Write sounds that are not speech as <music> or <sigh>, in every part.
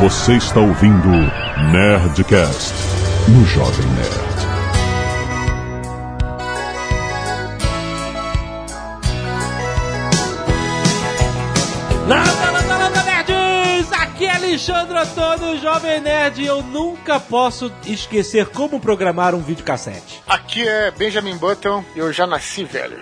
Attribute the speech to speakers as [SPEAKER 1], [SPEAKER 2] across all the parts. [SPEAKER 1] Você está ouvindo Nerdcast no Jovem Nerd.
[SPEAKER 2] Landa, landa, landa, nerds! Aqui é Alexandre Antônio, Jovem Nerd, e eu nunca posso esquecer como programar um videocassete.
[SPEAKER 3] Aqui é Benjamin Button e eu já nasci velho.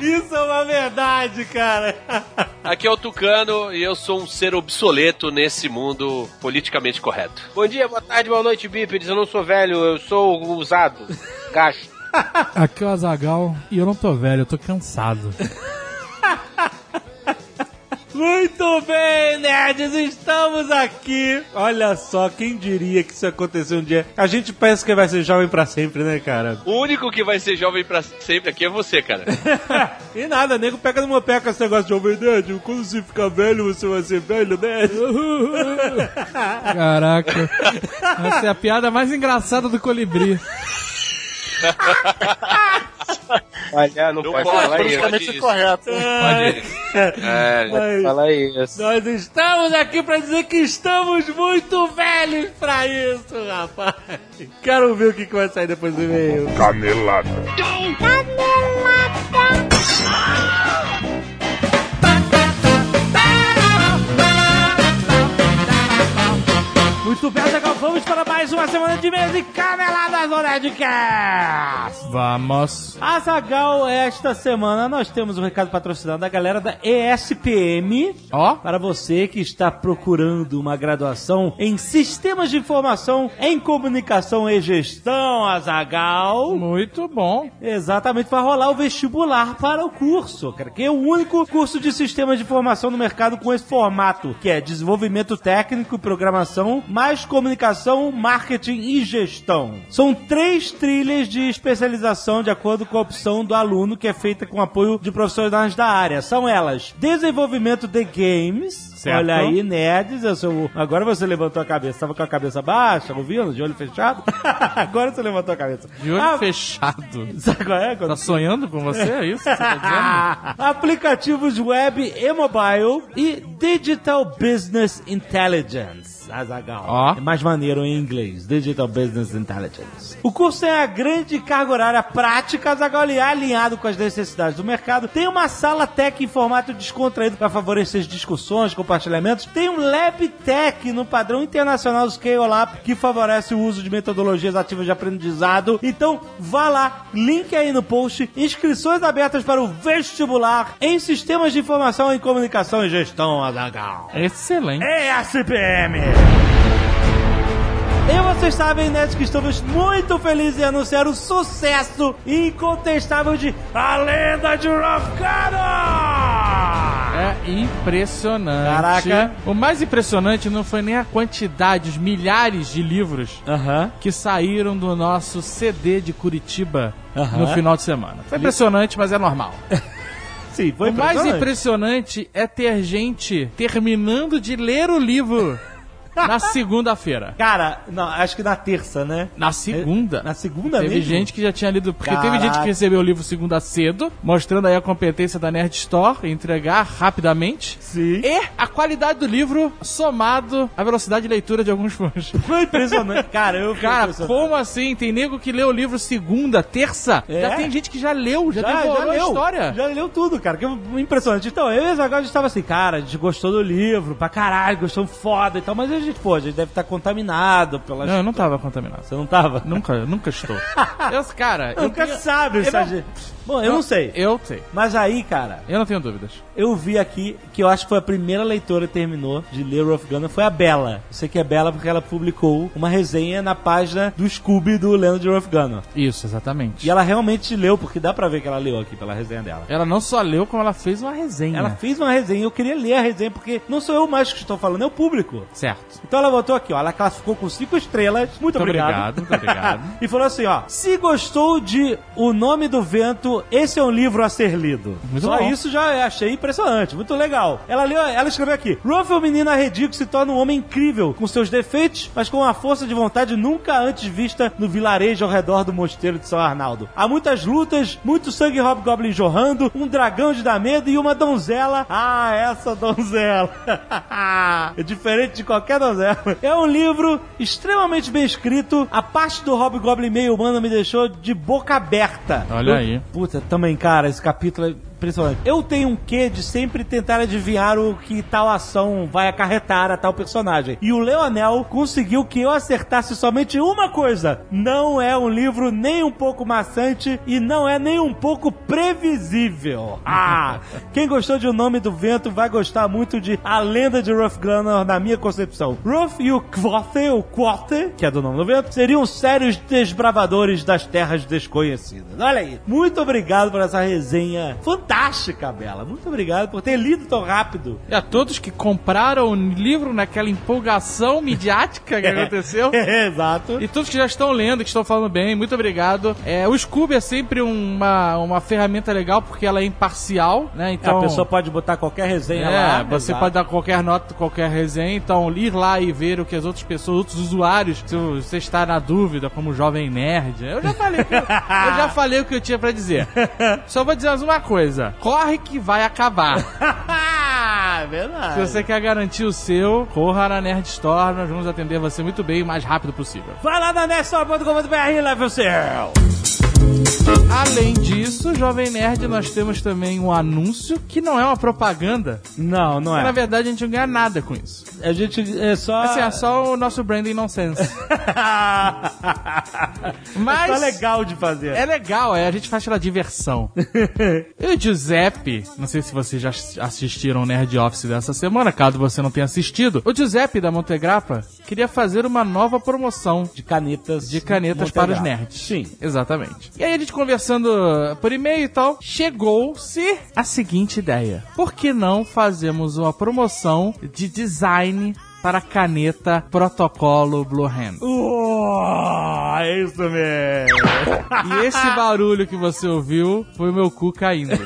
[SPEAKER 2] Isso é uma verdade, cara. <laughs>
[SPEAKER 4] Aqui é o Tucano e eu sou um ser obsoleto nesse mundo politicamente correto.
[SPEAKER 5] Bom dia, boa tarde, boa noite, bípedes. Eu não sou velho, eu sou usado. Gasto.
[SPEAKER 6] Aqui é o Azagal e eu não tô velho, eu tô cansado.
[SPEAKER 2] Muito bem, nerds, estamos aqui. Olha só, quem diria que isso aconteceu um dia? A gente pensa que vai ser jovem pra sempre, né, cara?
[SPEAKER 4] O único que vai ser jovem pra sempre aqui é você, cara.
[SPEAKER 2] <laughs> e nada, nego pega numa peca esse negócio de jovem nerd. Quando você ficar velho, você vai ser velho, né? nerd.
[SPEAKER 6] <laughs> Caraca. Essa é a piada mais engraçada do colibri.
[SPEAKER 5] Olha, <laughs> não,
[SPEAKER 4] Não
[SPEAKER 5] pode,
[SPEAKER 4] pode.
[SPEAKER 5] falar isso.
[SPEAKER 4] Pode
[SPEAKER 3] Politicamente
[SPEAKER 4] isso.
[SPEAKER 3] correto.
[SPEAKER 4] É,
[SPEAKER 2] Mas-
[SPEAKER 5] Fala isso.
[SPEAKER 2] Nós estamos aqui pra dizer que estamos muito velhos pra isso, rapaz. Quero ver o que que vai sair depois do e-mail.
[SPEAKER 1] Canelada.
[SPEAKER 2] Muito bem, Zagal, vamos para mais uma semana de mês e caneladas no Nerdcast.
[SPEAKER 6] Vamos.
[SPEAKER 2] A Zagal, esta semana nós temos um recado patrocinado da galera da ESPM.
[SPEAKER 6] Ó.
[SPEAKER 2] Para você que está procurando uma graduação em Sistemas de Informação em Comunicação e Gestão, Azagal.
[SPEAKER 6] Muito bom.
[SPEAKER 2] Exatamente, vai rolar o vestibular para o curso, cara, que é o único curso de sistemas de formação no mercado com esse formato, que é desenvolvimento técnico e programação, mais comunicação, marketing e gestão. São três trilhas de especialização de acordo com a opção do aluno, que é feita com apoio de profissionais da área. São elas: desenvolvimento de games.
[SPEAKER 6] Certo.
[SPEAKER 2] Olha aí, nerds, eu sou. Agora você levantou a cabeça. Tava com a cabeça baixa, ouvindo? De olho fechado? <laughs> Agora você levantou a cabeça.
[SPEAKER 6] De olho
[SPEAKER 2] Ah,
[SPEAKER 6] fechado.
[SPEAKER 2] Sabe qual é? Quando-
[SPEAKER 6] Tá sonhando com você? É isso que você tá
[SPEAKER 2] Aplicativos web e mobile e Digital Business Intelligence. Azagal.
[SPEAKER 6] Ó.
[SPEAKER 2] É mais maneiro em inglês. Digital Business Intelligence. O curso tem a grande carga horária prática, Azagal, e é alinhado com as necessidades do mercado. Tem uma sala tech em formato descontraído para favorecer as discussões, compartilhamentos. Tem um lab tech no padrão internacional Scale Up que favorece o uso de metodologias ativas de aprendizado. Então, vá lá, link aí no post. Inscrições abertas para o vestibular em sistemas de informação em comunicação e gestão, Azagal. <laughs>
[SPEAKER 6] dizendo? Excelente.
[SPEAKER 2] ESPM! E vocês sabem, né, que estamos muito felizes em anunciar o sucesso incontestável de A Lenda de Rafkana!
[SPEAKER 6] É impressionante.
[SPEAKER 2] Caraca.
[SPEAKER 6] O mais impressionante não foi nem a quantidade, os milhares de livros
[SPEAKER 2] Aham.
[SPEAKER 6] que saíram do nosso CD de Curitiba
[SPEAKER 2] Aham.
[SPEAKER 6] no final de semana. Foi impressionante, mas é normal.
[SPEAKER 2] Sim, foi
[SPEAKER 6] o mais
[SPEAKER 2] impressionante.
[SPEAKER 6] impressionante é ter gente terminando de ler
[SPEAKER 2] <laughs>
[SPEAKER 6] o livro na segunda-feira.
[SPEAKER 2] Cara, não, acho que na terça, né?
[SPEAKER 6] Na segunda.
[SPEAKER 2] Na segunda
[SPEAKER 6] Teve
[SPEAKER 2] mesmo?
[SPEAKER 6] gente que já tinha lido. Porque teve
[SPEAKER 2] Caraca.
[SPEAKER 6] gente que recebeu o livro segunda cedo, mostrando aí a competência da Nerd Store em entregar rapidamente.
[SPEAKER 2] Sim.
[SPEAKER 6] E a qualidade do livro somado à velocidade de leitura de
[SPEAKER 2] <laughs>
[SPEAKER 6] alguns fãs.
[SPEAKER 2] Foi
[SPEAKER 6] <laughs>
[SPEAKER 2] impressionante. Cara, eu fiquei
[SPEAKER 6] Cara,
[SPEAKER 2] impressionado.
[SPEAKER 6] como assim? Tem nego que lê o livro segunda, terça?
[SPEAKER 2] É.
[SPEAKER 6] Já tem gente que já leu, já, devorou a história.
[SPEAKER 2] Já Ah, leu tudo, cara. Que é impressionante. Então, eu e o Zagal, a gente tava assim, cara, a gente gostou do livro, pra caralho, gostou foda e tal, mas a gente, pô, a gente deve estar contaminado pelas...
[SPEAKER 6] Não, eu não tava contaminado.
[SPEAKER 2] Você não tava? <laughs>
[SPEAKER 6] Nunca, eu nunca estou. Eu, cara, eu
[SPEAKER 2] Nunca
[SPEAKER 6] tenho-
[SPEAKER 2] sabe,
[SPEAKER 6] eu
[SPEAKER 2] sabe? Bom, eu não sei.
[SPEAKER 6] Eu sei.
[SPEAKER 2] Mas aí, cara,
[SPEAKER 6] Eu não tenho dúvidas.
[SPEAKER 2] eu vi aqui que eu acho que foi a primeira leitora que terminou de ler Rough Gunner foi a Bela. Eu sei que é Bela porque ela publicou uma resenha na página do Scooby do Leonard Rough Gunner.
[SPEAKER 6] Isso, exatamente.
[SPEAKER 2] E ela realmente leu, porque dá pra ver que ela leu aqui pela resenha dela.
[SPEAKER 6] Ela não só leu, como ela fez uma resenha.
[SPEAKER 2] Ela fez uma resenha, eu queria ler a resenha, porque não sou eu mais que estou falando, é o público.
[SPEAKER 6] Certo.
[SPEAKER 2] Netflix. Então ela botou aqui, ó. Ela classificou com cinco estrelas. Muito,
[SPEAKER 6] Muito
[SPEAKER 2] obrigado.
[SPEAKER 6] obrigado, muito obrigado.
[SPEAKER 2] e falou assim, ó. Se gostou de O Nome do Vento, esse é um livro a ser lido.
[SPEAKER 6] Muito
[SPEAKER 2] Só
[SPEAKER 6] bom.
[SPEAKER 2] isso já achei impressionante. Muito legal. Ela leu, ela escreveu aqui. Rolf é um menino arredio que se torna um homem incrível, com seus defeitos, mas com uma força de vontade nunca antes vista no vilarejo ao redor do mosteiro de São Arnaldo. Há muitas lutas, muito sangue hobgoblin jorrando, um dragão de dar medo e uma donzela. Ah, essa donzela. <laughs> é diferente de qualquer donzela. É um livro extremamente bem escrito. A parte do hobgoblin meio humano me deixou de boca aberta.
[SPEAKER 6] Olha
[SPEAKER 2] Eu-
[SPEAKER 6] aí.
[SPEAKER 2] Puta, também, cara, esse capítulo é impressionante. Eu tenho um quê de sempre tentar adivinhar o que tal ação vai acarretar a tal personagem. E o Leonel conseguiu que eu acertasse somente uma coisa. Não é um livro nem um pouco maçante e não é nem um pouco previsível. Ah! Quem gostou de O Nome do Vento vai gostar muito de A Lenda de Ruff Glanor, na minha concepção. Ruff e o Quothe, o Quothe, que é do Nome do Vento, seriam sérios desbravadores das terras desconhecidas. Olha aí. Muito obrigado por essa resenha fantástica, Bela. Muito obrigado por ter lido tão rápido.
[SPEAKER 6] <laughs> E a todos que compraram o livro naquela empolgação midiática <laughs> que aconteceu.
[SPEAKER 2] <laughs> Exato.
[SPEAKER 6] E todos que já estão lendo, que estão falando bem, muito obrigado. É, o Scooby é sempre uma, uma ferramenta legal porque ela é imparcial, né? Então
[SPEAKER 2] a pessoa pode botar qualquer resenha lá.
[SPEAKER 6] é, você
[SPEAKER 2] Exato.
[SPEAKER 6] pode dar qualquer nota, qualquer resenha, então ir lá e ver o que as outras pessoas, outros usuários, se você está na dúvida, como jovem nerd. Eu já falei,
[SPEAKER 2] <laughs>
[SPEAKER 6] o que eu, eu já falei o que eu tinha pra dizer. Só vou dizer mais uma coisa: corre que
[SPEAKER 2] <laughs>
[SPEAKER 6] vai acabar.
[SPEAKER 2] Ah, verdade.
[SPEAKER 6] Se você quer garantir o seu, corra na Nerd Store, nós vamos atender você muito bem e o mais rápido possível.
[SPEAKER 2] Vai lá na Nestor.com.br, leva o seu.
[SPEAKER 6] Além disso, Jovem Nerd, nós temos também um anúncio que não é uma propaganda.
[SPEAKER 2] Não, não
[SPEAKER 6] Na
[SPEAKER 2] é.
[SPEAKER 6] verdade, a gente não ganha nada com isso.
[SPEAKER 2] A gente é só.
[SPEAKER 6] Assim, é só o nosso branding nonsense.
[SPEAKER 2] <laughs> Mas...
[SPEAKER 6] Mas-
[SPEAKER 2] Tá legal de fazer.
[SPEAKER 6] É legal, é, a gente faz pela
[SPEAKER 2] <laughs>
[SPEAKER 6] diversão. e o Giuseppe, não sei se vocês já ass- assistiram o Nerd Office dessa semana, caso você não tenha assistido, o Giuseppe da Montegrappa queria fazer uma nova promoção
[SPEAKER 2] De canetas.
[SPEAKER 6] de canetas para os nerds.
[SPEAKER 2] Sim.
[SPEAKER 6] Exatamente. E aí a gente conversando por e-mail e tal, chegou-se a seguinte ideia. Por que não fazemos uma promoção de design para a caneta protocolo Blue Hand?
[SPEAKER 2] Uou, é isso <laughs> mesmo.
[SPEAKER 6] E esse barulho que você ouviu foi o meu
[SPEAKER 2] <laughs>
[SPEAKER 6] cu caindo.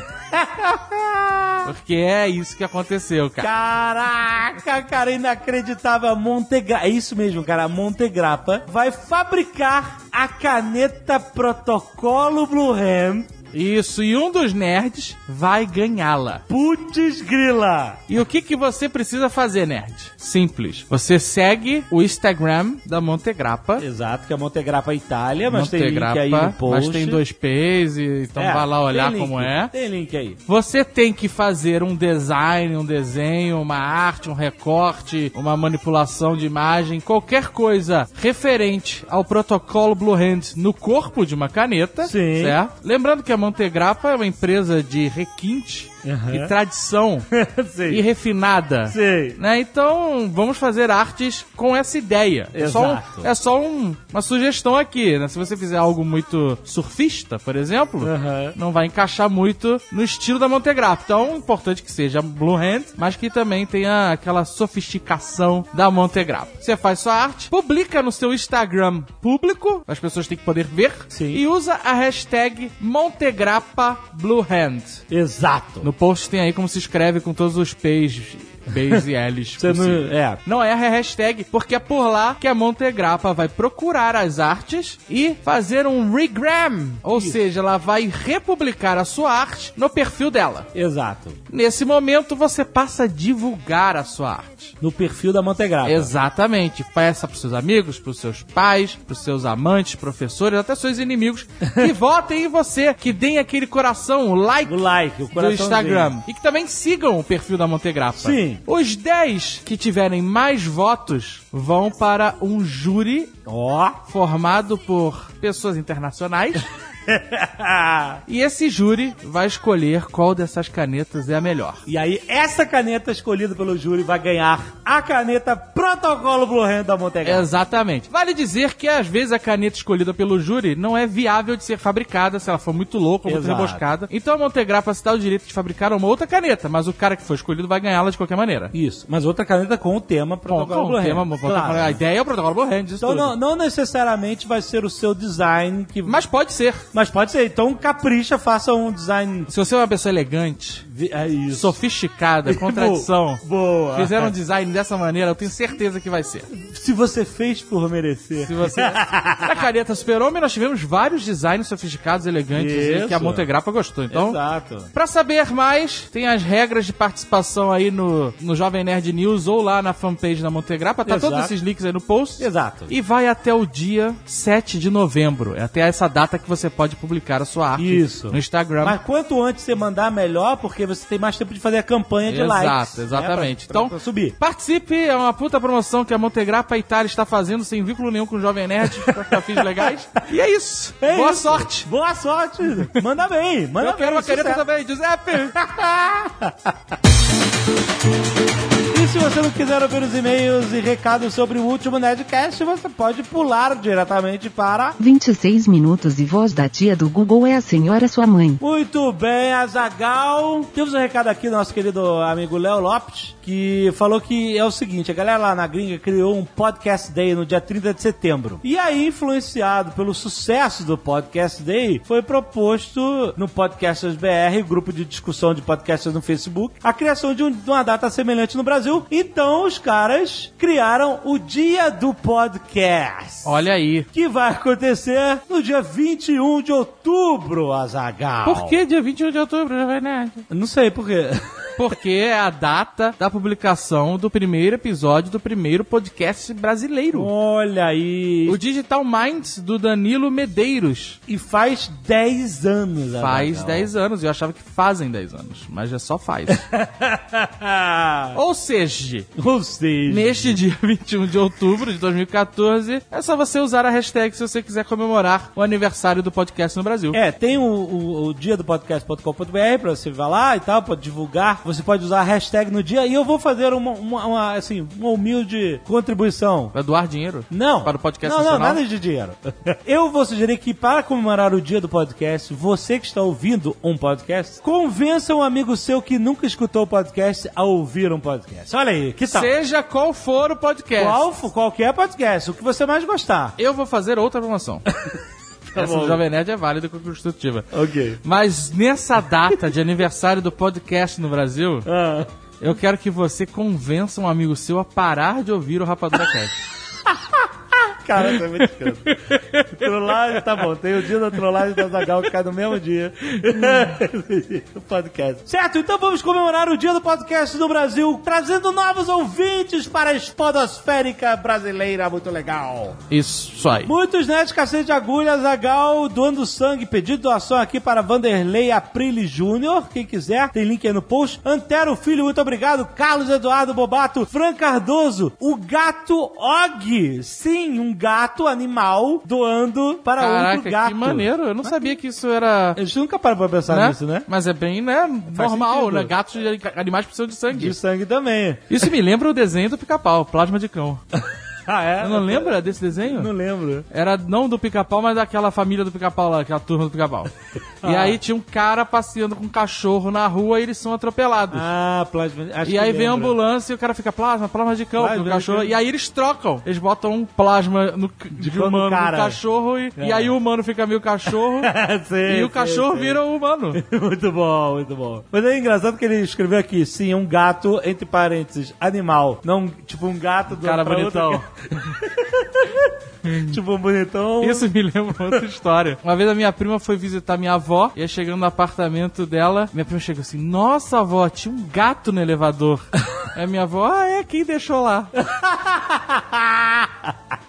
[SPEAKER 6] Porque é isso que aconteceu, cara.
[SPEAKER 2] Caraca, cara, inacreditável. A Montegra... É isso mesmo, cara. A Montegrappa vai fabricar a caneta protocolo Blue Hand.
[SPEAKER 6] Isso, e um dos nerds vai ganhá-la.
[SPEAKER 2] Putz grila.
[SPEAKER 6] E o que, que você precisa fazer, nerd? Simples. Você segue o Instagram da Montegrappa.
[SPEAKER 2] Exato, que é Montegrappa Itália, mas tem link aí no post.
[SPEAKER 6] mas tem dois P's, e- então
[SPEAKER 2] É,
[SPEAKER 6] vai lá olhar
[SPEAKER 2] tem link,
[SPEAKER 6] como é.
[SPEAKER 2] Tem link aí.
[SPEAKER 6] Você tem que fazer um design, um desenho, uma arte, um recorte, uma manipulação de imagem, qualquer coisa referente ao protocolo Blue Hand no corpo de uma caneta.
[SPEAKER 2] Sim.
[SPEAKER 6] Certo? Lembrando que a Montegrappa é uma empresa de requinte e tradição
[SPEAKER 2] <laughs> Sim.
[SPEAKER 6] e refinada.
[SPEAKER 2] Sim.
[SPEAKER 6] Né? Então, vamos fazer artes com essa ideia. É só,
[SPEAKER 2] Exato.
[SPEAKER 6] um- é só um- uma sugestão aqui. Né? Se você fizer algo muito surfista, por exemplo,
[SPEAKER 2] Aham.
[SPEAKER 6] não vai encaixar muito no estilo da Montegrappa. Então, é importante que seja Blue Hand, mas que também tenha aquela sofisticação da Montegrappa. Você faz sua arte, publica no seu Instagram público, as pessoas têm que poder ver,
[SPEAKER 2] Sim.
[SPEAKER 6] e usa a hashtag Montegrappa Blue Hand.
[SPEAKER 2] Exato.
[SPEAKER 6] No post tem aí como se escreve com todos os P's, B's e L's.
[SPEAKER 2] <laughs> Você não-
[SPEAKER 6] possível.
[SPEAKER 2] é.
[SPEAKER 6] Não erra a hashtag, porque é por lá que a Montegrappa vai procurar as artes e fazer um regram. Ou seja, ela vai republicar a sua arte no perfil dela.
[SPEAKER 2] Exato.
[SPEAKER 6] Nesse momento, você passa a divulgar a sua arte.
[SPEAKER 2] No perfil da Montegrappa.
[SPEAKER 6] Exatamente. Peça pros seus amigos, pros seus pais, pros seus amantes, professores, até seus
[SPEAKER 2] <laughs>
[SPEAKER 6] inimigos, que votem em você, que deem aquele coração, o like
[SPEAKER 2] O like, o
[SPEAKER 6] do
[SPEAKER 2] coraçãozinho.
[SPEAKER 6] Instagram. E que também sigam o perfil da Montegrappa.
[SPEAKER 2] Sim.
[SPEAKER 6] Os 10 que tiverem mais votos vão para um júri
[SPEAKER 2] Ó. <laughs>
[SPEAKER 6] formado por pessoas internacionais <laughs> E esse júri vai escolher qual dessas canetas é a melhor.
[SPEAKER 2] E aí, essa caneta escolhida pelo júri vai ganhar a caneta Protocolo Blue Hand da Montegal.
[SPEAKER 6] Exatamente. Vale dizer que às vezes a caneta escolhida pelo júri não é viável de ser fabricada, se ela for muito louca ou muito
[SPEAKER 2] Exato.
[SPEAKER 6] reboscada. Então a Montegrappa se dá o direito de fabricar uma outra caneta, mas o cara que foi escolhido vai ganhá-la de qualquer maneira.
[SPEAKER 2] É. Isso, mas outra caneta com o tema
[SPEAKER 6] Bom,
[SPEAKER 2] Protocolo
[SPEAKER 6] com
[SPEAKER 2] Blue
[SPEAKER 6] o
[SPEAKER 2] Hand.
[SPEAKER 6] tema, protocolo-
[SPEAKER 2] Claro.
[SPEAKER 6] a ideia é o protocolo Blue Hand, isso
[SPEAKER 2] Então
[SPEAKER 6] tudo.
[SPEAKER 2] não, não necessariamente vai ser o seu design que...
[SPEAKER 6] Mas pode ser.
[SPEAKER 2] Mas pode ser, então capricha, faça um design...
[SPEAKER 6] Se você é uma pessoa elegante,
[SPEAKER 2] vi- É isso. é <laughs>
[SPEAKER 6] sofisticada, contradição,
[SPEAKER 2] Boa. <laughs>
[SPEAKER 6] fizer um design dessa maneira, eu tenho certeza que vai ser.
[SPEAKER 2] Se você fez por merecer.
[SPEAKER 6] Se você...
[SPEAKER 2] <laughs>
[SPEAKER 6] Na caneta Super-Homem nós tivemos vários designs sofisticados, elegantes, e
[SPEAKER 2] Isso.
[SPEAKER 6] que a Montegrappa gostou. Então,
[SPEAKER 2] Exato.
[SPEAKER 6] Pra saber mais, tem as regras de participação aí no, no Jovem Nerd News ou lá na fanpage da Montegrappa. Tá
[SPEAKER 2] Exato.
[SPEAKER 6] todos esses links aí no post.
[SPEAKER 2] Exato.
[SPEAKER 6] E vai até o dia 7 de novembro. É até essa data que você pode publicar a sua arte
[SPEAKER 2] Isso.
[SPEAKER 6] no Instagram.
[SPEAKER 2] Mas quanto antes você mandar, melhor, porque você tem mais tempo de fazer a campanha de
[SPEAKER 6] Exato,
[SPEAKER 2] likes.
[SPEAKER 6] exatamente.
[SPEAKER 2] né, pra- pra-
[SPEAKER 6] Então-
[SPEAKER 2] pra subir.
[SPEAKER 6] Participe, é uma puta promoção que a Montegrappa Itália está fazendo sem vínculo nenhum com o Jovem Nerd, <laughs> para perfis legais. E é isso.
[SPEAKER 2] É
[SPEAKER 6] Boa
[SPEAKER 2] isso.
[SPEAKER 6] sorte.
[SPEAKER 2] Boa sorte! Manda bem! Manda
[SPEAKER 6] Eu quero
[SPEAKER 2] bem,
[SPEAKER 6] uma caneta
[SPEAKER 2] sucesso.
[SPEAKER 6] também, Giuseppe.
[SPEAKER 2] E se você não quiser ouvir os e-mails e recados sobre o último Nerdcast, você pode pular diretamente para.
[SPEAKER 7] 26 minutos e voz da tia do Google é a senhora sua mãe.
[SPEAKER 2] Muito bem, Azagal. Temos um recado aqui do nosso querido amigo Léo Lopes, que falou que é o seguinte: a galera lá na gringa criou um Podcast Day no dia 30 de setembro. E aí, influenciado pelo sucesso do Podcast Day, foi proposto no Podcasters BR, grupo de discussão de podcasters no Facebook, a criação de, um- de uma data semelhante no Brasil. Então, os caras criaram o Dia do Podcast.
[SPEAKER 6] Olha aí.
[SPEAKER 2] Que vai acontecer no dia 21 de outubro, Azagal.
[SPEAKER 6] Por que dia 21 de outubro, Jovem Nerd?
[SPEAKER 2] Não sei por quê.
[SPEAKER 6] Porque é a data da publicação do primeiro episódio do primeiro podcast brasileiro.
[SPEAKER 2] Olha aí.
[SPEAKER 6] O Digital Minds do Danilo Medeiros.
[SPEAKER 2] E faz 10 anos, Azaghal.
[SPEAKER 6] Faz 10 anos, eu achava que fazem 10 anos, mas já só faz. Ou seja,
[SPEAKER 2] <laughs> Ou seja,
[SPEAKER 6] neste dia <laughs> 21 de outubro de 2014, é só você usar a hashtag se você quiser comemorar o aniversário do podcast no Brasil.
[SPEAKER 2] É, tem o, o, o dia do podcast.com.br pra você vai lá e tal, pode divulgar. Você pode usar a hashtag no dia e eu vou fazer uma, uma- uma, assim, uma humilde contribuição.
[SPEAKER 6] Vai doar dinheiro?
[SPEAKER 2] Não.
[SPEAKER 6] Para o podcast
[SPEAKER 2] Não, não,
[SPEAKER 6] nacional?
[SPEAKER 2] nada de dinheiro. <laughs> Eu vou sugerir que, para comemorar o dia do podcast, você que está ouvindo um podcast, convença um amigo seu que nunca escutou o podcast a ouvir um podcast. Olha aí, que tal?
[SPEAKER 6] Seja qual for o podcast.
[SPEAKER 2] Tá. Qual, qualquer podcast, o que você mais gostar.
[SPEAKER 6] Eu vou fazer
[SPEAKER 2] <laughs>
[SPEAKER 6] outra promoção. Essa
[SPEAKER 2] Tá bom.
[SPEAKER 6] do Jovem Nerd é válida e construtiva.
[SPEAKER 2] <laughs> Ok.
[SPEAKER 6] Mas nessa data de aniversário do podcast no Brasil,
[SPEAKER 2] <laughs> Ah.
[SPEAKER 6] eu quero que você convença um amigo seu a parar de ouvir o Rapadura Cast.
[SPEAKER 2] Cara, tá muito canto. trollagem, tá bom. Tem o dia da trollagem da Zagal que cai no mesmo
[SPEAKER 6] <laughs>
[SPEAKER 2] dia. o podcast. Certo, então vamos comemorar o dia do podcast no Brasil, trazendo novos ouvintes para a espodosférica brasileira. Muito legal.
[SPEAKER 6] Isso, só aí.
[SPEAKER 2] Muitos nerds, cacete de agulha, Zagal, doando sangue, pedido doação aqui para Vanderlei Aprile Júnior, quem quiser, tem link aí no post. Antero Filho, muito obrigado. Carlos Eduardo Bobato, Fran Cardoso, o gato Og, sim, um gato animal doando para
[SPEAKER 6] Caraca,
[SPEAKER 2] outro gato.
[SPEAKER 6] que maneiro. Eu não sabia que isso era...
[SPEAKER 2] A gente nunca parou pra pensar
[SPEAKER 6] né?
[SPEAKER 2] nisso, né?
[SPEAKER 6] Mas é bem, né, normal,
[SPEAKER 2] sentido.
[SPEAKER 6] né? Gatos e animais precisam de sangue.
[SPEAKER 2] De sangue também.
[SPEAKER 6] Isso me lembra o desenho do pica-pau, Plasma de Cão.
[SPEAKER 2] Ah, é?
[SPEAKER 6] Não lembra desse desenho?
[SPEAKER 2] Não lembro.
[SPEAKER 6] Era não do pica-pau, mas daquela família do pica-pau lá, aquela turma
[SPEAKER 2] <laughs>
[SPEAKER 6] do pica-pau. E
[SPEAKER 2] Ah.
[SPEAKER 6] aí tinha um cara passeando com um cachorro na rua e eles são atropelados.
[SPEAKER 2] Ah, plasma. acho
[SPEAKER 6] e aí
[SPEAKER 2] que
[SPEAKER 6] vem a
[SPEAKER 2] <laughs> lembro.
[SPEAKER 6] ambulância e o cara fica plasma, plasma de cão
[SPEAKER 2] Plasma
[SPEAKER 6] no
[SPEAKER 2] de
[SPEAKER 6] cachorro.
[SPEAKER 2] cão.
[SPEAKER 6] E aí eles trocam. Eles botam um plasma no, c- de,
[SPEAKER 2] cão no
[SPEAKER 6] humano no
[SPEAKER 2] cara. É.
[SPEAKER 6] cachorro e, e aí o humano fica
[SPEAKER 2] <laughs>
[SPEAKER 6] meio cachorro
[SPEAKER 2] Sei,
[SPEAKER 6] e o
[SPEAKER 2] sei,
[SPEAKER 6] cachorro
[SPEAKER 2] sei.
[SPEAKER 6] vira o humano.
[SPEAKER 2] <laughs> Muito bom, muito bom. Mas é engraçado que ele escreveu aqui, sim, um gato, entre parênteses, animal. Não, tipo, um gato do
[SPEAKER 6] Cara
[SPEAKER 2] pra outro
[SPEAKER 6] bonitão.
[SPEAKER 2] gato. <laughs> tipo, um bonitão.
[SPEAKER 6] Isso me lembra outra história. Uma vez a minha prima foi visitar minha avó, e aí chegando no apartamento dela, minha prima chegou assim: Nossa, avó, tinha um gato no <laughs> elevador. aí minha avó, ah, é, quem deixou lá?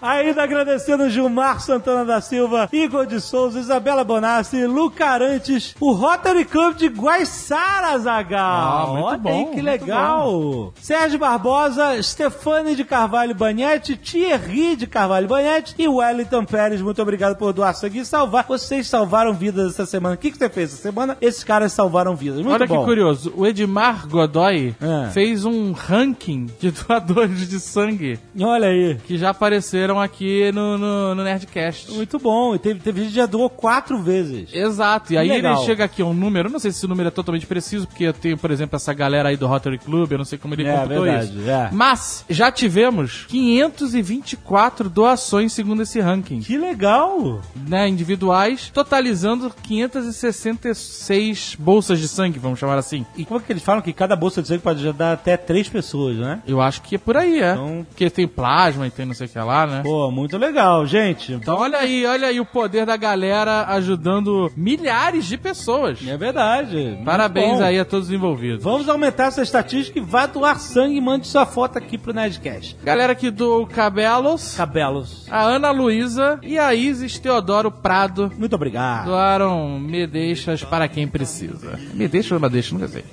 [SPEAKER 2] Ainda agradecendo Gilmar Santana da Silva, Igor de Souza, Isabela Bonassi, Luca Arantes, o Rotary Club de Guaiçara, Zagal.
[SPEAKER 6] Ah, muito
[SPEAKER 2] Olha aí
[SPEAKER 6] bom,
[SPEAKER 2] que
[SPEAKER 6] muito
[SPEAKER 2] legal. Sérgio Barbosa, Stefane de Carvalho Banhete, Thierry de Carvalho Banhete e Wellington Pérez. Muito obrigado por doar sangue e salvar. Vocês salvaram vidas essa semana. O que, que você fez essa semana? Esses caras salvaram vidas. Muito
[SPEAKER 6] Olha
[SPEAKER 2] bom.
[SPEAKER 6] que curioso, o Edmar Godoy
[SPEAKER 2] É.
[SPEAKER 6] fez um ranking de <laughs> doadores de sangue
[SPEAKER 2] Olha aí.
[SPEAKER 6] que já apareceram aqui no, no, no Nerdcast.
[SPEAKER 2] Muito bom. E teve, teve gente que já doou quatro vezes.
[SPEAKER 6] Exato, e aí
[SPEAKER 2] Legal.
[SPEAKER 6] ele chega aqui a um número, eu não sei se esse número é totalmente preciso, porque eu tenho, por exemplo, essa galera aí do Rotary Club, eu não sei como ele
[SPEAKER 2] É,
[SPEAKER 6] computou
[SPEAKER 2] verdade,
[SPEAKER 6] isso.
[SPEAKER 2] é.
[SPEAKER 6] Mas já tivemos 524 doações segundo esse ranking,
[SPEAKER 2] Que legal.
[SPEAKER 6] né, individuais, totalizando 566 bolsas de sangue, vamos chamar assim.
[SPEAKER 2] E como é que eles falam que cada bolsa de sangue pode ajudar até três pessoas, né?
[SPEAKER 6] Eu acho que é por aí, é.
[SPEAKER 2] Então-
[SPEAKER 6] Porque tem plasma e tem não sei o que lá, né?
[SPEAKER 2] Pô, muito legal, gente.
[SPEAKER 6] Então olha aí, olha aí o poder da galera ajudando milhares de pessoas.
[SPEAKER 2] É verdade. Muito
[SPEAKER 6] Parabéns
[SPEAKER 2] bom.
[SPEAKER 6] aí a todos os envolvidos.
[SPEAKER 2] Vamos aumentar essa estatística e vá doar sangue e mande sua foto aqui pro Nerdcast.
[SPEAKER 6] Galera que doou cabelos,
[SPEAKER 2] Cabelos.
[SPEAKER 6] a Ana Luísa e a Isis Teodoro Prado
[SPEAKER 2] Muito obrigado.
[SPEAKER 6] doaram um me deixas para quem precisa. Me deixa ou me deixa, nunca sei.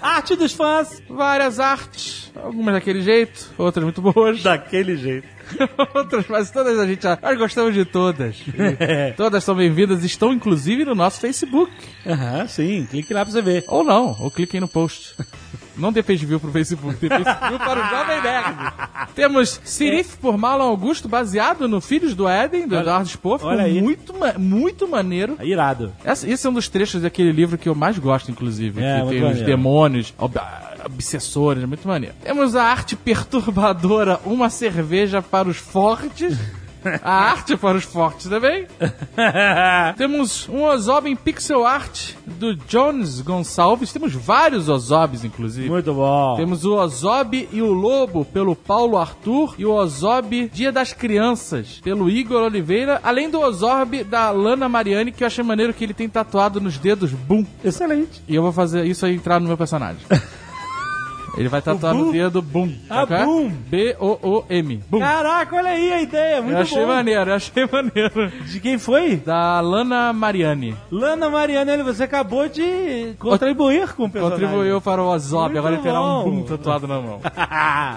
[SPEAKER 2] Arte dos fãs.
[SPEAKER 6] Várias artes, algumas daquele jeito, outras muito boas. <laughs>
[SPEAKER 2] Daquele jeito.
[SPEAKER 6] Outras, mas todas a gente. Nós gostamos de
[SPEAKER 2] <laughs>
[SPEAKER 6] todas. E todas são bem-vindas, estão inclusive no nosso Facebook.
[SPEAKER 2] Aham, sim. Clique lá pra você ver.
[SPEAKER 6] Ou não, ou cliquem no post. Não dê page view pro Facebook, dê page view para o Jovem Nerd. Temos Sirif por Marlon Augusto, baseado no Filhos do Éden, do Eduardo Spohr. Ficou
[SPEAKER 2] olha aí.
[SPEAKER 6] Muito, ma- muito maneiro.
[SPEAKER 2] É Irado. <laughs>
[SPEAKER 6] Essa- Esse é um dos trechos daquele livro que eu mais gosto, inclusive.
[SPEAKER 2] É,
[SPEAKER 6] que
[SPEAKER 2] muito
[SPEAKER 6] tem os
[SPEAKER 2] maneiro.
[SPEAKER 6] demônios, ob- obsessores, é muito maneiro. Temos a arte perturbadora, uma cerveja para os fortes. A arte é para os fortes também. Temos um Ozob em pixel art do Jones Gonçalves. Temos vários Ozobs, inclusive.
[SPEAKER 2] Muito bom.
[SPEAKER 6] Temos o Ozob e o Lobo, pelo Paulo Arthur, e o Ozob Dia das Crianças, pelo Igor Oliveira, além do Ozob da Lana Mariani, que eu achei maneiro que ele tem tatuado nos dedos Boom.
[SPEAKER 2] Excelente.
[SPEAKER 6] E eu vou fazer isso aí entrar no
[SPEAKER 2] <laughs>
[SPEAKER 6] meu personagem. Ele vai tatuar
[SPEAKER 2] Boom?
[SPEAKER 6] no dedo Boom.
[SPEAKER 2] Ah,
[SPEAKER 6] saca?
[SPEAKER 2] Boom.
[SPEAKER 6] B-O-O-M. Boom.
[SPEAKER 2] Caraca, olha aí a ideia. Muito
[SPEAKER 6] eu achei
[SPEAKER 2] bom.
[SPEAKER 6] maneiro, eu <laughs> achei maneiro.
[SPEAKER 2] De quem foi?
[SPEAKER 6] Da Lana Mariani.
[SPEAKER 2] Lana Marianelli, você acabou de contribuir com o personagem.
[SPEAKER 6] Contribuiu para o Ozob,
[SPEAKER 2] Muito
[SPEAKER 6] agora ele terá um
[SPEAKER 2] bom.
[SPEAKER 6] boom tatuado na mão.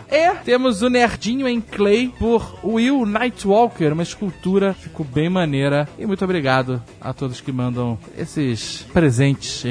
[SPEAKER 6] É. Temos o Nerdinho em Clay por Will Nightwalker, uma escultura, ficou bem maneira. E muito obrigado a todos que mandam esses presentes e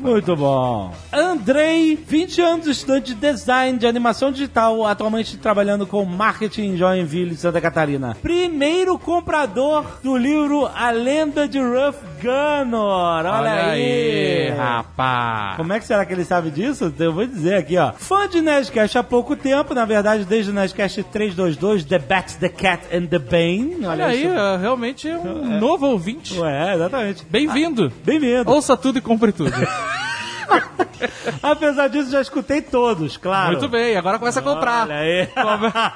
[SPEAKER 2] <laughs> Muito bom. Andrei, 20 anos estudante de design de animação digital, atualmente trabalhando com marketing em Joinville, Santa Catarina. Primeiro comprador do livro A Lenda de Ruff Gunner. Olha, aí.
[SPEAKER 6] rapá.
[SPEAKER 2] Como é que será que ele sabe disso? Eu vou dizer aqui, ó. Fã de Nerdcast há pouco tempo, na verdade, desde o Nerdcast 322, The Bat, The Cat and The Bane.
[SPEAKER 6] Olha aí, é realmente um novo ouvinte.
[SPEAKER 2] Ué, exatamente.
[SPEAKER 6] Bem-vindo.
[SPEAKER 2] Bem-vindo.
[SPEAKER 6] Ouça tudo e
[SPEAKER 2] <laughs>
[SPEAKER 6] compre tudo.
[SPEAKER 2] Apesar disso, já escutei todos, claro.
[SPEAKER 6] Muito bem, agora começa a comprar.
[SPEAKER 2] Olha aí.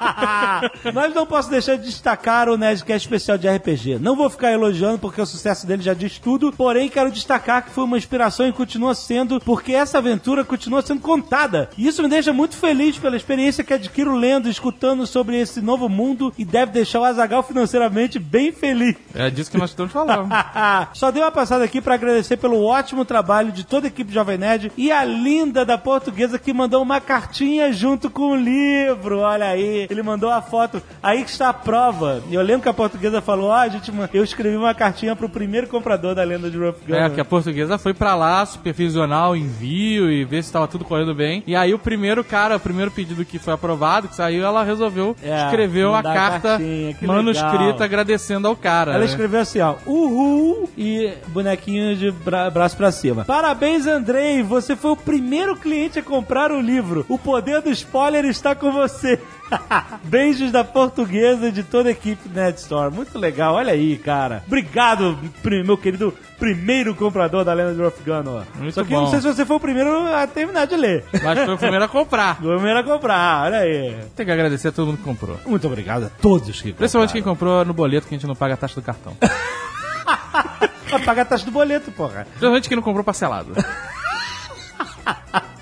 [SPEAKER 2] <laughs> Mas não posso deixar de destacar o Nerdcast especial de RPG. Não vou ficar elogiando porque o sucesso dele já diz tudo, porém quero destacar que foi uma inspiração e continua sendo, porque essa aventura continua sendo contada. E isso me deixa muito feliz pela experiência que adquiro lendo e escutando sobre esse novo mundo e deve deixar o Azagal financeiramente bem feliz.
[SPEAKER 6] É disso que nós estamos falando.
[SPEAKER 2] <laughs> Só dei uma passada aqui pra agradecer pelo ótimo trabalho de toda a equipe Jovem Nerd e a linda da portuguesa que mandou uma cartinha junto com o livro. Olha aí, ele mandou a foto. Aí que está a prova. E Eu lembro que a portuguesa falou: Ó, gente, man- eu escrevi uma cartinha pro primeiro comprador da lenda de Rough Gun.
[SPEAKER 6] É, que a portuguesa foi pra lá supervisionar o envio e ver se tava tudo correndo bem. E aí o primeiro cara, o primeiro pedido que foi aprovado, que saiu, ela resolveu
[SPEAKER 2] É,
[SPEAKER 6] escrever uma
[SPEAKER 2] mandar a
[SPEAKER 6] carta
[SPEAKER 2] cartinha, que
[SPEAKER 6] manuscrita
[SPEAKER 2] legal.
[SPEAKER 6] agradecendo ao cara.
[SPEAKER 2] Ela
[SPEAKER 6] né?
[SPEAKER 2] escreveu assim, ó, uhul e bonequinho de bra- braço pra cima. Parabéns, Andrei, você foi o primeiro cliente a comprar o livro. O poder do spoiler está com você. <laughs> Beijos da portuguesa e de toda a equipe do Nerd Store. Muito legal, olha aí, cara. Obrigado, pri- meu querido primeiro comprador da Lenda de Rough Gun. ó.
[SPEAKER 6] Muito
[SPEAKER 2] Só que
[SPEAKER 6] bom.
[SPEAKER 2] não sei se você foi o primeiro a terminar de ler.
[SPEAKER 6] Mas foi o primeiro a comprar.
[SPEAKER 2] O primeiro a comprar, olha aí.
[SPEAKER 6] Tem que agradecer a todo mundo que comprou.
[SPEAKER 2] Muito obrigado a todos que
[SPEAKER 6] Principalmente quem comprou no boleto, que a gente não paga a taxa do cartão.
[SPEAKER 2] compraram. Pagar a taxa do boleto, porra.
[SPEAKER 6] Principalmente quem não comprou parcelado.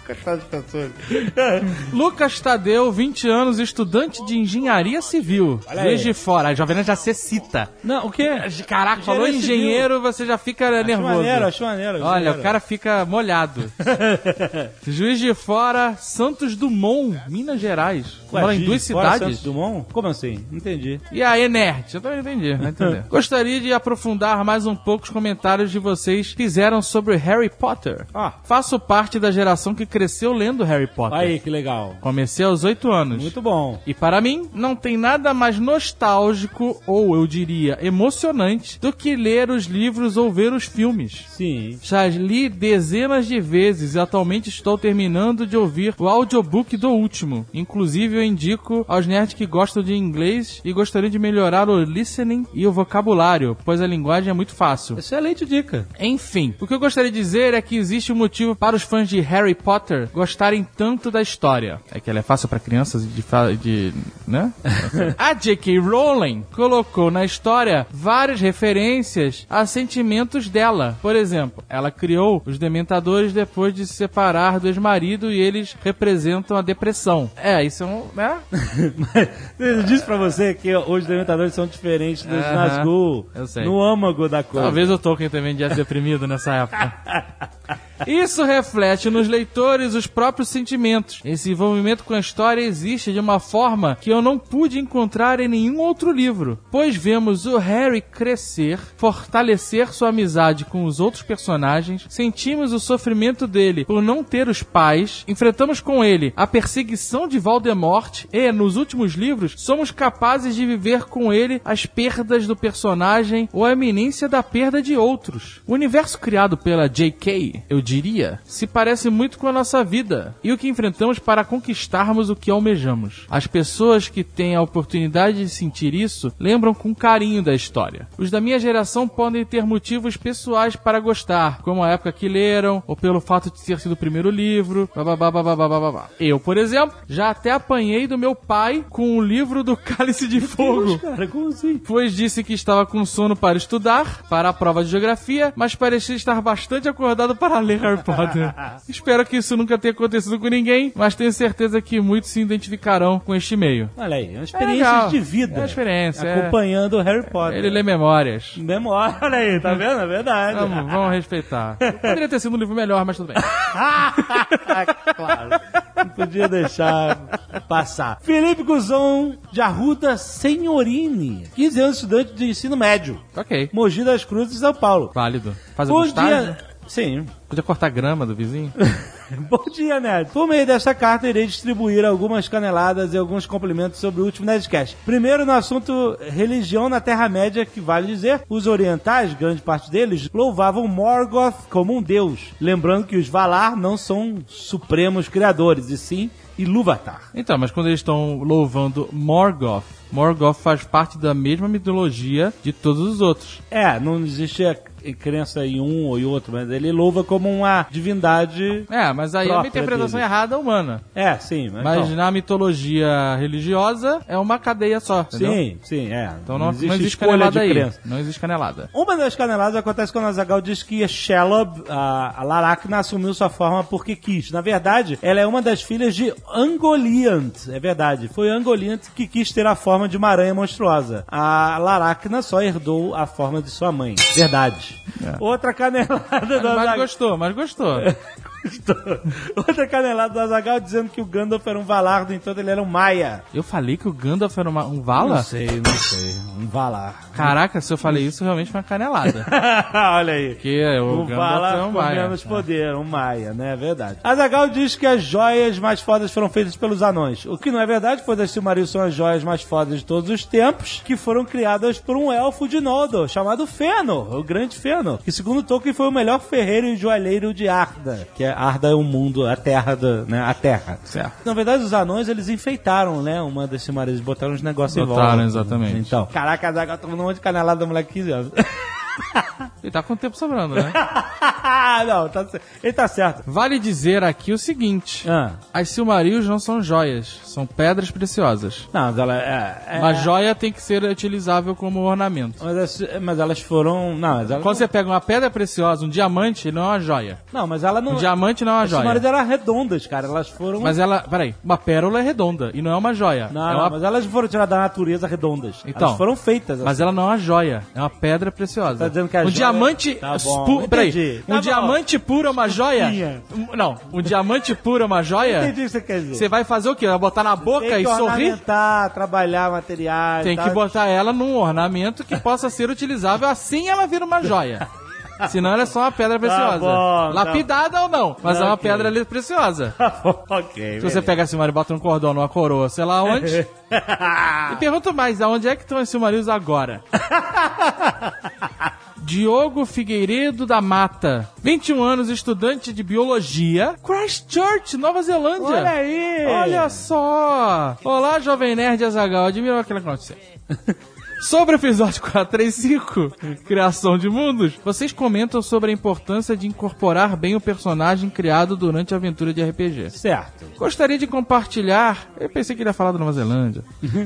[SPEAKER 3] Lucas Fábio Tassoni.
[SPEAKER 6] É. Lucas Tadeu, 20 anos, estudante de engenharia civil.
[SPEAKER 2] Olha aí.
[SPEAKER 6] Desde fora. A Jovem Nerd já se cita.
[SPEAKER 2] Não, o quê?
[SPEAKER 6] Caraca, falou
[SPEAKER 2] Engenharia civil.
[SPEAKER 6] engenheiro, você já fica
[SPEAKER 2] Acho
[SPEAKER 6] nervoso.
[SPEAKER 2] maneiro, acho maneiro. acho
[SPEAKER 6] Olha,
[SPEAKER 2] maneiro.
[SPEAKER 6] o cara
[SPEAKER 2] <laughs>
[SPEAKER 6] fica molhado. Juiz de Fora, Santos Dumont, Minas Gerais.
[SPEAKER 2] Ué,
[SPEAKER 6] Mora em
[SPEAKER 2] Giz,
[SPEAKER 6] duas
[SPEAKER 2] fora
[SPEAKER 6] cidades.
[SPEAKER 2] Santos Dumont? Como assim? Não Entendi.
[SPEAKER 6] E aí, nerd? Eu também não entendi, vai
[SPEAKER 2] <laughs>
[SPEAKER 6] entender. Gostaria de aprofundar mais um pouco os comentários de vocês que fizeram sobre Harry Potter.
[SPEAKER 2] Ah.
[SPEAKER 6] Faço parte da geração que cresceu lendo Harry Potter.
[SPEAKER 2] Aí, que legal.
[SPEAKER 6] Comecei aos 8 anos.
[SPEAKER 2] Muito bom.
[SPEAKER 6] E para mim, não tem nada mais nostálgico, ou eu diria emocionante, do que ler os livros ou ver os filmes.
[SPEAKER 2] Sim.
[SPEAKER 6] Já li dezenas de vezes e atualmente estou terminando de ouvir o audiobook do último. Inclusive, eu indico aos nerds que gostam de inglês e gostariam de melhorar o listening e o vocabulário, pois a linguagem é muito fácil.
[SPEAKER 2] Excelente <laughs> dica.
[SPEAKER 6] Enfim, o que eu gostaria de dizer é que existe um motivo para os fãs de Harry Potter gostarem tanto da história. É que ela é fácil para crianças de, fa- de. né? a J.K. Rowling colocou na história várias referências a sentimentos dela. Por exemplo, ela criou os Dementadores depois de se separar do ex-marido e eles representam a depressão. É, isso é um. né?
[SPEAKER 2] Eu disse pra você que os dementadores são diferentes dos
[SPEAKER 6] Aham,
[SPEAKER 2] Nazgûl.
[SPEAKER 6] eu sei.
[SPEAKER 2] No âmago da coisa.
[SPEAKER 6] Talvez o Tolkien também já deprimido nessa época. Isso reflete nos leitores os próprios sentimentos. Esse envolvimento com a história existe de uma forma que eu não pude encontrar em nenhum outro livro, pois vemos o Harry crescer, fortalecer sua amizade com os outros personagens, sentimos o sofrimento dele por não ter os pais, enfrentamos com ele a perseguição de Voldemort e, nos últimos livros, somos capazes de viver com ele as perdas do personagem ou a iminência da perda de outros. O universo criado pela J.K., eu diria, se parece muito com a nossa vida e o que enfrentamos para conquistarmos o que almejamos. As pessoas que têm a oportunidade de sentir isso lembram com carinho da história. Os da minha geração podem ter motivos pessoais para gostar, como a época que leram, ou pelo fato de ter sido o primeiro livro, bababá, bababá, bababá. Eu, por exemplo, já até apanhei do meu pai com o livro do Cálice de Fogo
[SPEAKER 2] Cara, como assim?
[SPEAKER 6] pois disse que estava com sono para estudar, para a prova de geografia, mas parecia estar bastante acordado para ler
[SPEAKER 2] <laughs>
[SPEAKER 6] Harry Potter. Espero que isso nunca tenha acontecido com ninguém, mas tenho certeza que muitos se identificarão com este e-mail.
[SPEAKER 2] Olha aí, é uma
[SPEAKER 6] É
[SPEAKER 2] experiência
[SPEAKER 6] legal.
[SPEAKER 2] de vida.
[SPEAKER 6] É uma experiência, é.
[SPEAKER 2] Acompanhando o Harry Potter.
[SPEAKER 6] Ele lê memórias.
[SPEAKER 2] Demora, olha aí,
[SPEAKER 6] <laughs>
[SPEAKER 2] tá vendo? É verdade.
[SPEAKER 6] Vamos, vamos respeitar. Poderia ter sido um livro melhor, mas
[SPEAKER 2] <laughs>
[SPEAKER 6] tudo bem.
[SPEAKER 2] claro. Não podia deixar
[SPEAKER 6] <laughs>
[SPEAKER 2] passar. Felipe Guzon de Arruda Senhorini. 15 anos estudante de ensino médio.
[SPEAKER 6] ok.
[SPEAKER 2] Mogi das Cruzes, São Paulo.
[SPEAKER 6] Válido. Fazer
[SPEAKER 2] Bom
[SPEAKER 6] um estágio?
[SPEAKER 2] dia. Sim. <laughs>
[SPEAKER 6] Podia cortar grama do vizinho?
[SPEAKER 2] Bom dia, Nerd. Por meio desta carta, irei distribuir algumas caneladas e alguns cumprimentos sobre o último Nerdcast. Primeiro, no assunto religião na Terra-média, que vale dizer, os orientais, grande parte deles, louvavam Morgoth como um deus. Lembrando que os Valar não são supremos criadores, e sim Ilúvatar.
[SPEAKER 6] Então, mas quando eles estão louvando Morgoth, Morgoth faz parte da mesma mitologia de todos os outros.
[SPEAKER 2] É, não existe a crença em um ou em outro, mas ele louva como uma divindade.
[SPEAKER 6] É, mas aí é uma
[SPEAKER 2] Própria
[SPEAKER 6] interpretação
[SPEAKER 2] deles.
[SPEAKER 6] errada humana.
[SPEAKER 2] É, sim, mas.
[SPEAKER 6] Mas
[SPEAKER 2] então,
[SPEAKER 6] na mitologia religiosa é uma cadeia só, entendeu?
[SPEAKER 2] sim, sim, é.
[SPEAKER 6] Então não, não existe,
[SPEAKER 2] escolha
[SPEAKER 6] canelada
[SPEAKER 2] de
[SPEAKER 6] aí.
[SPEAKER 2] crença.
[SPEAKER 6] Não existe canelada.
[SPEAKER 2] Uma das caneladas acontece quando a Zagal diz que Shelob, a, a Laracna, assumiu sua forma porque quis. Na verdade, ela é uma das filhas de Angoliant. É verdade. Foi Angoliant que quis ter a forma de uma aranha monstruosa. A Laracna só herdou a forma de sua mãe. Verdade. Outra canelada da
[SPEAKER 6] Mas
[SPEAKER 2] Zagal.
[SPEAKER 6] gostou, mas gostou.
[SPEAKER 2] É. Outra canelada do Azagal dizendo que o Gandalf era um Valardo, então ele era um Maia.
[SPEAKER 6] Eu falei que o Gandalf era uma- um vala?
[SPEAKER 2] Não sei, não sei. Um Valar. <laughs>
[SPEAKER 6] Caraca, se eu falei isso, realmente foi uma canelada.
[SPEAKER 2] Olha aí.
[SPEAKER 6] Porque o,
[SPEAKER 2] O
[SPEAKER 6] Gandalf é
[SPEAKER 2] Valar
[SPEAKER 6] um
[SPEAKER 2] com
[SPEAKER 6] maia.
[SPEAKER 2] menos poder, um Maia, né? É verdade. Azagal diz que as joias mais fodas foram feitas pelos anões. O que não é verdade, pois as Silmaril são as joias mais fodas de todos os tempos, que foram criadas por um elfo de Noldor, chamado Fëanor, o grande Fëanor, que segundo Tolkien foi o melhor ferreiro e joalheiro de Arda, que é- Arda é o mundo, a terra, do, né? A terra.
[SPEAKER 6] Certo.
[SPEAKER 2] Na verdade, os anões, eles enfeitaram, né? Uma das Silmarils, botaram uns negócios em volta.
[SPEAKER 6] Botaram, exatamente.
[SPEAKER 2] Então, caraca, Azagal tomou um monte de canelada do moleque de 15 anos.
[SPEAKER 6] Ele tá com o tempo sobrando, né? <laughs>
[SPEAKER 2] <laughs> não, tá certo. Ele tá certo.
[SPEAKER 6] Vale dizer aqui o seguinte:
[SPEAKER 2] Ah.
[SPEAKER 6] as Silmarils não são joias, são pedras preciosas.
[SPEAKER 2] Não, mas ela é. é-
[SPEAKER 6] Mas joia tem que ser utilizável como ornamento.
[SPEAKER 2] mas as- mas elas foram. Não, mas ela.
[SPEAKER 6] Quando você pega uma pedra preciosa, um diamante, ele não é uma joia.
[SPEAKER 2] Não, mas ela não.
[SPEAKER 6] Um diamante não é uma
[SPEAKER 2] As
[SPEAKER 6] joia.
[SPEAKER 2] maridas eram redondas, cara. Elas foram.
[SPEAKER 6] Mas ela, peraí, uma pérola é redonda e não é uma joia.
[SPEAKER 2] Um- Não,
[SPEAKER 6] é
[SPEAKER 2] não,
[SPEAKER 6] uma-
[SPEAKER 2] mas elas não foram tiradas da natureza redondas.
[SPEAKER 6] Então.
[SPEAKER 2] elas foram feitas. assim.
[SPEAKER 6] mas ela não é uma joia, é uma pedra preciosa.
[SPEAKER 2] Tá dizendo que a
[SPEAKER 6] um
[SPEAKER 2] joia-
[SPEAKER 6] diamante
[SPEAKER 2] Tá bom,
[SPEAKER 6] pu-
[SPEAKER 2] entendi.
[SPEAKER 6] peraí,
[SPEAKER 2] Tá
[SPEAKER 6] um
[SPEAKER 2] bom.
[SPEAKER 6] diamante puro é uma joia?
[SPEAKER 2] Espinha.
[SPEAKER 6] Um- Não, um diamante puro é uma joia?
[SPEAKER 2] Entendi o que você quer dizer.
[SPEAKER 6] Você vai fazer o quê? Vai botar na boca
[SPEAKER 2] Tem
[SPEAKER 6] e
[SPEAKER 2] que
[SPEAKER 6] sorrir?
[SPEAKER 2] ornamentar, trabalhar materiais.
[SPEAKER 6] Tem
[SPEAKER 2] tá?
[SPEAKER 6] que botar ela num ornamento que possa ser utilizável, assim ela vira
[SPEAKER 2] <laughs>
[SPEAKER 6] uma joia. Senão ela é só uma pedra preciosa.
[SPEAKER 2] bom, tá.
[SPEAKER 6] Lapidada ou não, mas é uma
[SPEAKER 2] Ok.
[SPEAKER 6] pedra ali preciosa.
[SPEAKER 2] <laughs> ok.
[SPEAKER 6] Se você pega a Silmaril e bota um cordão numa coroa, sei lá onde.
[SPEAKER 2] <laughs>
[SPEAKER 6] e pergunto mais, aonde é que estão as
[SPEAKER 2] <laughs>
[SPEAKER 6] Silmarils agora? Diogo Figueiredo da Mata, 21 anos, estudante de biologia, Christchurch, Nova Zelândia.
[SPEAKER 2] Olha aí!
[SPEAKER 6] Olha só! Olá, jovem nerd Azagal, admiro aquela que você. <laughs> Sobre o episódio 435, Criação de Mundos, vocês comentam sobre a importância de incorporar bem o personagem criado durante a aventura de RPG.
[SPEAKER 2] Certo.
[SPEAKER 6] Gostaria de compartilhar. Eu pensei que ele ia falar da Nova Zelândia.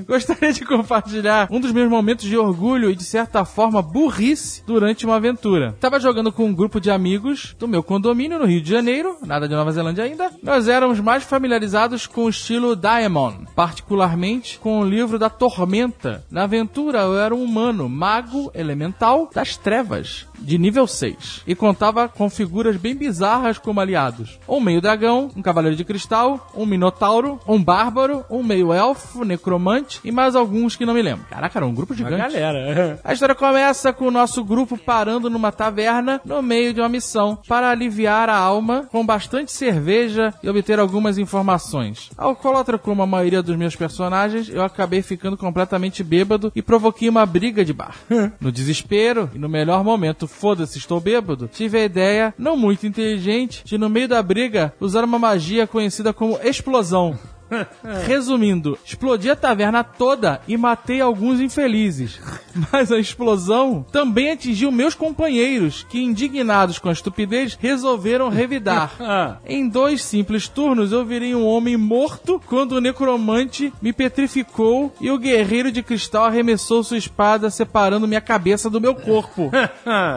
[SPEAKER 6] Gostaria de compartilhar um dos meus momentos de orgulho e, de certa forma, burrice durante uma aventura. Tava jogando com um grupo de amigos do meu condomínio no Rio de Janeiro, nada de Nova Zelândia ainda. Nós éramos mais familiarizados com o estilo Daemon, particularmente com o livro da Tormenta. Na aventura, eu era um humano, mago elemental das trevas, de nível 6, e contava com figuras bem bizarras como aliados: um meio-dragão, um cavaleiro de cristal, um minotauro, um bárbaro, um meio-elfo, necromante e mais alguns que não me lembro. Caraca, era um grupo
[SPEAKER 2] A
[SPEAKER 6] gigante.
[SPEAKER 2] galera. <laughs>
[SPEAKER 6] A história começa com o nosso grupo parando numa taverna no meio de uma missão para aliviar a alma com bastante cerveja e obter algumas informações. Alcoólatra como a maioria dos meus personagens, eu acabei ficando completamente bêbado e provoquei uma briga de bar. No desespero e no melhor momento, foda-se, estou bêbado, tive a ideia, não muito inteligente, de no meio da briga usar uma magia conhecida como explosão. <laughs> Resumindo, explodi a taverna toda e matei alguns infelizes. <laughs> Mas a explosão também atingiu meus companheiros, que, indignados com a estupidez, resolveram revidar.
[SPEAKER 2] Ah.
[SPEAKER 6] Em dois simples turnos, eu virei um homem morto quando o necromante me petrificou e o guerreiro de cristal arremessou sua espada, separando minha cabeça do meu corpo.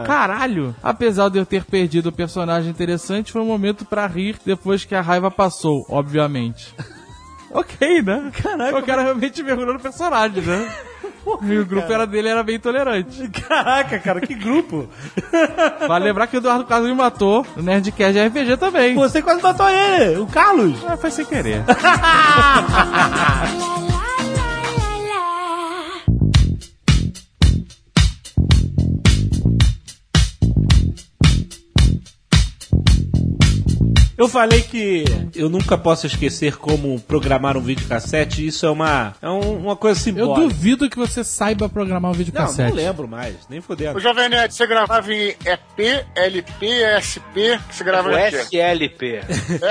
[SPEAKER 6] Caralho! Apesar de eu ter perdido o personagem interessante, foi um momento pra rir depois que a raiva passou, obviamente. <laughs> Ok, né? Caraca. O cara realmente mergulhou no personagem, <laughs> né? e o grupo era dele era bem tolerante.
[SPEAKER 2] Caraca, cara, que grupo.
[SPEAKER 6] Vale lembrar que o Eduardo Carlos me matou no Nerdcast de RPG também.
[SPEAKER 2] Você quase matou ele, o Carlos.
[SPEAKER 6] Ah, foi sem querer.
[SPEAKER 2] Eu falei que eu nunca posso esquecer como programar um videocassete. Isso é uma, é um- uma coisa
[SPEAKER 6] Eu
[SPEAKER 2] simbólica.
[SPEAKER 6] duvido que você saiba programar um
[SPEAKER 2] Não,
[SPEAKER 6] videocassete.
[SPEAKER 2] não lembro mais, nem fodendo.
[SPEAKER 3] O Jovem Nerd, você gravava em EP, LP, SP, que você
[SPEAKER 5] O
[SPEAKER 3] gravava em quê?
[SPEAKER 5] SLP.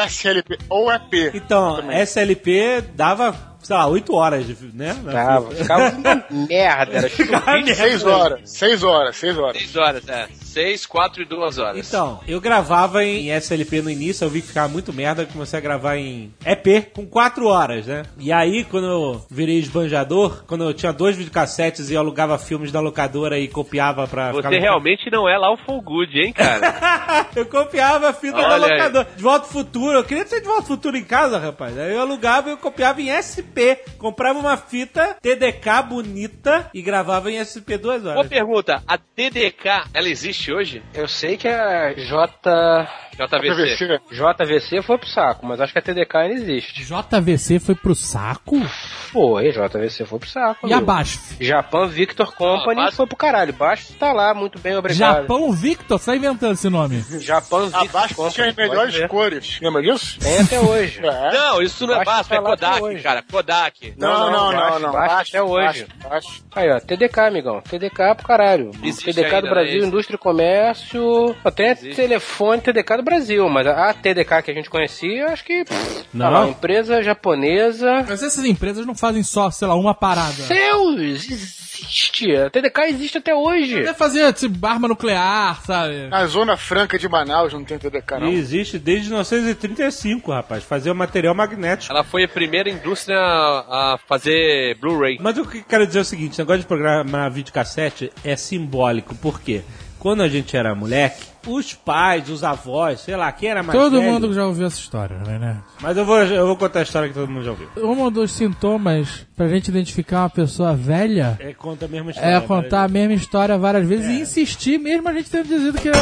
[SPEAKER 3] SLP ou EP.
[SPEAKER 2] Então, SLP dava, sei lá, 8 horas, né? Na
[SPEAKER 5] Ficava, ficava uma <laughs> merda. Era tipo
[SPEAKER 2] fita.
[SPEAKER 3] Seis horas, seis horas, seis horas.
[SPEAKER 4] 6 horas, é. 6, 4 e 2 horas.
[SPEAKER 2] Então, eu gravava em SLP no início, eu vi que ficava muito merda, eu comecei a gravar em EP com 4 horas, né? E aí, quando eu virei esbanjador, quando eu tinha dois videocassetes e eu alugava filmes da locadora e copiava pra ficar
[SPEAKER 4] Você
[SPEAKER 2] no-
[SPEAKER 4] realmente não é lá o Full Good, hein, cara?
[SPEAKER 5] <laughs>
[SPEAKER 2] eu copiava a fita da
[SPEAKER 4] Olha aí.
[SPEAKER 2] locadora. De volta ao futuro, eu queria ter de volta ao futuro em casa, rapaz. Aí eu alugava e eu copiava em SP. Comprava uma fita TDK bonita e gravava em SP duas
[SPEAKER 4] Uma
[SPEAKER 2] horas.
[SPEAKER 4] pergunta, a TDK, ela existe hoje?
[SPEAKER 5] Eu sei que a J...
[SPEAKER 4] JVC.
[SPEAKER 3] PVC.
[SPEAKER 5] JVC foi pro saco, mas acho que a TDK ainda existe.
[SPEAKER 6] JVC foi pro saco?
[SPEAKER 5] Foi, JVC foi pro saco.
[SPEAKER 6] E
[SPEAKER 5] amigo.
[SPEAKER 6] a BASF?
[SPEAKER 5] Japan Victor Company
[SPEAKER 4] Ó, Basf-
[SPEAKER 5] foi pro caralho. Baixo tá lá, muito bem, obrigado.
[SPEAKER 6] Japão Victor? Sai inventando esse nome.
[SPEAKER 5] Japan Victor
[SPEAKER 3] Abaixo
[SPEAKER 5] Company.
[SPEAKER 3] tinha as
[SPEAKER 5] pode
[SPEAKER 3] melhores
[SPEAKER 5] ver.
[SPEAKER 3] cores. Lembra disso?
[SPEAKER 5] Tem até
[SPEAKER 3] <laughs>
[SPEAKER 5] hoje.
[SPEAKER 3] É.
[SPEAKER 4] Não, isso não é
[SPEAKER 5] Acho que
[SPEAKER 4] Basf,
[SPEAKER 5] tá
[SPEAKER 4] é
[SPEAKER 5] lá até
[SPEAKER 4] Kodak,
[SPEAKER 5] hoje.
[SPEAKER 4] cara. Kodak.
[SPEAKER 3] Não, não, não, não.
[SPEAKER 5] Basf até hoje. Aí, ó, TDK, amigão. TDK é pro caralho.
[SPEAKER 4] Existe
[SPEAKER 5] TDK
[SPEAKER 4] ainda,
[SPEAKER 5] do
[SPEAKER 4] né?
[SPEAKER 5] Brasil,
[SPEAKER 4] Existe.
[SPEAKER 5] Indústria e Comércio. Até telefone TDK do Brasil, mas a a TDK que a gente conhecia, acho que. pff,
[SPEAKER 2] Não?
[SPEAKER 5] tá lá, empresa japonesa.
[SPEAKER 6] Mas essas empresas não fazem só, sei lá, uma parada.
[SPEAKER 5] Seus existe. A TDK existe até hoje.
[SPEAKER 6] Deve fazer tipo, arma nuclear, sabe?
[SPEAKER 3] Na Zona Franca de Manaus não tem TDK, não.
[SPEAKER 2] E existe desde 1935, rapaz. Fazer o material magnético.
[SPEAKER 4] Ela foi a primeira indústria a a fazer Blu-ray.
[SPEAKER 2] Mas o que eu quero dizer é o seguinte: o negócio de programar videocassete é simbólico, por quê? Quando a gente era moleque, os pais, os avós, sei lá, quem era mais
[SPEAKER 6] Todo
[SPEAKER 2] velho-
[SPEAKER 6] mundo já ouviu essa história, né?
[SPEAKER 2] Mas eu vou, eu vou contar a história que todo mundo já ouviu.
[SPEAKER 6] Um dos sintomas pra gente identificar uma pessoa velha
[SPEAKER 2] É, conta a mesma história.
[SPEAKER 6] é contar a mesma história várias vezes
[SPEAKER 5] É.
[SPEAKER 6] e insistir, mesmo a gente tendo dizido
[SPEAKER 5] <laughs>
[SPEAKER 6] que é.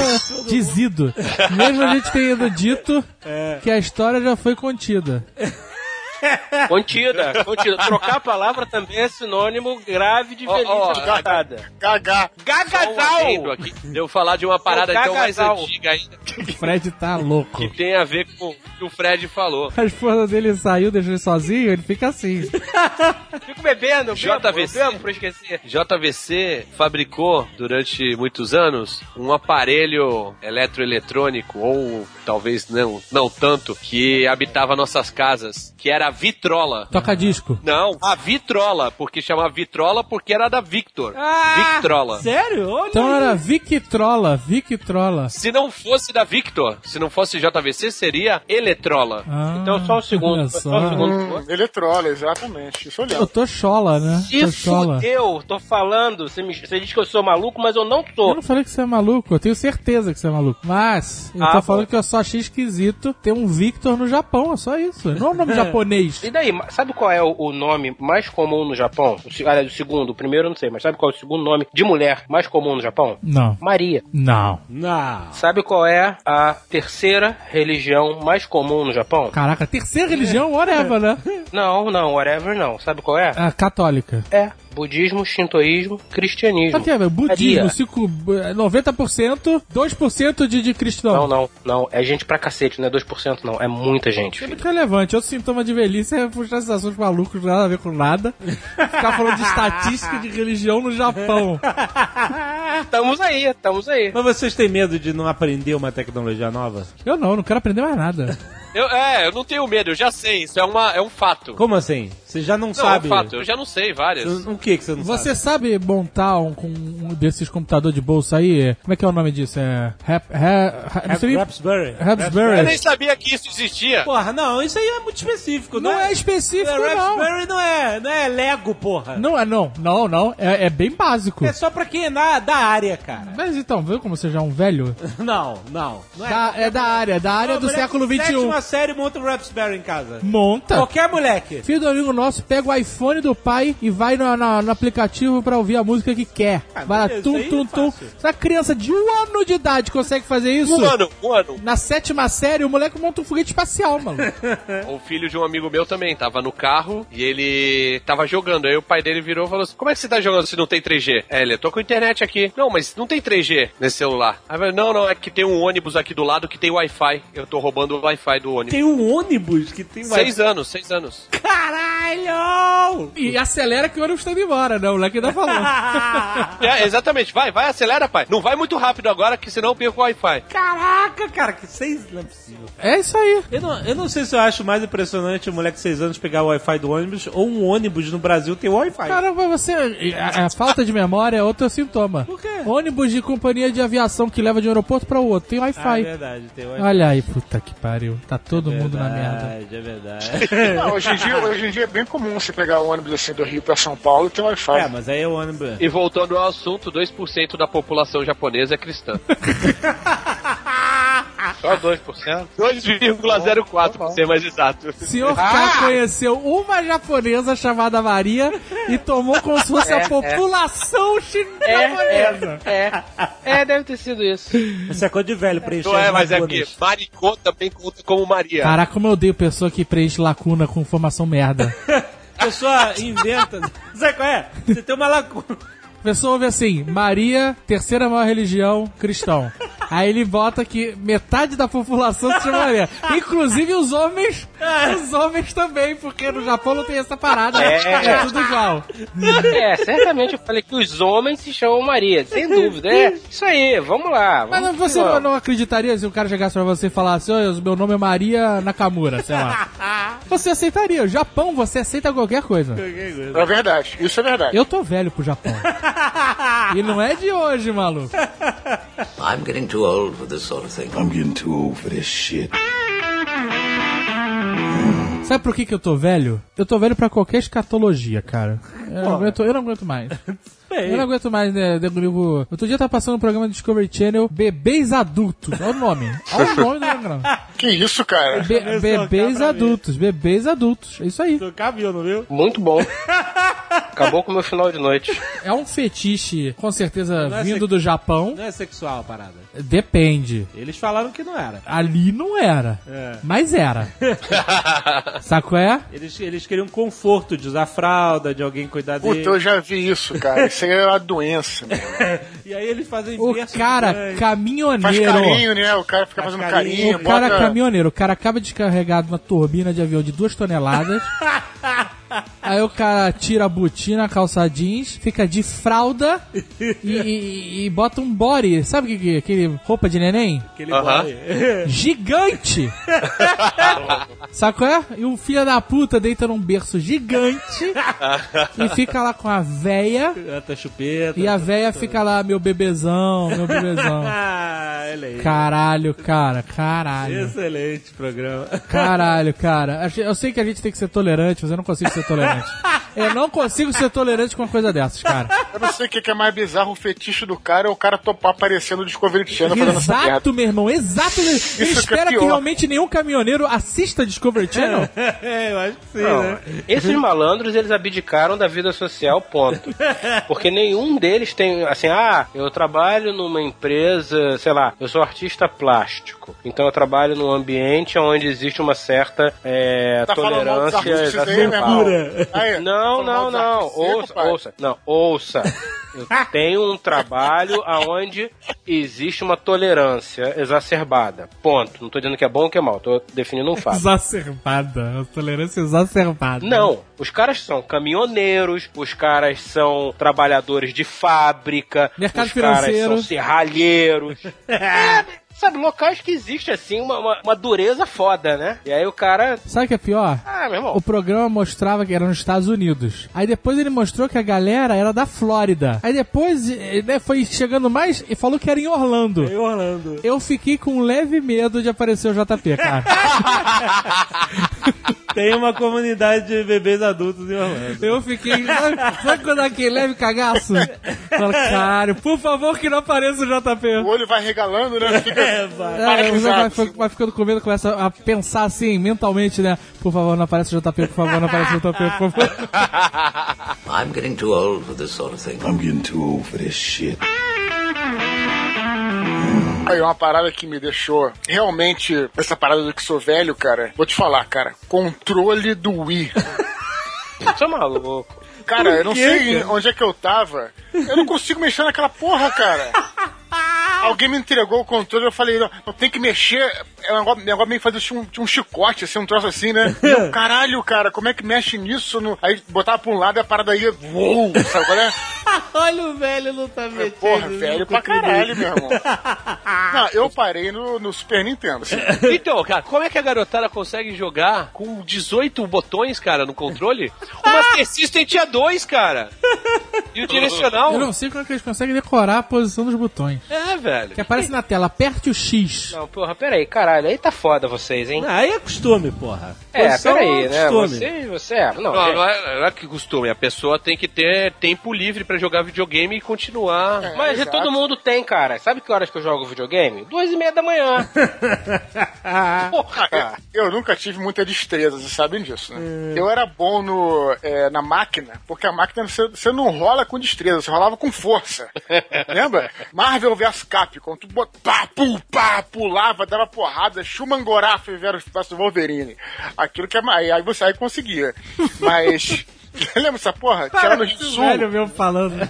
[SPEAKER 6] Dizido. Mesmo a gente tendo dito
[SPEAKER 5] É.
[SPEAKER 6] que a história já foi contida.
[SPEAKER 5] Contida, contida. Trocar a palavra também é sinônimo grave de
[SPEAKER 4] Ó, ó,
[SPEAKER 5] desgastada.
[SPEAKER 3] KH.
[SPEAKER 4] Só um adendo
[SPEAKER 5] Gagadal!
[SPEAKER 4] aqui. Devo falar de uma parada então mais
[SPEAKER 5] Gagadal.
[SPEAKER 4] antiga ainda, que
[SPEAKER 6] O Fred tá louco.
[SPEAKER 4] tem a ver com o que o Fred falou.
[SPEAKER 6] A esposa dele saiu, deixou ele sozinho, ele fica assim.
[SPEAKER 5] Fico bebendo, bebo,
[SPEAKER 4] JVC.
[SPEAKER 5] bebo pra esquecer.
[SPEAKER 4] JVC fabricou durante muitos anos um aparelho eletroeletrônico, ou talvez não, não tanto, que habitava nossas casas, que era a vitrola.
[SPEAKER 6] Toca disco.
[SPEAKER 4] Não, a vitrola, porque chamava vitrola porque era da Victor.
[SPEAKER 5] Ah,
[SPEAKER 4] vitrola.
[SPEAKER 2] Sério? Olha
[SPEAKER 6] Então era Vic Trola, Vic Trola.
[SPEAKER 4] Se não fosse da Victor, se não fosse JVC, seria Eletrola.
[SPEAKER 6] Ah,
[SPEAKER 5] Então só um segundo,
[SPEAKER 6] olha
[SPEAKER 5] só um
[SPEAKER 6] só.
[SPEAKER 5] segundo.
[SPEAKER 3] Hum, Eletrola, exatamente. Isso
[SPEAKER 6] Eu
[SPEAKER 3] olhando.
[SPEAKER 6] tô chola, né? Tô
[SPEAKER 5] Isso é
[SPEAKER 6] chola.
[SPEAKER 5] eu tô falando, você, me- você diz que eu sou maluco, mas eu não
[SPEAKER 6] Eu
[SPEAKER 5] tô.
[SPEAKER 6] não falei que você é maluco, eu tenho certeza que você é maluco. Mas, eu
[SPEAKER 5] Ah,
[SPEAKER 6] tô
[SPEAKER 5] bom.
[SPEAKER 6] falando que eu só achei esquisito ter um Victor no Japão, é só isso. Não é um
[SPEAKER 5] <laughs>
[SPEAKER 6] nome japonês.
[SPEAKER 5] E daí, ma- sabe qual é o, o nome mais comum no Japão? O, se- aliás, o segundo, o primeiro eu não sei, mas sabe qual é o segundo nome de mulher mais comum no Japão?
[SPEAKER 6] Não.
[SPEAKER 5] Maria.
[SPEAKER 6] Não.
[SPEAKER 2] Não.
[SPEAKER 5] Sabe qual é a terceira religião mais comum no Japão?
[SPEAKER 6] Caraca, terceira religião, whatever,
[SPEAKER 5] <laughs>
[SPEAKER 6] né?
[SPEAKER 5] Não, não, whatever não. Sabe qual é?
[SPEAKER 6] Ah, católica.
[SPEAKER 5] É. Budismo, shintoísmo, cristianismo.
[SPEAKER 6] Sabe o que é? Budismo,
[SPEAKER 5] Maria.
[SPEAKER 6] cinco- é, 90%, 2% de, de
[SPEAKER 5] Não,
[SPEAKER 6] cristão.
[SPEAKER 5] não, não. É gente pra cacete, não é 2% não. É muita gente,
[SPEAKER 6] É
[SPEAKER 5] filho.
[SPEAKER 6] muito relevante. Outro sintoma de velhice é puxar esses assuntos malucos, nada a ver com
[SPEAKER 5] <laughs>
[SPEAKER 6] nada. Ficar falando de estatística de religião no Japão.
[SPEAKER 5] Ah, Estamos aí, estamos aí.
[SPEAKER 2] Mas vocês têm medo de não aprender uma tecnologia nova?
[SPEAKER 6] Eu não, não quero aprender mais nada.
[SPEAKER 4] Eu, é, eu não tenho medo, eu já sei, isso é, uma, é um fato.
[SPEAKER 2] Como assim? Você já não,
[SPEAKER 4] não,
[SPEAKER 2] sabe?
[SPEAKER 4] é um fato, eu já não sei várias.
[SPEAKER 2] O que que você não
[SPEAKER 6] Você
[SPEAKER 2] sabe?
[SPEAKER 6] sabe montar um, com um desses computador de bolsa aí? Como é que é o nome disso? É. Rap, rap, rap, não sei nem-
[SPEAKER 2] Rapsbury.
[SPEAKER 4] Eu
[SPEAKER 6] Rapsberry.
[SPEAKER 4] nem sabia que isso existia.
[SPEAKER 2] Porra, não, isso aí é muito específico,
[SPEAKER 6] Não é
[SPEAKER 2] É,
[SPEAKER 6] específico, não.
[SPEAKER 2] Raspberry não é, não é Lego, porra.
[SPEAKER 6] Não é, não, não, não. É, é bem básico.
[SPEAKER 2] É só pra quem é na- da área,
[SPEAKER 6] <laughs>
[SPEAKER 2] cara.
[SPEAKER 6] Mas então, viu como você já é um velho?
[SPEAKER 2] Não, não. não
[SPEAKER 6] Da- é da área, da área do século XXI.
[SPEAKER 2] Sétima série monta um Raspberry em casa.
[SPEAKER 6] Monta.
[SPEAKER 2] Qualquer moleque.
[SPEAKER 6] Filho do amigo nosso pega o iPhone do pai e vai no, no- no aplicativo pra ouvir a música que quer.
[SPEAKER 2] Ah,
[SPEAKER 6] vai lá,
[SPEAKER 2] beleza,
[SPEAKER 6] tum,
[SPEAKER 2] aí
[SPEAKER 6] tum,
[SPEAKER 2] é
[SPEAKER 6] tum.
[SPEAKER 2] fácil.
[SPEAKER 6] Será que criança de um ano de idade consegue fazer isso?
[SPEAKER 4] Um ano, um ano.
[SPEAKER 6] Na sétima série, o moleque monta um foguete espacial, mano.
[SPEAKER 4] O filho de um amigo meu também tava no carro e ele tava jogando. Aí o pai dele virou e falou assim: Como é que você tá jogando se não tem 3G? É, ele, eu tô com internet aqui. Não, mas não tem 3G nesse celular. Aí eu falei, não, não, é que tem um ônibus aqui do lado que tem Wi-Fi. Eu tô roubando o Wi-Fi do ônibus.
[SPEAKER 2] Tem um ônibus que tem...
[SPEAKER 4] Seis anos, seis anos.
[SPEAKER 6] <laughs>
[SPEAKER 2] Caralho!
[SPEAKER 6] E acelera que o ônibus tá indo embora, né? O moleque
[SPEAKER 2] <laughs>
[SPEAKER 6] ainda falou.
[SPEAKER 4] É, exatamente, vai, vai, acelera, pai. Não vai muito rápido agora, que senão eu perco o Wi-Fi.
[SPEAKER 2] Caraca, cara, que seis não é possível.
[SPEAKER 6] é isso aí.
[SPEAKER 2] Eu não, eu não sei se eu acho mais impressionante um moleque de seis anos pegar o Wi-Fi do ônibus ou um ônibus no Brasil ter Wi-Fi.
[SPEAKER 6] Caramba, você. A, a falta de memória é outro sintoma.
[SPEAKER 2] Por quê?
[SPEAKER 6] Ônibus de companhia de aviação que leva de um aeroporto pra outro. Tem
[SPEAKER 2] Ah, é
[SPEAKER 6] Wi-Fi.
[SPEAKER 2] verdade, tem Wi-Fi.
[SPEAKER 6] Olha aí, puta que pariu. Tá todo mundo na merda.
[SPEAKER 2] É verdade.
[SPEAKER 3] Não, hoje, em dia, hoje em dia é bem comum você pegar um ônibus assim do Rio pra São Paulo e ter Wi-Fi.
[SPEAKER 2] é, mas aí é o ônibus.
[SPEAKER 4] E voltando ao assunto, 2% da população japonesa é <laughs> cristã.
[SPEAKER 5] Só 2%.
[SPEAKER 4] 2,04 pra ser mais exato.
[SPEAKER 6] Senhor K
[SPEAKER 2] Ah!
[SPEAKER 6] conheceu uma japonesa chamada Maria e tomou como
[SPEAKER 2] <laughs>
[SPEAKER 6] se fosse
[SPEAKER 2] É,
[SPEAKER 6] a população chinesa.
[SPEAKER 5] É, é, é. É, deve ter sido isso.
[SPEAKER 2] Isso é coisa de velho preencher
[SPEAKER 4] Não é,
[SPEAKER 2] as
[SPEAKER 4] mas é porque
[SPEAKER 2] lacunas.
[SPEAKER 4] Maricô também conta como Maria.
[SPEAKER 6] Caraca, como eu odeio pessoa que preenche lacuna com informação merda.
[SPEAKER 2] A pessoa inventa. <laughs> Sabe qual é? Você tem uma lacuna.
[SPEAKER 6] A pessoa ouve assim, Maria, terceira maior religião, cristão. Aí ele bota que metade da população se chama Maria. Inclusive os homens, os homens também, porque no Japão não tem essa parada.
[SPEAKER 5] É.
[SPEAKER 6] é tudo igual.
[SPEAKER 5] É, certamente eu falei que os homens se chamam Maria, sem dúvida. É, isso aí, vamos lá.
[SPEAKER 6] Mas não-
[SPEAKER 5] vamos
[SPEAKER 6] você
[SPEAKER 5] que
[SPEAKER 6] não,
[SPEAKER 5] vamos.
[SPEAKER 6] não acreditaria se o cara chegasse pra você e falasse, "Olha, meu nome é Maria Nakamura, sei lá.
[SPEAKER 5] <laughs>
[SPEAKER 6] Você aceitaria. O Japão, você aceita qualquer coisa.
[SPEAKER 3] É verdade, isso é verdade.
[SPEAKER 6] Eu tô velho pro Japão. E não é de hoje, maluco.
[SPEAKER 8] I'm getting too old for this sort of thing.
[SPEAKER 1] I'm getting too old for this shit.
[SPEAKER 6] Sabe por que, que eu tô velho? Eu tô velho pra qualquer escatologia, cara. Eu, não aguento, eu não aguento mais.
[SPEAKER 2] É
[SPEAKER 6] Eu não aguento mais, né, deglutir o- Outro dia tá passando um programa do Discovery Channel, Bebês Adultos. Olha o nome. Olha o nome do
[SPEAKER 2] <laughs>
[SPEAKER 6] programa.
[SPEAKER 3] Que isso, cara?
[SPEAKER 6] Be-
[SPEAKER 2] Começou a
[SPEAKER 6] bebês
[SPEAKER 2] cá pra mim.
[SPEAKER 6] Adultos, Bebês Adultos. É isso aí.
[SPEAKER 2] Caminhou, não viu?
[SPEAKER 5] Muito bom. Acabou com o meu final de noite.
[SPEAKER 6] É um fetiche, com certeza,
[SPEAKER 2] Não é
[SPEAKER 6] vindo
[SPEAKER 2] sec-
[SPEAKER 6] do Japão.
[SPEAKER 2] Não é sexual a parada.
[SPEAKER 6] Depende.
[SPEAKER 2] Eles falaram que não era.
[SPEAKER 6] Ali não era.
[SPEAKER 2] É. <laughs>
[SPEAKER 6] Mas era. Saco é?
[SPEAKER 2] Eles, eles queriam conforto de usar fralda, de alguém cuidar
[SPEAKER 3] Puta,
[SPEAKER 2] dele.
[SPEAKER 3] eu já vi isso, cara. Isso aí é uma doença. meu.
[SPEAKER 2] E aí eles fazem
[SPEAKER 6] O
[SPEAKER 2] verso
[SPEAKER 6] cara
[SPEAKER 2] grande.
[SPEAKER 3] Faz
[SPEAKER 6] caminhoneiro.
[SPEAKER 3] carinho, né? O cara fica
[SPEAKER 2] Faz
[SPEAKER 3] fazendo
[SPEAKER 2] carinho,
[SPEAKER 3] carinho,
[SPEAKER 6] O cara
[SPEAKER 3] bota...
[SPEAKER 6] caminhoneiro, o cara acaba de descarregar de uma turbina de avião de duas toneladas. aí o cara tira a botina, a calça jeans, fica de fralda e, e- e bota um body. Sabe o que, que aquele roupa de neném?
[SPEAKER 2] Aquele
[SPEAKER 4] Aham.
[SPEAKER 2] boy. <laughs>
[SPEAKER 6] Gigante! Sabe qual é? E o filho da puta deita num berço gigante e fica lá com a véia.
[SPEAKER 2] Canta chupeta.
[SPEAKER 6] E a véia fica lá, meu bebezão, meu bebezão.
[SPEAKER 2] <laughs> Ah, olha aí.
[SPEAKER 6] Caralho, cara, caralho.
[SPEAKER 2] Excelente programa. <laughs>
[SPEAKER 6] Caralho, cara. A gen- Eu sei que a gente tem que ser tolerante, mas eu não consigo
[SPEAKER 3] <laughs>
[SPEAKER 6] ser tolerante. Eu não consigo ser tolerante com uma coisa dessas, cara.
[SPEAKER 3] Eu não sei o que que é mais bizarro, o fetiche do cara é o cara topar aparecendo no Discovery Channel fazendo essa merda.
[SPEAKER 6] Exato, meu irmão, exato. meu- Eu
[SPEAKER 3] que é
[SPEAKER 6] espero que
[SPEAKER 3] pior.
[SPEAKER 6] realmente nenhum caminhoneiro assista Discovery Channel.
[SPEAKER 2] é, eu acho que sim,
[SPEAKER 5] Não,
[SPEAKER 2] né?
[SPEAKER 5] esses malandros, eles abdicaram da vida social, ponto. Porque nenhum deles tem, assim, ah, eu trabalho numa empresa, sei lá, eu sou artista plástico. Então eu trabalho num ambiente onde existe uma certa é,
[SPEAKER 3] Tá falando mal dos
[SPEAKER 5] tolerância
[SPEAKER 3] artistas aí, é meu
[SPEAKER 5] exacerbada.
[SPEAKER 3] irmão?
[SPEAKER 2] Cura.
[SPEAKER 3] Aí, tá
[SPEAKER 5] Não,
[SPEAKER 3] falando mal
[SPEAKER 5] não,
[SPEAKER 3] dos
[SPEAKER 5] não.
[SPEAKER 3] artistas aí,
[SPEAKER 5] Ouça,
[SPEAKER 3] papai.
[SPEAKER 5] ouça. Não, ouça. Eu tenho um trabalho aonde existe uma tolerância exacerbada. Ponto. Não tô dizendo que é bom ou que é mal. Tô definindo um fato.
[SPEAKER 6] Exacerbada. A tolerância exacerbada.
[SPEAKER 5] Não, os caras são caminhoneiros, os caras são trabalhadores de fábrica,
[SPEAKER 6] Mercado
[SPEAKER 5] os caras
[SPEAKER 6] financeiro.
[SPEAKER 5] são serralheiros. É, sabe, locais que existe assim uma, uma, uma dureza foda, né? E aí o cara.
[SPEAKER 6] Sabe o que é pior?
[SPEAKER 5] Ah, meu
[SPEAKER 6] O
[SPEAKER 5] irmão.
[SPEAKER 6] programa mostrava que era nos Estados Unidos. Aí depois ele mostrou que a galera era da Flórida. Aí depois eh, né, foi chegando mais e falou que era em Orlando.
[SPEAKER 2] Em Orlando.
[SPEAKER 6] Eu fiquei com um leve medo de aparecer o JP, cara.
[SPEAKER 2] Tem uma comunidade de bebês adultos em
[SPEAKER 5] <laughs>
[SPEAKER 2] Orlando.
[SPEAKER 6] Eu fiquei. Sabe, sabe quando é aquele leve cagaço? Fala, cara, por favor que não apareça o
[SPEAKER 3] O
[SPEAKER 6] JP.
[SPEAKER 3] olho vai regalando, né? Fica
[SPEAKER 6] É, você vai,
[SPEAKER 3] paralisado.
[SPEAKER 6] vai- vai ficando com medo, começa a pensar assim, mentalmente, né? Por favor, não apareça o JP, por favor, não apareça o JP, por favor.
[SPEAKER 8] I'm getting too old for this sort of thing.
[SPEAKER 1] I'm getting too old for this shit.
[SPEAKER 3] Aí, uma parada que me deixou realmente. Essa parada do que sou velho, cara. Vou te falar, cara. Controle do Wii.
[SPEAKER 5] Você é maluco.
[SPEAKER 3] Cara, eu não
[SPEAKER 2] quê,
[SPEAKER 3] sei onde é que eu tava. Eu não consigo mexer naquela porra, cara. Alguém me entregou o controle, eu falei, não, não tem que mexer. É um negócio, negócio meio que fazer de um, de um chicote, assim, um troço assim, né? E eu, caralho, cara, como é que mexe nisso? No... Aí botava pra um lado e a parada aí, uou, sabe qual é?
[SPEAKER 2] <laughs> Olha o velho não tá mexendo.
[SPEAKER 3] Porra, velho pra caralho, meu irmão. Não, eu parei no, no Super Nintendo. assim.
[SPEAKER 4] <laughs> Então, cara, como é que a garotada consegue jogar com 18 botões, cara, no controle? O <laughs> Master System tinha dois, cara. <laughs> E o direcional?
[SPEAKER 6] Eu não sei como é que eles conseguem decorar a posição dos botões.
[SPEAKER 4] É, velho.
[SPEAKER 6] Que aparece na tela, aperte o X.
[SPEAKER 5] Não, porra, peraí, caralho, aí tá foda vocês, hein?
[SPEAKER 2] Não, aí é costume, porra.
[SPEAKER 5] é,
[SPEAKER 2] Posição
[SPEAKER 5] peraí,
[SPEAKER 2] é
[SPEAKER 5] né?
[SPEAKER 2] costume.
[SPEAKER 5] Você, você é. Não,
[SPEAKER 4] Não,
[SPEAKER 5] é-
[SPEAKER 4] não é, não é que costume. A pessoa tem que ter tempo livre pra jogar videogame e continuar.
[SPEAKER 5] Mas
[SPEAKER 3] exato.
[SPEAKER 5] todo mundo tem, cara. Sabe que horas que eu jogo videogame? Duas e meia da manhã. Porra, cara.
[SPEAKER 3] Ah, Eu nunca tive muita destreza, vocês sabem disso, né? Eu era bom no, é, na máquina, porque a máquina você, você não rola com destreza, você rolava com força. Lembra? Marvel vs Capcom, tu bot- pá, pum, pá, pulava, dava porrada, chumangorafa e versus versus Wolverine. Aquilo que é mais. Aí você aí conseguia. Mas. <laughs> Lembra essa porra? Que era no Rio do Sul.
[SPEAKER 6] Velho meu falando.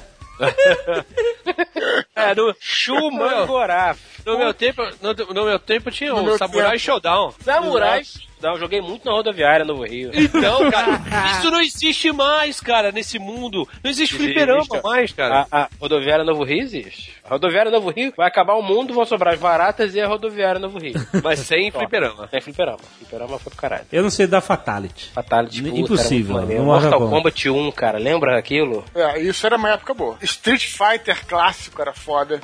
[SPEAKER 5] É do Schumangoraf. No meu
[SPEAKER 4] tempo, no, no meu tempo tinha
[SPEAKER 3] meu
[SPEAKER 4] o Samurai
[SPEAKER 3] tempo.
[SPEAKER 4] Showdown.
[SPEAKER 5] Samurai. Não, eu joguei muito na rodoviária no Rio.
[SPEAKER 4] Então, cara, isso não existe mais, cara, nesse mundo. Não existe fliperama
[SPEAKER 5] Existe. Ah,
[SPEAKER 4] mais, cara.
[SPEAKER 5] A, a rodoviária Novo Rio existe. A rodoviária Novo Rio vai acabar o mundo, vão sobrar as baratas e a rodoviária Novo Rio.
[SPEAKER 4] Mas sem fliperama.
[SPEAKER 5] É fliperama. Fliperama foi pro caralho.
[SPEAKER 2] Eu não sei da Fatality.
[SPEAKER 5] Fatality,
[SPEAKER 2] N-
[SPEAKER 5] puta,
[SPEAKER 2] impossível,
[SPEAKER 5] era muito maneiro.
[SPEAKER 2] não
[SPEAKER 5] Mortal
[SPEAKER 2] morra
[SPEAKER 5] Kombat 1, cara, lembra aquilo?
[SPEAKER 3] É, isso era uma época boa. Street Fighter clássico era foda.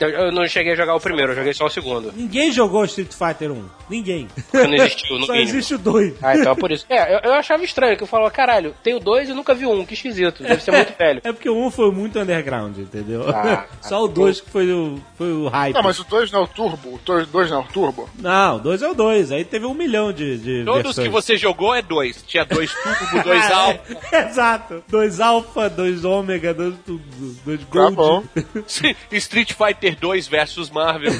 [SPEAKER 5] Eu, eu não cheguei a jogar o primeiro, eu joguei só o segundo.
[SPEAKER 2] Ninguém jogou Street Fighter 1. Ninguém.
[SPEAKER 5] Porque
[SPEAKER 2] <laughs>
[SPEAKER 5] não existiu, no
[SPEAKER 2] Só
[SPEAKER 5] mínimo.
[SPEAKER 2] existe o 2. <laughs>
[SPEAKER 5] Ah, então é por isso. É, eu, eu achava estranho, que eu falava, caralho, tenho dois e nunca vi um, que esquisito, deve ser muito <laughs> velho.
[SPEAKER 2] É porque o 1 foi muito underground, entendeu?
[SPEAKER 5] Ah.
[SPEAKER 2] <laughs> Só o 2 que foi o, foi o hype.
[SPEAKER 3] Não, mas o 2 não é o Turbo. O 2 não é o Turbo.
[SPEAKER 2] Não, o 2 é o 2. Aí teve um milhão de, de
[SPEAKER 4] Todos que
[SPEAKER 2] versões.
[SPEAKER 4] você jogou é dois. Tinha dois turbo, dois
[SPEAKER 2] Ah, é. <laughs>
[SPEAKER 4] alfa.
[SPEAKER 2] Exato. Dois alfa, dois ômega, dois, dois, dois
[SPEAKER 4] Tá
[SPEAKER 2] gold.
[SPEAKER 3] bom.
[SPEAKER 4] <laughs> Street Fighter 2 versus Marvel.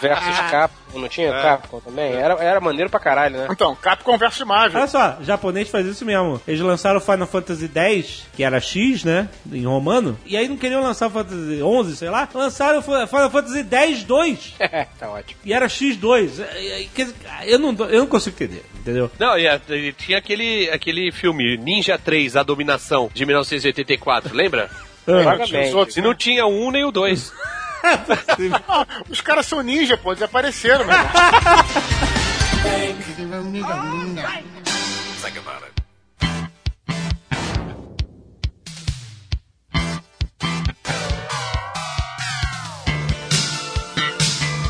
[SPEAKER 5] Versus Capcom, não tinha Capcom também? Era, era maneiro pra caralho, né? <laughs>
[SPEAKER 3] Então, Capcom vs Marvel.
[SPEAKER 2] Olha só, japonês faz isso mesmo. Eles lançaram o Final Fantasy X, que era X, né? Em romano. E aí não queriam lançar o Fantasy XI, sei lá. Lançaram o Fa- Final Fantasy X 2.
[SPEAKER 5] tá ótimo.
[SPEAKER 2] E era X2. É, é, quer dizer, Eu não, eu não consigo entender, entendeu?
[SPEAKER 4] Não, e, a- e tinha aquele, aquele filme Ninja 3, A Dominação, de 1984, lembra?
[SPEAKER 2] Ah.
[SPEAKER 3] Os,
[SPEAKER 5] Vagamente.
[SPEAKER 3] outros,
[SPEAKER 4] E não tinha o um nem o dois.
[SPEAKER 3] os caras são ninja, pô, desapareceram, meu irmão.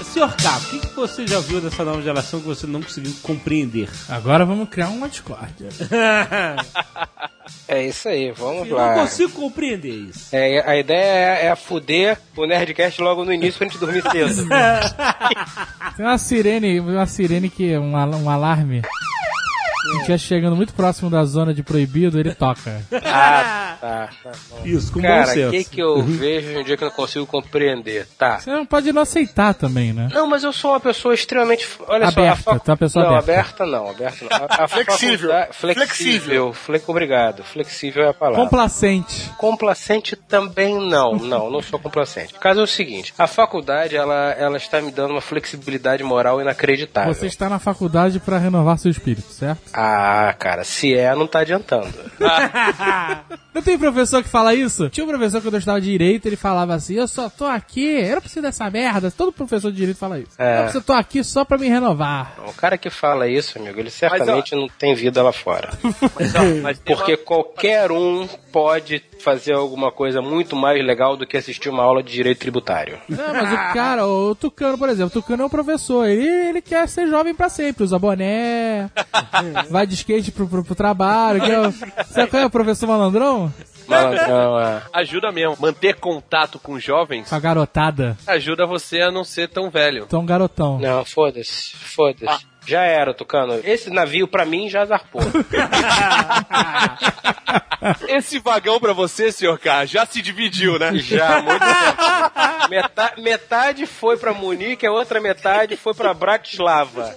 [SPEAKER 2] Senhor K, o que, que você já viu dessa nova geração que você não conseguiu compreender?
[SPEAKER 6] Agora vamos criar um uma discórdia.
[SPEAKER 5] É isso aí, vamos
[SPEAKER 2] Eu
[SPEAKER 5] lá.
[SPEAKER 2] não consigo compreender isso.
[SPEAKER 5] É, a ideia é, é fuder o Nerdcast logo no início pra gente dormir <laughs> cedo.
[SPEAKER 6] Tem uma sirene, uma sirene que é um, al- um alarme. Se estiver chegando muito próximo da zona de proibido, ele toca.
[SPEAKER 5] ah, tá. tá bom. Uhum.
[SPEAKER 2] Isso, com bom
[SPEAKER 5] Cara,
[SPEAKER 2] senso.
[SPEAKER 5] o que, que eu vejo hoje em dia que eu não consigo compreender? Tá.
[SPEAKER 6] Você não É, pode não aceitar também, né?
[SPEAKER 5] Não, mas eu sou uma pessoa extremamente. Olha
[SPEAKER 6] Aberta,
[SPEAKER 5] só. a fa-
[SPEAKER 6] tu é uma pessoa
[SPEAKER 5] não,
[SPEAKER 6] aberta.
[SPEAKER 5] tá aberta não, aberta não. A- a
[SPEAKER 3] Flexível.
[SPEAKER 5] faculdade-
[SPEAKER 3] Flexível.
[SPEAKER 5] Flexível. Fle... Obrigado. Flexível é a palavra.
[SPEAKER 6] Complacente.
[SPEAKER 5] Complacente também não, não, não sou complacente. O caso é o seguinte, a faculdade ela, ela está me dando uma flexibilidade moral inacreditável.
[SPEAKER 6] Você está na faculdade para renovar seu espírito, certo?
[SPEAKER 5] Ah, cara, se é, não tá adiantando.
[SPEAKER 6] Não tem um professor que fala isso? Tinha um professor quando eu estudava direito, ele falava assim: Eu só tô aqui, eu não preciso dessa merda. Todo professor de direito fala isso.
[SPEAKER 5] É.
[SPEAKER 6] Eu preciso- tô aqui só pra me
[SPEAKER 5] <laughs>
[SPEAKER 6] renovar.
[SPEAKER 5] O cara que fala isso, amigo, ele certamente não tem vida lá fora.
[SPEAKER 4] Mas, ó, mas tem
[SPEAKER 5] Porque qualquer um pode fazer alguma coisa muito mais legal do que assistir uma aula de direito tributário.
[SPEAKER 6] Não, mas o cara, o Tucano, por exemplo, o Tucano é um professor, ele, ele quer ser jovem pra sempre, usa
[SPEAKER 5] <laughs>
[SPEAKER 6] boné, vai de skate pro, pro, pro trabalho. Que é, o- sabe qual é o professor malandrão?
[SPEAKER 5] Malandrão, é.
[SPEAKER 4] uma- ajuda mesmo. Manter contato com jovens
[SPEAKER 6] Com a garotada,
[SPEAKER 4] ajuda você a não ser tão velho.
[SPEAKER 6] tão garotão.
[SPEAKER 5] Não, foda-se, foda-se. Ah. Já era, Tucano. Esse navio, pra mim, já <laughs> zarpou.
[SPEAKER 4] Esse vagão pra você, senhor K, já se dividiu, né?
[SPEAKER 5] Já, há muito tempo. Meta- metade foi pra Munique, a outra metade foi pra Bratislava.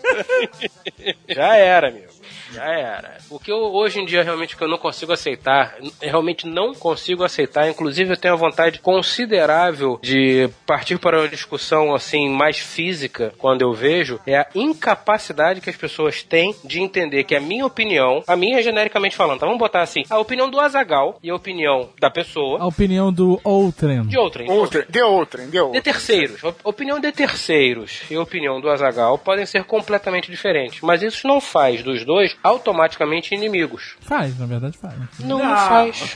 [SPEAKER 5] Já era, amigo. Já era. O que eu, hoje em dia realmente que eu não consigo aceitar, n- realmente não consigo aceitar, inclusive eu tenho a vontade considerável de partir para uma discussão assim mais física quando eu vejo, é a incapacidade que as pessoas têm de entender que a minha opinião, a minha genericamente falando, tá? Vamos botar assim, a opinião do Azagal e a opinião da pessoa
[SPEAKER 6] A opinião do Outren.
[SPEAKER 5] de outrem.
[SPEAKER 3] Outra, de outra, de
[SPEAKER 5] De
[SPEAKER 3] outra.
[SPEAKER 5] terceiros. Op- Opinião de terceiros e opinião do Azagal podem ser completamente diferentes. Mas isso não faz dos dois automaticamente inimigos.
[SPEAKER 6] Faz, na verdade faz.
[SPEAKER 5] Não, não faz.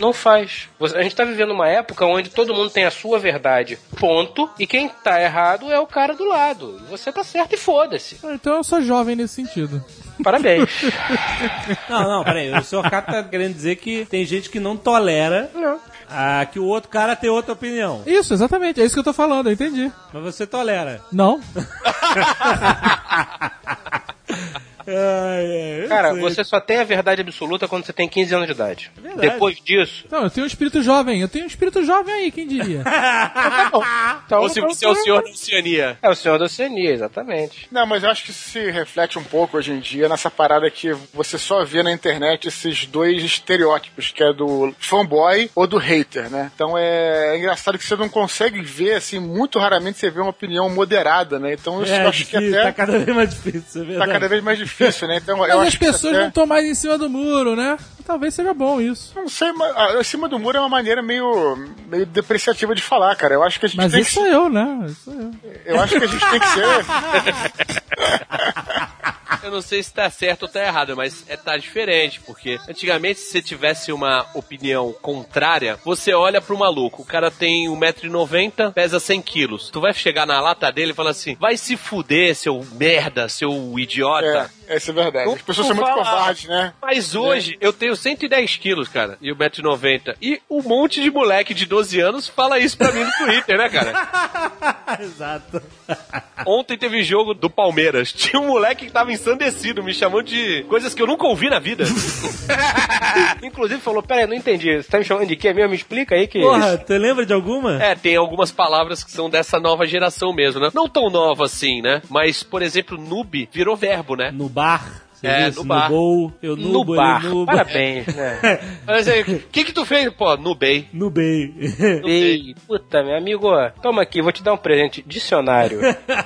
[SPEAKER 5] Não faz. Você- A gente tá vivendo uma época onde todo mundo tem a sua verdade. Ponto. E quem tá errado é o cara do lado. E você tá certo e foda-se.
[SPEAKER 6] Então eu sou jovem nesse sentido.
[SPEAKER 5] Parabéns.
[SPEAKER 2] Não, não, peraí. O senhor K tá querendo dizer que tem gente que não tolera ah, que o outro cara tem outra opinião.
[SPEAKER 6] Isso, exatamente, é isso que eu tô falando, eu entendi.
[SPEAKER 2] Mas você tolera.
[SPEAKER 6] Não.
[SPEAKER 2] Ai, ai,
[SPEAKER 5] Cara,
[SPEAKER 2] eu sei.
[SPEAKER 5] você só tem a verdade absoluta quando você tem 15 anos de idade.
[SPEAKER 2] verdade.
[SPEAKER 5] Depois disso.
[SPEAKER 6] Não, eu tenho um espírito jovem. Eu tenho um espírito jovem aí, quem diria?
[SPEAKER 5] Então,
[SPEAKER 4] Ou se você é o senhor da Oceania.
[SPEAKER 5] É o senhor da Oceania, exatamente.
[SPEAKER 3] Não, mas eu acho que isso se reflete um pouco hoje em dia nessa parada que você só vê na internet esses dois estereótipos, que é do fanboy ou do hater, né? Então é, é engraçado que você não consegue ver, assim, muito raramente você vê uma opinião moderada, né? Então eu
[SPEAKER 2] É,
[SPEAKER 3] acho que Tá
[SPEAKER 2] difícil, tá
[SPEAKER 3] até tá,
[SPEAKER 2] cada vez mais difícil, é verdade.
[SPEAKER 3] cada vez mais difícil, né? Então <laughs> eu
[SPEAKER 6] Mas as
[SPEAKER 3] acho que
[SPEAKER 6] pessoas
[SPEAKER 3] até-
[SPEAKER 6] não estão mais em cima do muro, né? Talvez seja bom isso.
[SPEAKER 3] Não sei, mas ah, acima do muro é uma maneira meio, meio depreciativa de falar, cara. Eu acho que a gente
[SPEAKER 6] Mas
[SPEAKER 3] tem
[SPEAKER 6] isso
[SPEAKER 3] que
[SPEAKER 6] sou eu, né? Isso sou eu.
[SPEAKER 3] Eu acho que a gente tem
[SPEAKER 6] <laughs>
[SPEAKER 3] que ser.
[SPEAKER 4] Eu não sei se tá certo ou tá errado, mas é, tá diferente, porque antigamente se você tivesse uma opinião contrária, você olha pro maluco, o cara tem 1,90m, pesa 100kg. Tu vai chegar na lata dele e falar assim, vai se fuder, seu merda, seu idiota.
[SPEAKER 3] É, essa é verdade.
[SPEAKER 4] Não-
[SPEAKER 3] As pessoas
[SPEAKER 4] não
[SPEAKER 3] são muito
[SPEAKER 4] fala.
[SPEAKER 3] covardes, né?
[SPEAKER 4] Mas hoje eu tenho 110 quilos, cara, e 1,90m. E um monte de moleque de 12 anos fala isso pra mim no Twitter, né, cara?
[SPEAKER 2] Exato.
[SPEAKER 4] Ontem teve jogo do Palmeiras. <laughs> Tinha um moleque que tava ensandecido, me chamando de coisas que eu nunca ouvi na vida.
[SPEAKER 5] <laughs> Inclusive falou, peraí, não entendi. Você tá me chamando de quê mesmo? Me explica aí que.
[SPEAKER 2] Porra, tu lembra de alguma?
[SPEAKER 4] É, tem algumas palavras que são dessa nova geração mesmo, né? Não tão nova assim, né? Mas, por exemplo, noob virou verbo, né?
[SPEAKER 2] No bar. Você
[SPEAKER 4] É,
[SPEAKER 2] viu
[SPEAKER 4] no
[SPEAKER 2] isso?
[SPEAKER 4] bar.
[SPEAKER 2] gol, eu
[SPEAKER 5] No
[SPEAKER 2] nubo,
[SPEAKER 5] bar.
[SPEAKER 2] ele nuba.
[SPEAKER 5] <laughs> Parabéns,
[SPEAKER 4] <laughs>
[SPEAKER 5] né?
[SPEAKER 2] <laughs>
[SPEAKER 4] Mas aí, o que que tu fez? Pô, nubei.
[SPEAKER 2] Nubei.
[SPEAKER 5] Ei, puta, meu amigo, ó, toma aqui, vou te dar um presente.
[SPEAKER 4] <laughs>
[SPEAKER 5] Dicionário.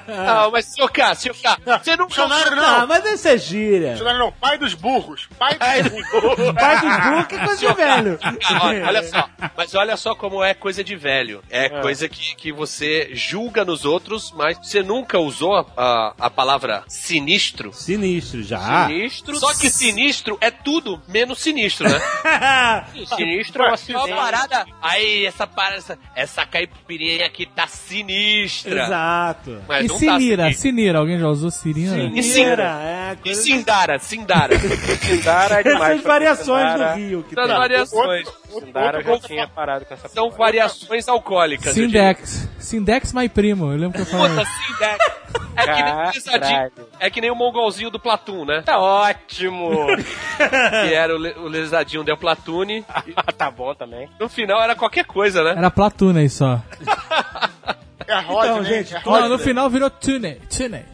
[SPEAKER 4] Ah, mas senhor K, senhor K, você não...
[SPEAKER 3] Dicionário
[SPEAKER 2] Ah,
[SPEAKER 3] não!
[SPEAKER 2] mas essa é gíria.
[SPEAKER 3] Dicionário não! Pai dos burros! Pai dos burros!
[SPEAKER 2] Pai do burro que é coisa de velho.
[SPEAKER 4] Ah, olha, olha só, mas olha só como é coisa de velho. É, coisa que, que você julga nos outros, mas você nunca usou a, a, a palavra sinistro.
[SPEAKER 2] Sinistro já.
[SPEAKER 5] Sinistro.
[SPEAKER 4] Só que sinistro é tudo menos sinistro, né?
[SPEAKER 5] Sinistro é um
[SPEAKER 4] É uma
[SPEAKER 5] acidente.
[SPEAKER 4] parada. Aí, essa parada, essa, essa caipirinha aqui tá sinistra.
[SPEAKER 2] <laughs> Exato.
[SPEAKER 3] É,
[SPEAKER 4] Mas
[SPEAKER 6] e
[SPEAKER 3] então
[SPEAKER 4] não tá
[SPEAKER 6] Sinira,
[SPEAKER 4] sinistro.
[SPEAKER 6] Sinira, alguém já usou Sirina?
[SPEAKER 4] E Sindara.
[SPEAKER 2] é
[SPEAKER 4] E
[SPEAKER 2] coisa...
[SPEAKER 4] Sindara, <laughs> Sindara.
[SPEAKER 5] Sindara é demais.
[SPEAKER 2] Essas variações
[SPEAKER 5] Sindara-
[SPEAKER 2] do Rio que
[SPEAKER 4] Essas
[SPEAKER 2] tem.
[SPEAKER 4] Então, variações
[SPEAKER 5] Sindara
[SPEAKER 4] outro-
[SPEAKER 5] já
[SPEAKER 4] outro-
[SPEAKER 5] tinha parado com essa
[SPEAKER 4] são
[SPEAKER 5] porra.
[SPEAKER 4] variações alcoólicas. É eu diria.
[SPEAKER 6] Sindex. Sindex, my primo. Eu lembro que eu falei.
[SPEAKER 3] <laughs>
[SPEAKER 4] Puta, Sindex. É que nem o Lesadinho.
[SPEAKER 5] Caralho.
[SPEAKER 4] É que nem o mongolzinho do Platum, né?
[SPEAKER 5] Tá ótimo.
[SPEAKER 4] <laughs> Que era o, le, o Lesadinho Del Platune.
[SPEAKER 5] <laughs> tá bom também.
[SPEAKER 4] No final era qualquer coisa, né?
[SPEAKER 6] Era Platuna aí só.
[SPEAKER 3] É a Rodney,
[SPEAKER 2] Então, gente,
[SPEAKER 3] é a
[SPEAKER 6] Não, no
[SPEAKER 3] Rodney.
[SPEAKER 6] final virou Tune. Tune.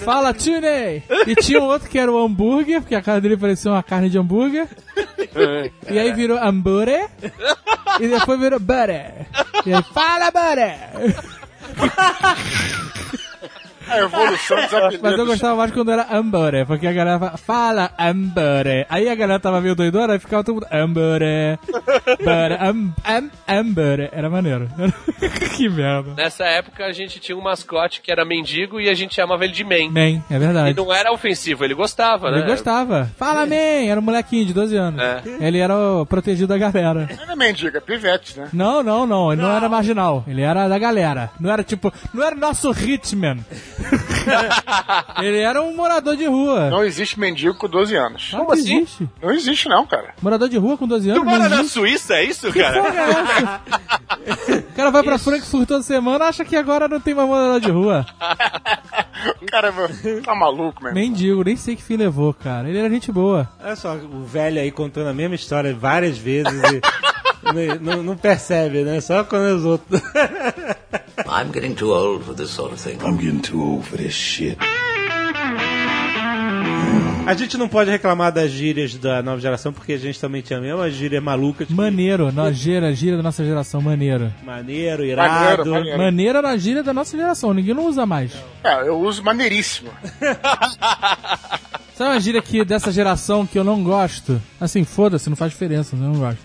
[SPEAKER 6] Fala Tune! E tinha um outro que era o hambúrguer, porque a cara dele parecia uma carne de hambúrguer. E aí virou hambúrguer. E depois virou butter. E aí, fala butter!
[SPEAKER 3] A evolução dos apelidos.
[SPEAKER 6] <laughs> Mas eu gostava mais quando era hambúrguer, porque a galera fala, fala hambúrguer. Aí a galera tava meio doidona e ficava todo mundo hambúrguer. butter, hum, hum, hambúrguer. Era maneiro. <laughs> que merda.
[SPEAKER 4] Nessa época a gente tinha um mascote que era mendigo e a gente chamava ele de man.
[SPEAKER 6] Man, é
[SPEAKER 4] E
[SPEAKER 6] verdade.
[SPEAKER 4] não era ofensivo, ele gostava, né?
[SPEAKER 6] Ele gostava. Fala, man! Era um molequinho de 12 anos. Ele era o protegido da galera.
[SPEAKER 3] Não é mendiga, é pivete, né?
[SPEAKER 6] Não, não, não. Ele não. era marginal. Ele era da galera. Não era tipo. Não era nosso <laughs> Hitman. ele era um morador de rua.
[SPEAKER 3] Não existe mendigo com 12 anos.
[SPEAKER 6] Como assim? Existe.
[SPEAKER 3] Não existe, não, cara.
[SPEAKER 6] Morador de rua com 12 anos.
[SPEAKER 4] Tu mora
[SPEAKER 6] não
[SPEAKER 4] na
[SPEAKER 6] existe.
[SPEAKER 4] Suíça, é isso, cara?
[SPEAKER 6] Porra, é essa? O cara vai pra Frankfurt toda semana acha que agora não tem mais morador de rua.
[SPEAKER 3] Cara, tá maluco, mesmo.
[SPEAKER 6] Mendigo, nem sei que fim levou, cara. Ele era gente boa.
[SPEAKER 2] Olha só, o velho aí contando a mesma história várias vezes e <laughs> ne- não, não percebe, né? Só quando os outros.
[SPEAKER 8] I'm getting too old for this sort of thing.
[SPEAKER 1] I'm getting too old for this shit.
[SPEAKER 2] <laughs> A gente não pode reclamar das gírias da nova geração, porque a gente também tinha mesmo as gírias malucas. que-
[SPEAKER 6] Maneiro, na gíria, gíria da nossa geração, maneiro.
[SPEAKER 2] Maneiro, irado.
[SPEAKER 3] Maneiro, maneiro.
[SPEAKER 6] Maneiro era a gíria da nossa geração, ninguém não usa mais.
[SPEAKER 3] É, eu uso maneiríssimo.
[SPEAKER 6] Sabe uma gíria que dessa geração que eu não gosto? Assim, foda-se, não faz diferença, eu não gosto.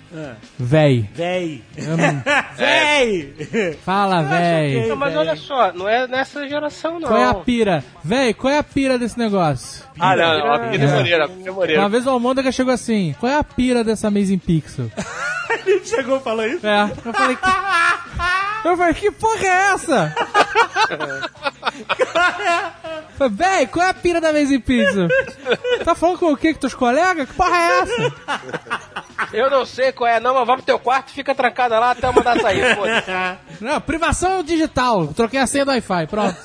[SPEAKER 2] <laughs>
[SPEAKER 6] Véi.
[SPEAKER 2] Véi. É.
[SPEAKER 6] Eu não-
[SPEAKER 2] Véi!
[SPEAKER 6] Fala, véi.
[SPEAKER 5] Não, mas olha só, não é nessa geração, não.
[SPEAKER 6] Qual é a pira? Véi, qual é a pira desse negócio?
[SPEAKER 4] Ah, não, não, a Pira é Moreira, a Pira Moreira.
[SPEAKER 6] Uma vez o Almôndega chegou assim, qual é a pira dessa Amazing Pixel?
[SPEAKER 2] Ele chegou e falou isso?
[SPEAKER 6] É, eu falei que... Eu falei, que porra é essa? Falei, Véi, qual é a pira da Amazing Pixel? Tá falando com o quê? Com teus colegas? Que porra é essa?
[SPEAKER 5] Eu não sei qual é, não, mas vai pro teu quarto, fica trancada lá até eu
[SPEAKER 4] <laughs>
[SPEAKER 5] mandar sair.
[SPEAKER 4] é
[SPEAKER 5] Pô.
[SPEAKER 6] Não, privação digital. Troquei a senha do Wi-Fi, pronto.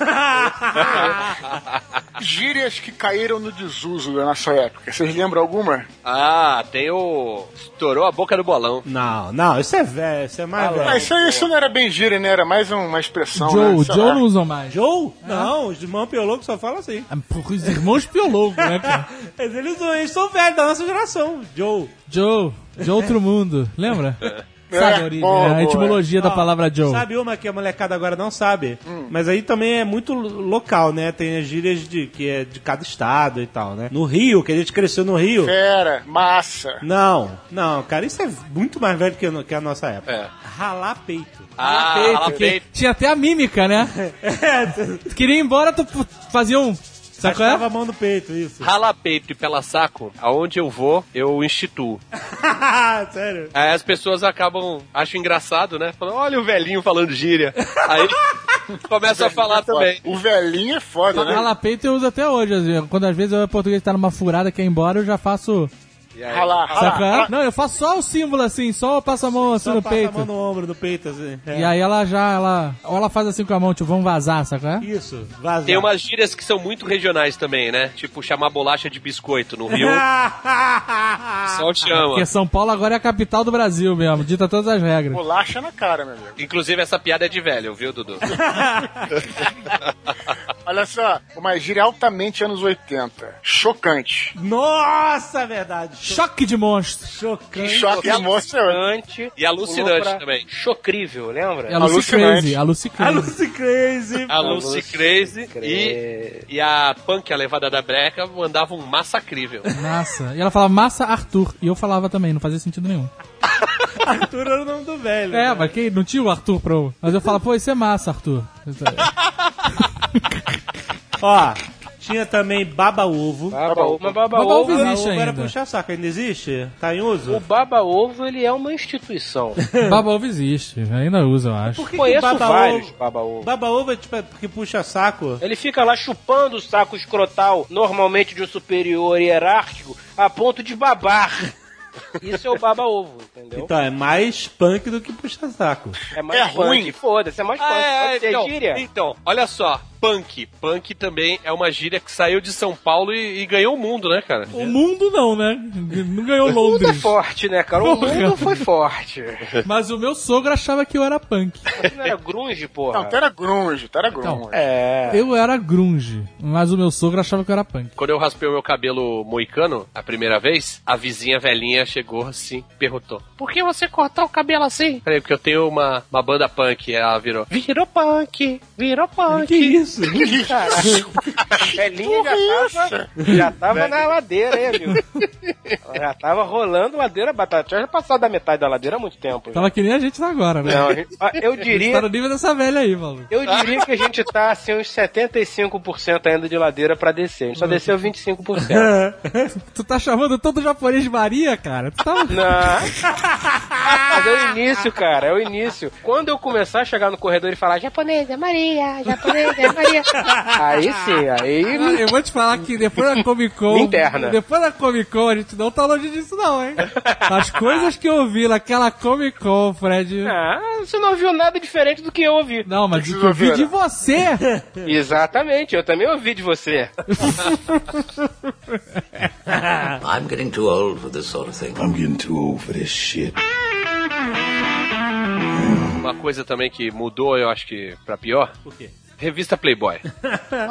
[SPEAKER 3] Gírias que caíram no desuso da nossa época. Vocês lembram alguma?
[SPEAKER 4] Ah, tem o. Estourou a boca do bolão.
[SPEAKER 2] Não, não, isso é velho, isso é mais velho.
[SPEAKER 3] Mas Ah, isso, isso não era bem gíria, né? Era mais uma expressão. né?
[SPEAKER 6] Joe,
[SPEAKER 3] Sei
[SPEAKER 6] Joe
[SPEAKER 3] lá.
[SPEAKER 6] não usam mais.
[SPEAKER 2] Joe? Não, os irmãos piologos só falam assim.
[SPEAKER 6] Ah, porra, Os irmãos piologos, né, cara?
[SPEAKER 2] Mas eles, eles são velhos da nossa geração, Joe.
[SPEAKER 6] Joe, de outro mundo, lembra?
[SPEAKER 3] É,
[SPEAKER 6] Sabe a origem, né?
[SPEAKER 3] boa,
[SPEAKER 6] a
[SPEAKER 3] boa.
[SPEAKER 6] etimologia da
[SPEAKER 2] Ó,
[SPEAKER 6] palavra Joe.
[SPEAKER 2] Sabe uma que a molecada agora não sabe?
[SPEAKER 4] Hum.
[SPEAKER 2] Mas aí também é muito lo- local, né? Tem as gírias de, que é de cada estado e tal, né? No Rio, que a gente cresceu no Rio.
[SPEAKER 3] Fera, massa.
[SPEAKER 2] Não, não, cara, isso é muito mais velho que, no- que a nossa época.
[SPEAKER 4] É.
[SPEAKER 2] Ralar peito.
[SPEAKER 6] <laughs>
[SPEAKER 4] Ah, ela
[SPEAKER 6] Porque
[SPEAKER 4] peito.
[SPEAKER 6] tinha até a mímica, né?
[SPEAKER 2] É,
[SPEAKER 6] Tu queria ir embora, tu pu- fazia um. Sabe qual
[SPEAKER 2] Tava
[SPEAKER 6] é?
[SPEAKER 2] a mão no peito,
[SPEAKER 6] <laughs>
[SPEAKER 2] isso.
[SPEAKER 4] Rala peito e pela saco, aonde eu vou, eu instituo.
[SPEAKER 2] Sério.
[SPEAKER 4] Aí as pessoas acabam, acham engraçado, né? Falam, olha o velhinho falando gíria. Aí <laughs> começa a falar também.
[SPEAKER 3] O velhinho é foda, né?
[SPEAKER 6] Rala peito eu uso até hoje. às vezes. Quando às vezes o português tá numa furada quer ir embora, eu já faço.
[SPEAKER 4] E aí,
[SPEAKER 3] Rala,
[SPEAKER 6] Sabe qual é?
[SPEAKER 3] rala.
[SPEAKER 6] Não, eu faço só o símbolo assim, só eu passo a mão assim
[SPEAKER 2] Só
[SPEAKER 6] no
[SPEAKER 2] passa a mão
[SPEAKER 6] peito.
[SPEAKER 2] no ombro, no peito, assim. É.
[SPEAKER 6] E aí ela já, ela. Ou ela faz assim com a mão, tipo, vamos vazar, sabe qual é?
[SPEAKER 2] Isso, vazar.
[SPEAKER 4] Tem umas gírias que são muito regionais também, né? Tipo, chamar bolacha de biscoito no <laughs> Rio. Só te ama.
[SPEAKER 6] Porque São Paulo agora é a capital do Brasil mesmo, dita todas as regras.
[SPEAKER 3] Bolacha na cara, meu amigo.
[SPEAKER 4] Inclusive, essa piada é de velho, viu,
[SPEAKER 5] <laughs>
[SPEAKER 4] Dudu?
[SPEAKER 3] Olha só, uma gíria altamente anos 80. Chocante.
[SPEAKER 2] <laughs> Nossa, verdade. Cho-
[SPEAKER 6] Choque de monstros.
[SPEAKER 2] Chocante.
[SPEAKER 3] Choque de monstro. é outro.
[SPEAKER 5] Alucinante.
[SPEAKER 4] E alucinante
[SPEAKER 5] Pulou pra
[SPEAKER 4] também.
[SPEAKER 5] Chocrível, lembra?
[SPEAKER 6] É a Lucy
[SPEAKER 3] Alucinante.
[SPEAKER 6] Crazy, a Lucy
[SPEAKER 2] A
[SPEAKER 6] Crazy.
[SPEAKER 2] Lucy <laughs> Crazy.
[SPEAKER 4] A Lucy Crazy e, e a Punk, a levada da breca, mandava um
[SPEAKER 5] <laughs>
[SPEAKER 4] massacrível.
[SPEAKER 6] Massa. E ela falava massa Arthur. E eu falava também, não fazia sentido nenhum.
[SPEAKER 2] Arthur era o nome do velho.
[SPEAKER 6] É, mas quem não tinha o Arthur pra eu. Mas eu falo, pô, isso é massa, Arthur.
[SPEAKER 2] Ó, tinha também Baba Ovo.
[SPEAKER 5] Baba ovo. Mas Baba
[SPEAKER 6] Baba ovo
[SPEAKER 5] ovo-
[SPEAKER 2] Baba
[SPEAKER 6] existe
[SPEAKER 2] Ovo era
[SPEAKER 6] ainda.
[SPEAKER 2] puxar saco, é ainda existe? Tá em
[SPEAKER 5] O
[SPEAKER 2] uso?
[SPEAKER 5] Baba Ovo, ele é uma instituição.
[SPEAKER 6] Baba ovo existe, ainda usa, eu acho.
[SPEAKER 2] Por que, que
[SPEAKER 5] Conheço
[SPEAKER 2] Baba
[SPEAKER 5] vários
[SPEAKER 2] Ovo...
[SPEAKER 5] Baba Ovo.
[SPEAKER 2] Baba Ovo é tipo que puxa saco?
[SPEAKER 5] Ele fica lá chupando o saco escrotal, normalmente de um superior hierárquico, a ponto de babar. Isso é o baba ovo, entendeu?
[SPEAKER 2] Então, é mais punk do que puxa saco.
[SPEAKER 5] É mais
[SPEAKER 3] É
[SPEAKER 5] punk.
[SPEAKER 3] ruim.
[SPEAKER 5] Foda-se, é mais punk.
[SPEAKER 4] Ah, é,
[SPEAKER 5] Pode ser
[SPEAKER 4] então,
[SPEAKER 5] gíria.
[SPEAKER 4] então, olha só, punk. Punk também é uma gíria que saiu de São Paulo e, e ganhou o mundo, né, cara?
[SPEAKER 6] O mundo não, né? Não ganhou
[SPEAKER 5] O mundo é
[SPEAKER 6] Londres.
[SPEAKER 5] forte, né, cara? O mundo foi forte.
[SPEAKER 6] Mas o meu sogro achava que eu era punk.
[SPEAKER 5] Isso não era grunge,
[SPEAKER 3] Não,
[SPEAKER 5] porra.
[SPEAKER 3] tu era grunge, tu era grunge.
[SPEAKER 6] Então,
[SPEAKER 5] É.
[SPEAKER 6] Eu era grunge, mas o meu sogro achava que eu era punk.
[SPEAKER 4] Quando eu raspei o meu cabelo moicano a primeira vez, a vizinha velhinha chegou assim, perguntou: Por que você cortou o cabelo assim? Falei, porque eu tenho uma, uma banda punk. E ela virou: Virou punk, virou punk.
[SPEAKER 2] Que isso?
[SPEAKER 5] Velhinha já tava, já tava na ladeira, hein, amigo? Ela já tava rolando ladeira batata. Já passado da metade da ladeira há muito tempo. já.
[SPEAKER 6] Tava que nem a gente tá agora, né?
[SPEAKER 5] Não, a gente- ah, eu
[SPEAKER 6] Tá
[SPEAKER 5] diria
[SPEAKER 6] no nível dessa velha aí, maluco.
[SPEAKER 5] Eu diria que a gente tá assim uns 75% ainda de ladeira pra descer. A
[SPEAKER 6] Uhum.
[SPEAKER 5] gente só desceu 25%.
[SPEAKER 6] Tu tá chamando todo japonês de Maria, cara? Tu tá...
[SPEAKER 5] Não. Mas é o início, cara, é o início. Quando eu começar a chegar no corredor e falar japonesa, Maria, japonesa, Maria. Aí sim, aí.
[SPEAKER 6] Ah, Eu vou te falar que depois da Comic Con.
[SPEAKER 5] Interna.
[SPEAKER 6] Depois da Comic Con, a gente não tá longe disso, não, hein? As coisas que eu vi naquela Comic Con, Fred.
[SPEAKER 5] Ah, você não ouviu nada diferente do que eu ouvi.
[SPEAKER 6] Não, mas o que eu vi de você.
[SPEAKER 5] Exatamente, eu também ouvi de você.
[SPEAKER 4] É.
[SPEAKER 8] <laughs> I'm getting too old for this sort of thing.
[SPEAKER 1] I'm getting too old for this shit.
[SPEAKER 4] Uma coisa também que mudou, eu acho que pra pior.
[SPEAKER 2] O quê?
[SPEAKER 4] Revista Playboy.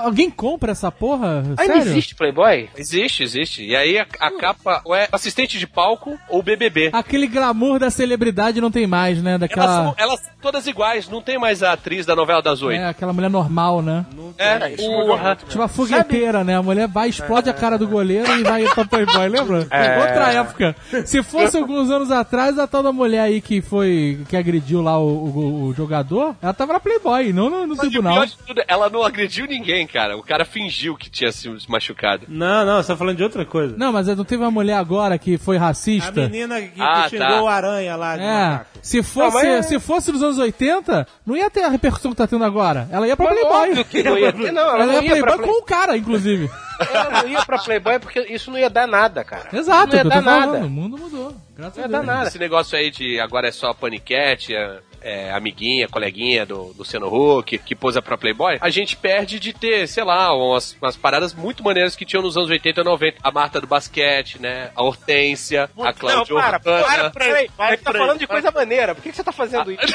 [SPEAKER 6] Alguém compra essa porra?
[SPEAKER 5] Ainda
[SPEAKER 6] Sério?
[SPEAKER 5] existe Playboy?
[SPEAKER 4] Existe, existe. E aí a, a capa ou é assistente de palco ou BBB.
[SPEAKER 6] Aquele glamour da celebridade não tem mais, né?
[SPEAKER 5] Tá.
[SPEAKER 4] Elas são,
[SPEAKER 6] Daquela.
[SPEAKER 4] elas são todas iguais, não tem mais a atriz da novela das oito.
[SPEAKER 6] É, aquela mulher normal, né?
[SPEAKER 4] É,
[SPEAKER 3] isso mudou
[SPEAKER 4] porra.
[SPEAKER 6] Tipo a fogueteira, né? A mulher vai, explode a cara do goleiro e vai pra
[SPEAKER 5] <laughs>
[SPEAKER 6] Playboy, lembra?
[SPEAKER 5] É.
[SPEAKER 6] É Outra época. Se fosse alguns anos atrás, a tal da mulher aí que foi, que agrediu lá o, o- o jogador, ela tava na Playboy, não no, no
[SPEAKER 4] Mas o pior
[SPEAKER 6] tribunal.
[SPEAKER 4] de tudo, ela não agrediu ninguém, cara. O cara fingiu que tinha se machucado.
[SPEAKER 2] Não, não, você tá falando de outra coisa.
[SPEAKER 6] Não, mas não teve uma mulher agora que foi
[SPEAKER 2] A
[SPEAKER 6] racista?
[SPEAKER 2] menina que, que
[SPEAKER 4] Ah,
[SPEAKER 2] xingou
[SPEAKER 4] tá.
[SPEAKER 2] o aranha lá. de
[SPEAKER 6] É,
[SPEAKER 2] macaco.
[SPEAKER 6] se fosse,
[SPEAKER 5] Não, mas-
[SPEAKER 6] se fosse nos anos 80, não ia ter a repercussão que tá tendo agora. Ela ia pra
[SPEAKER 5] Mas
[SPEAKER 6] Playboy.
[SPEAKER 5] óbvio
[SPEAKER 6] <laughs>
[SPEAKER 5] que não ia ter, não, ela
[SPEAKER 6] Ela
[SPEAKER 5] não
[SPEAKER 6] ia
[SPEAKER 5] ia pra
[SPEAKER 6] Playboy
[SPEAKER 5] Play-
[SPEAKER 6] com o cara, inclusive.
[SPEAKER 5] Ela não ia pra Playboy porque isso não ia dar nada, cara.
[SPEAKER 6] Exato,
[SPEAKER 5] não
[SPEAKER 6] é
[SPEAKER 5] ia
[SPEAKER 6] o que eu tô
[SPEAKER 5] dar
[SPEAKER 6] falando.
[SPEAKER 5] nada.
[SPEAKER 6] O mundo mudou. Graças
[SPEAKER 5] Não
[SPEAKER 6] a
[SPEAKER 5] é
[SPEAKER 6] Deus.
[SPEAKER 5] danada.
[SPEAKER 4] Esse negócio aí de agora é só paniquete, é, é, amiguinha, coleguinha do, do Luciano Huck, que posa pra Playboy, a gente perde de ter, sei lá, umas, umas paradas muito maneiras que tinham nos anos 80 e 90. A Marta do basquete, né? A Hortência, a Cláudia
[SPEAKER 5] para, para,
[SPEAKER 4] Urbana, É
[SPEAKER 5] peraí.
[SPEAKER 3] Vai,
[SPEAKER 5] Você tá
[SPEAKER 3] Fran,
[SPEAKER 5] falando de
[SPEAKER 3] vai.
[SPEAKER 5] coisa maneira. Por que que você tá fazendo isso?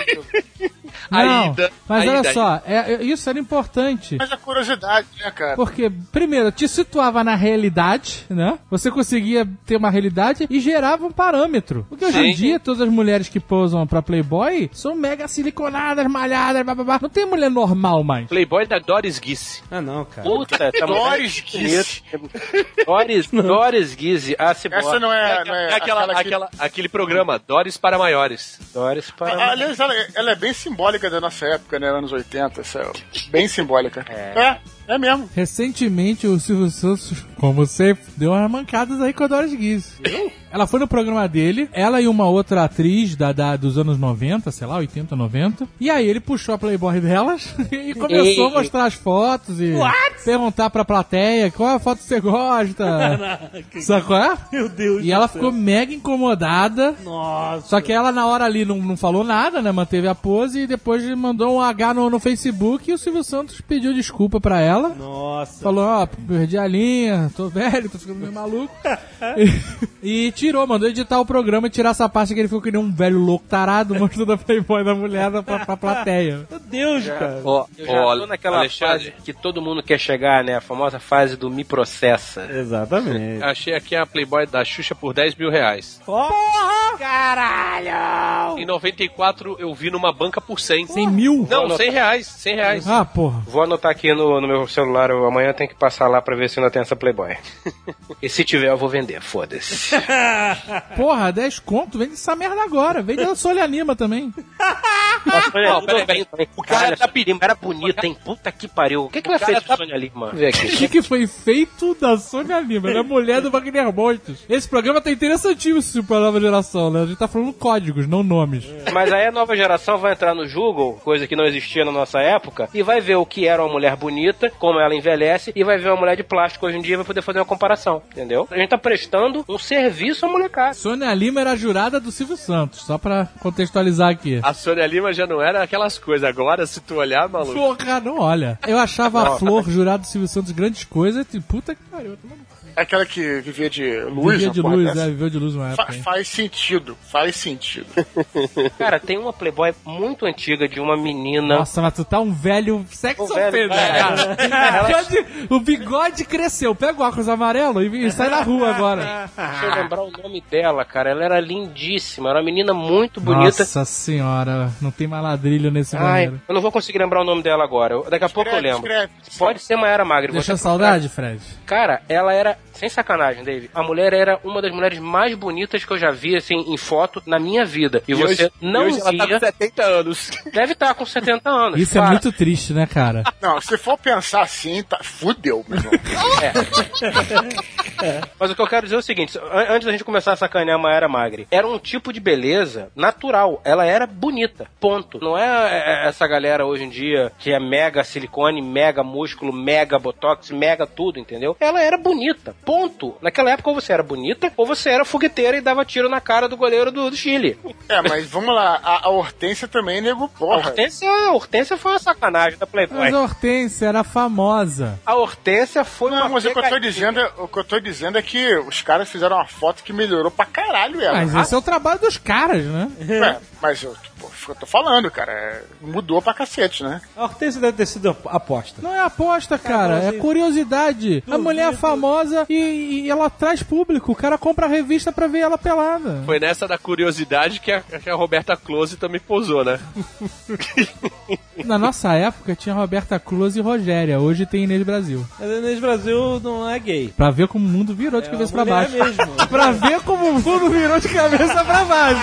[SPEAKER 4] a
[SPEAKER 6] Não,
[SPEAKER 4] Ida.
[SPEAKER 6] mas
[SPEAKER 4] a
[SPEAKER 6] olha
[SPEAKER 4] Ida.
[SPEAKER 6] só, é- é- isso era importante.
[SPEAKER 3] Mas é a curiosidade, né, cara?
[SPEAKER 6] Porque, primeiro, te situava na realidade, né? Você conseguia ter uma realidade e gerava um parâmetro. Porque hoje em
[SPEAKER 4] Sim.
[SPEAKER 6] dia, todas as mulheres que posam pra Playboy são mega siliconadas, malhadas, bababá. Não tem mulher normal mais.
[SPEAKER 4] Playboy da Doris Guisse.
[SPEAKER 9] Ah, não, cara.
[SPEAKER 5] Puta, tá
[SPEAKER 3] Doris Guise.
[SPEAKER 5] <laughs> Doris, Doris Guise. Ah, se
[SPEAKER 3] Essa não é, não é
[SPEAKER 4] É aquela,
[SPEAKER 3] aquela que-
[SPEAKER 4] aquela- aquele programa, Doris para Maiores.
[SPEAKER 5] Doris
[SPEAKER 3] Ah,
[SPEAKER 5] para...
[SPEAKER 3] Aliás, ela, ela é bem simbólica da nossa época, né? Anos 80, isso é bem simbólica. É, é, mesmo.
[SPEAKER 6] Recentemente, o Silvio Santos, como sempre, deu umas mancadas aí com a Doris Guiz. Ela foi no programa dele, ela e uma outra atriz da, da- dos anos 90, sei lá, 80, 90. E aí ele puxou a Playboy delas <laughs> e começou a mostrar as fotos e perguntar pra plateia qual é a foto que você
[SPEAKER 9] <laughs>
[SPEAKER 6] gosta. Sabe qual é?
[SPEAKER 9] Meu Deus.
[SPEAKER 6] E ela ficou mega incomodada.
[SPEAKER 9] Nossa.
[SPEAKER 6] Só que ela, na hora ali, não, não falou nada, né? Manteve a pose e depois mandou um H no, no Facebook e o Silvio Santos pediu desculpa pra ela.
[SPEAKER 9] Nossa.
[SPEAKER 6] Falou, ó, perdi a linha, tô velho, tô ficando meio maluco. e, e tirou, mandou editar o programa e tirar essa parte que ele ficou que nem um velho louco tarado <laughs> mostrando a Playboy da mulher da- pra, pra plateia.
[SPEAKER 9] Meu Deus,
[SPEAKER 2] É.
[SPEAKER 9] cara.
[SPEAKER 5] Ó, eu já
[SPEAKER 4] Ó,
[SPEAKER 5] tô naquela
[SPEAKER 4] Alexandre.
[SPEAKER 5] fase que todo mundo quer chegar, né? A famosa fase do me processa.
[SPEAKER 9] Exatamente.
[SPEAKER 4] Achei aqui a Playboy da Xuxa por 10 mil reais.
[SPEAKER 9] Porra! Caralho!
[SPEAKER 4] Em 94 eu vi numa banca por 100.
[SPEAKER 6] 100 mil?
[SPEAKER 4] Não, 100 reais, 100 reais.
[SPEAKER 6] Ah, porra.
[SPEAKER 5] Vou anotar aqui no, no meu celular, eu- amanhã eu tenho que passar lá pra ver se ainda tem essa Playboy. e se tiver, eu vou vender, foda-se.
[SPEAKER 6] Porra, 10 conto, vende essa merda agora. Vende a Solianima também.
[SPEAKER 5] Nossa, olha,
[SPEAKER 4] Não, peraí,
[SPEAKER 5] também, também.
[SPEAKER 4] O cara
[SPEAKER 5] Caralho,
[SPEAKER 4] tá
[SPEAKER 5] essa Playboy era bonita, hein? Puta que pariu. O que, que ela
[SPEAKER 4] cara
[SPEAKER 5] fez com
[SPEAKER 4] tá-
[SPEAKER 5] o Sônia Lima? Deixa eu ver
[SPEAKER 6] O
[SPEAKER 5] aqui.
[SPEAKER 6] que, que foi feito da Sônia Lima? Era a mulher do Wagner Montes. Esse programa tá interessantíssimo pra nova geração, né? A gente tá falando códigos, não nomes.
[SPEAKER 5] <laughs> Mas aí a nova geração vai entrar no Google, coisa que não existia na nossa época, e vai ver o que era uma mulher bonita, como ela envelhece, e vai ver uma mulher de plástico hoje em dia e vai poder fazer uma comparação, entendeu? A gente tá prestando um serviço à molecada.
[SPEAKER 6] Sônia Lima era a jurada do Silvio Santos, só pra contextualizar aqui.
[SPEAKER 4] A Sônia Lima já não era aquelas coisas. Agora, se tu olhar, maluco.
[SPEAKER 6] Porra, não olha. Eu achava a Flor jurado do Silvio Santos grandes coisas e puta que pariu. tomar no cu.
[SPEAKER 3] É aquela que vivia de luz,
[SPEAKER 6] viveu
[SPEAKER 3] uma
[SPEAKER 6] de
[SPEAKER 3] porra
[SPEAKER 6] luz,
[SPEAKER 3] dessa.
[SPEAKER 6] é, viveu de luz uma
[SPEAKER 3] Fa-
[SPEAKER 6] época. hein?
[SPEAKER 3] faz sentido, faz sentido.
[SPEAKER 5] Cara, tem uma Playboy muito antiga de uma menina.
[SPEAKER 6] Nossa, mas tu tá um velho sexo
[SPEAKER 5] Um velho,
[SPEAKER 6] ofender,
[SPEAKER 5] cara.
[SPEAKER 6] cara. Bigode- o bigode cresceu. Pega o óculos amarelo e e sai na rua agora.
[SPEAKER 5] Deixa eu lembrar o nome dela, cara. Ela era lindíssima, era uma menina muito bonita.
[SPEAKER 6] Nossa senhora, não tem maladrilho nesse
[SPEAKER 5] Ai,
[SPEAKER 6] banheiro.
[SPEAKER 5] eu não vou conseguir lembrar o nome dela agora. Eu- daqui a pouco eu
[SPEAKER 3] Escreve,
[SPEAKER 5] lembro.
[SPEAKER 3] escreve.
[SPEAKER 5] Pode ser Maera Magre.
[SPEAKER 6] Deixa
[SPEAKER 5] você-
[SPEAKER 6] saudade, Fred?
[SPEAKER 5] Cara, ela era, sem sacanagem, Dave, a mulher era uma das mulheres mais bonitas que eu já vi, assim, em foto na minha vida. E, você
[SPEAKER 4] hoje-
[SPEAKER 5] não
[SPEAKER 4] e hoje ela tá
[SPEAKER 5] via,
[SPEAKER 4] com 70 anos.
[SPEAKER 5] deve estar com 70 anos.
[SPEAKER 6] Isso é
[SPEAKER 5] para.
[SPEAKER 6] muito triste, né, cara?
[SPEAKER 3] Não, se for pensar assim, tá, fudeu, meu irmão.
[SPEAKER 5] Mas o que eu quero dizer é o seguinte, an- antes da gente começar a sacanear a Maera Magre, era um tipo de beleza natural, ela era bonita, ponto. Não é, é, é, essa galera hoje em dia que é mega silicone, mega músculo, mega botox, mega tudo, entendeu? Ela era bonita, ponto. Naquela época ou você era bonita ou você era fogueteira e dava tiro na cara do goleiro do, do Chile.
[SPEAKER 3] É, mas vamos lá, a, a Hortência também, nego,
[SPEAKER 5] A
[SPEAKER 3] porra.
[SPEAKER 5] Hortência, a Hortência foi uma sacanagem da Playboy.
[SPEAKER 6] Mas a Hortência era famosa.
[SPEAKER 5] A Hortência foi uma
[SPEAKER 3] Não, mas o que, eu tô
[SPEAKER 5] pegadinha.
[SPEAKER 3] dizendo, é- o que eu tô dizendo é que os caras fizeram uma foto que melhorou pra caralho ela.
[SPEAKER 6] Mas esse é o trabalho dos caras, né?
[SPEAKER 3] Ué, mas eu, pô, eu tô falando, cara, é, mudou pra cacete, né?
[SPEAKER 9] A Hortência deve ter sido a aposta.
[SPEAKER 6] Não é aposta, cara, é curiosidade. A mulher é famosa e, e ela traz público. O cara compra a revista pra ver ela pelada.
[SPEAKER 4] Foi nessa da curiosidade que a, que a Roberta Close também posou, né?
[SPEAKER 6] Na nossa época tinha Roberta Cruz e Rogéria, hoje tem Inês Brasil.
[SPEAKER 9] Mas a Inês Brasil não é gay.
[SPEAKER 6] Pra ver como o mundo virou de
[SPEAKER 9] É
[SPEAKER 6] cabeça
[SPEAKER 9] uma
[SPEAKER 6] pra baixo.
[SPEAKER 9] mulher mesmo.
[SPEAKER 6] <laughs> pra ver como o mundo virou de cabeça pra baixo.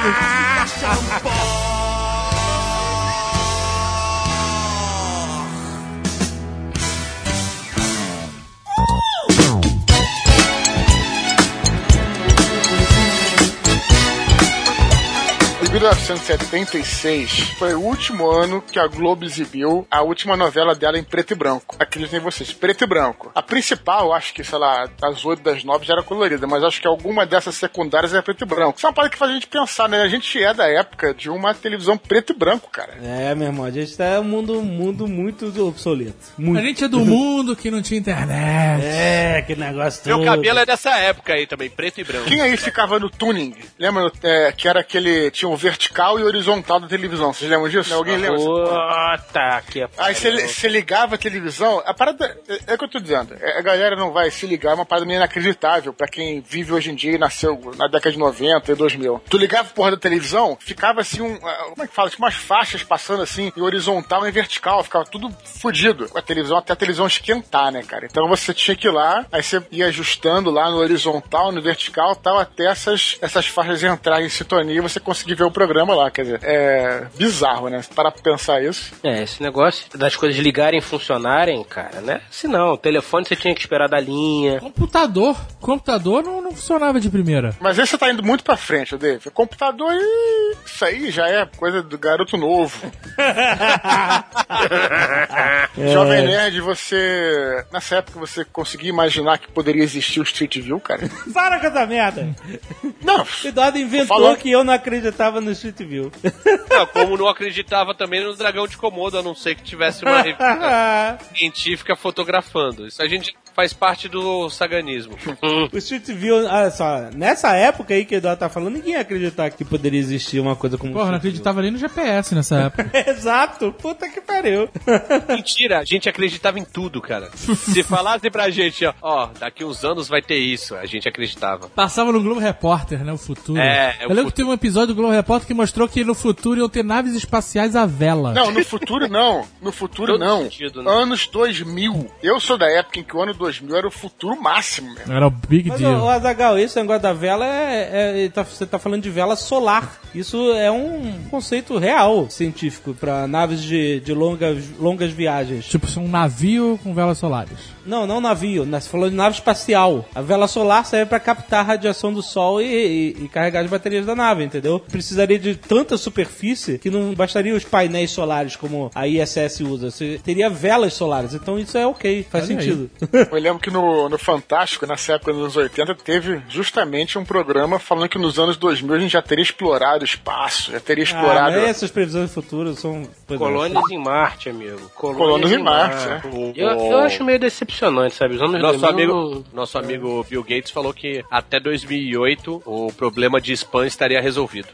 [SPEAKER 3] Bebida 1976 foi o último ano que a Globo exibiu a última novela dela em preto e branco. Acreditem em vocês, preto e branco. A principal, acho que, sei lá, das 8 das 9 já era colorida, mas acho que alguma dessas secundárias era preto e branco. Isso é uma parada que faz a gente pensar, né? A gente é da época de uma televisão preto e branco, cara.
[SPEAKER 2] É, meu irmão, a gente tá um mundo, mundo muito obsoleto.
[SPEAKER 6] A
[SPEAKER 2] Muito.
[SPEAKER 6] gente é do mundo que não tinha internet.
[SPEAKER 2] É, que negócio todo.
[SPEAKER 4] <laughs> Meu cabelo é dessa época aí também, preto e branco.
[SPEAKER 3] Quem aí ficava no tuning? Lembra é, que era aquele. Tinha o vertical e o horizontal da televisão. Vocês lembram disso? Alguém lembra?
[SPEAKER 5] Puta que
[SPEAKER 3] Aí você
[SPEAKER 5] pariu.
[SPEAKER 3] li- você ligava a televisão, a parada. É, é o que eu tô dizendo. é- A galera não vai se ligar, é uma parada meio inacreditável pra quem vive hoje em dia e nasceu na década de 90 e 2000. Tu ligava a porra da televisão, ficava assim um. ah, Como é que fala? Tipo umas faixas passando assim, em horizontal e em vertical, ficava tudo fudido. A televisão, até a televisão esquentar, né, cara? Então você tinha que ir lá, aí você ia ajustando lá no horizontal, no vertical e tal, até essas, essas faixas entrarem em sintonia e você conseguir ver o programa lá. Quer dizer, é bizarro, né? Para pensar isso.
[SPEAKER 5] É, esse negócio das coisas ligarem e funcionarem, cara, né? Se não, o telefone você tinha que esperar da linha.
[SPEAKER 6] Computador. Computador não, não funcionava de primeira.
[SPEAKER 3] Mas esse tá indo muito pra frente, ô Dave. É Computador e isso aí já é coisa do garoto
[SPEAKER 2] <laughs>
[SPEAKER 3] novo.
[SPEAKER 2] É.
[SPEAKER 3] Jovem Nerd, você. Nessa época você conseguia imaginar que poderia existir o Street View, cara?
[SPEAKER 2] Para com essa merda.
[SPEAKER 3] Não,
[SPEAKER 2] O Eduardo inventou
[SPEAKER 3] Falou.
[SPEAKER 2] que eu não acreditava no Street View.
[SPEAKER 4] Ah, Como não acreditava também no dragão de Komodo, a não ser que tivesse uma <laughs> revista científica fotografando. Isso a gente faz parte do saganismo.
[SPEAKER 2] <laughs> o Street View, olha só, nessa época aí que o Eduardo tá falando, ninguém ia acreditar que poderia existir uma coisa como
[SPEAKER 6] Porra, não
[SPEAKER 2] Street
[SPEAKER 6] acreditava nem no GPS nessa época.
[SPEAKER 2] View. <laughs> Exato, puta que
[SPEAKER 6] <laughs>
[SPEAKER 2] pariu.
[SPEAKER 4] Mentira, a gente acreditava em tudo, cara. Se falasse pra gente, ó, ó, daqui uns anos vai ter isso, a gente acreditava.
[SPEAKER 6] Passava no Globo Repórter, né? O futuro.
[SPEAKER 4] É, é o
[SPEAKER 6] Eu lembro
[SPEAKER 4] futuro.
[SPEAKER 6] que teve um episódio do Globo Repórter que mostrou que no futuro iam ter naves espaciais à vela.
[SPEAKER 3] Não, no futuro não. No futuro
[SPEAKER 5] Todo
[SPEAKER 3] não.
[SPEAKER 5] sentido, né?
[SPEAKER 3] Anos 2000. Eu sou da época em que o ano 2000 era o futuro máximo,
[SPEAKER 2] <laughs>
[SPEAKER 3] mesmo.
[SPEAKER 6] Era o Big
[SPEAKER 2] Mas,
[SPEAKER 6] Deal.
[SPEAKER 2] ô, ô, Azagal, esse negócio da vela é. é- é- tá- você tá falando de vela solar. Isso é um conceito real científico pra naves de, de longas, longas viagens.
[SPEAKER 6] Tipo, um navio com velas solares.
[SPEAKER 2] Não, não navio, né? você falou de nave espacial. A vela solar serve pra captar a radiação do sol e, e- e carregar as baterias da nave, entendeu? Precisaria de tanta superfície que não bastaria os painéis solares como a ISS usa. Você teria velas solares, então isso é ok, faz
[SPEAKER 6] Olha aí. <laughs>
[SPEAKER 2] sentido.
[SPEAKER 3] Eu lembro que no, no Fantástico, nessa época dos anos 80, teve justamente um programa falando que nos anos 2000 a gente já teria explorado o espaço, já teria
[SPEAKER 2] Ah,
[SPEAKER 3] explorado.
[SPEAKER 2] mas essas previsões futuras são... pois é. <laughs>
[SPEAKER 5] Colônias em Marte, amigo.
[SPEAKER 3] Colônias
[SPEAKER 6] É.
[SPEAKER 3] em Marte, né?
[SPEAKER 5] Eu, eu acho meio decepcionante, sabe? Os anos
[SPEAKER 4] Nosso
[SPEAKER 5] 2000
[SPEAKER 4] amigo,
[SPEAKER 5] É.
[SPEAKER 4] nosso amigo Bill Gates falou que até 2008 o problema de spam estaria resolvido.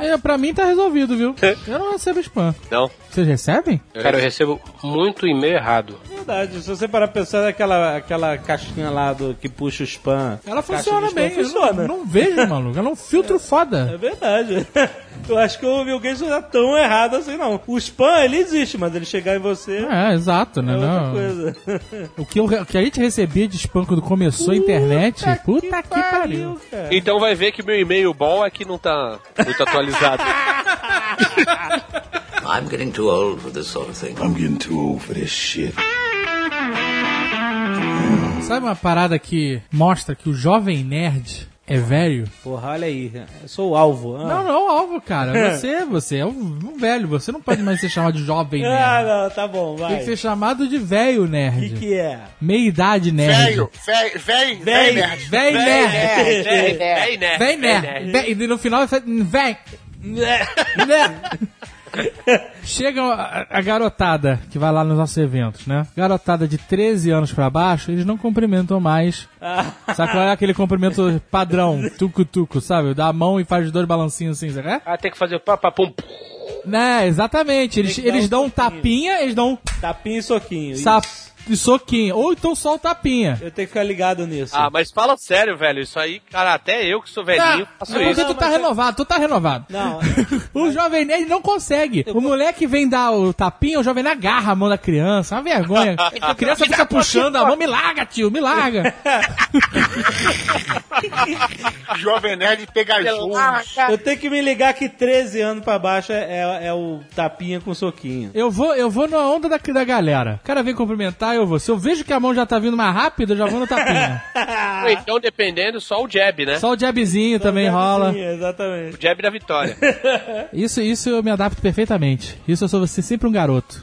[SPEAKER 6] É, pra mim tá resolvido, viu? Eu não recebo spam.
[SPEAKER 4] Não?
[SPEAKER 6] Vocês recebem?
[SPEAKER 5] Cara, eu recebo muito e-mail errado.
[SPEAKER 2] Verdade, se você parar pra pensar naquela aquela caixinha lá do, que puxa o spam...
[SPEAKER 6] Ela
[SPEAKER 2] a caixa
[SPEAKER 6] funciona
[SPEAKER 2] de spam
[SPEAKER 6] bem.
[SPEAKER 2] Funciona.
[SPEAKER 6] Eu não, não vejo, maluco. Ela é um filtro
[SPEAKER 2] É
[SPEAKER 6] foda.
[SPEAKER 2] verdade. <laughs> Eu acho que o Bill Gates não tá tão errado assim, não. O spam, ele existe, mas ele chegar em você é,
[SPEAKER 6] É, exato, né?
[SPEAKER 2] outra
[SPEAKER 6] não.
[SPEAKER 2] coisa.
[SPEAKER 6] O que, eu re- o que a gente recebia de spam quando começou a internet, puta
[SPEAKER 2] Tá
[SPEAKER 6] que, pariu.
[SPEAKER 5] É.
[SPEAKER 2] cara.
[SPEAKER 4] Então vai ver que meu e-mail bom é que não tá muito
[SPEAKER 5] <laughs>
[SPEAKER 4] atualizado.
[SPEAKER 10] I'm getting too old for this sort of thing.
[SPEAKER 1] I'm getting too old for this shit.
[SPEAKER 6] Sabe uma parada que mostra que o jovem nerd é velho?
[SPEAKER 2] Porra, olha aí. Eu sou o alvo. Ah.
[SPEAKER 6] Não, não, alvo, cara. Você, você é um, um velho. Você não pode mais ser chamado
[SPEAKER 2] <laughs>
[SPEAKER 6] de jovem
[SPEAKER 2] Ah,
[SPEAKER 6] nerd.
[SPEAKER 2] não, tá bom,
[SPEAKER 6] Tem
[SPEAKER 2] vai.
[SPEAKER 6] que
[SPEAKER 2] O
[SPEAKER 6] ser chamado de velho
[SPEAKER 2] que,
[SPEAKER 6] nerd.
[SPEAKER 2] que é?
[SPEAKER 6] Meia idade nerd.
[SPEAKER 3] Velho, velho, velho,
[SPEAKER 2] Velho. é,
[SPEAKER 3] velho, nerd.
[SPEAKER 6] Véi nerd.
[SPEAKER 2] <laughs>
[SPEAKER 4] É, né?
[SPEAKER 6] Véi nerd. Véi- E no final ele fala, véi. Né? Chega a, a garotada que vai lá nos nossos eventos, né? Garotada de 13 anos pra baixo, eles não cumprimentam mais.
[SPEAKER 2] Ah,
[SPEAKER 6] Sabe qual é aquele cumprimento padrão? Tucu-tucu, sabe? Dá a mão e faz dois balancinhos assim, sabe? qual é?
[SPEAKER 5] Ah, tem que fazer papapum.
[SPEAKER 6] Né, exatamente. Eles,
[SPEAKER 2] Tem que dar
[SPEAKER 6] eles
[SPEAKER 2] um
[SPEAKER 6] dão um
[SPEAKER 2] soquinho.
[SPEAKER 6] tapinha, eles dão
[SPEAKER 2] Tapinha e soquinho.
[SPEAKER 6] um
[SPEAKER 2] isso.
[SPEAKER 6] sap... soquinho. Ou então só o tapinha.
[SPEAKER 2] Eu tenho que ficar ligado nisso.
[SPEAKER 4] Ah, mas fala sério, velho. Isso aí, cara, até eu que sou velhinho faço
[SPEAKER 6] Não,
[SPEAKER 4] isso.
[SPEAKER 6] porque tu tá renovado, tu tá renovado. <laughs>
[SPEAKER 2] Não.
[SPEAKER 6] o jovem nerd não consegue. O moleque vem dar o tapinha, o jovem nerd agarra a mão da criança. É Uma vergonha. A criança fica puxando a mão, me larga, tio, me larga.
[SPEAKER 3] Jovem Nerd pegajoso.
[SPEAKER 2] Eu tenho que me ligar que 13 anos pra baixo é, é, é o tapinha com soquinho.
[SPEAKER 6] Eu vou, eu vou na onda da, da galera. O cara vem cumprimentar, eu vou. Se eu vejo que a mão já tá vindo mais rápido, eu já vou no tapinha.
[SPEAKER 4] Ou então, dependendo, só o jab, né?
[SPEAKER 6] Só o jabzinho também rola.
[SPEAKER 2] Exatamente.
[SPEAKER 4] O jab da vitória.
[SPEAKER 6] Isso, isso eu me adapto perfeitamente. Isso eu sou você sempre um garoto.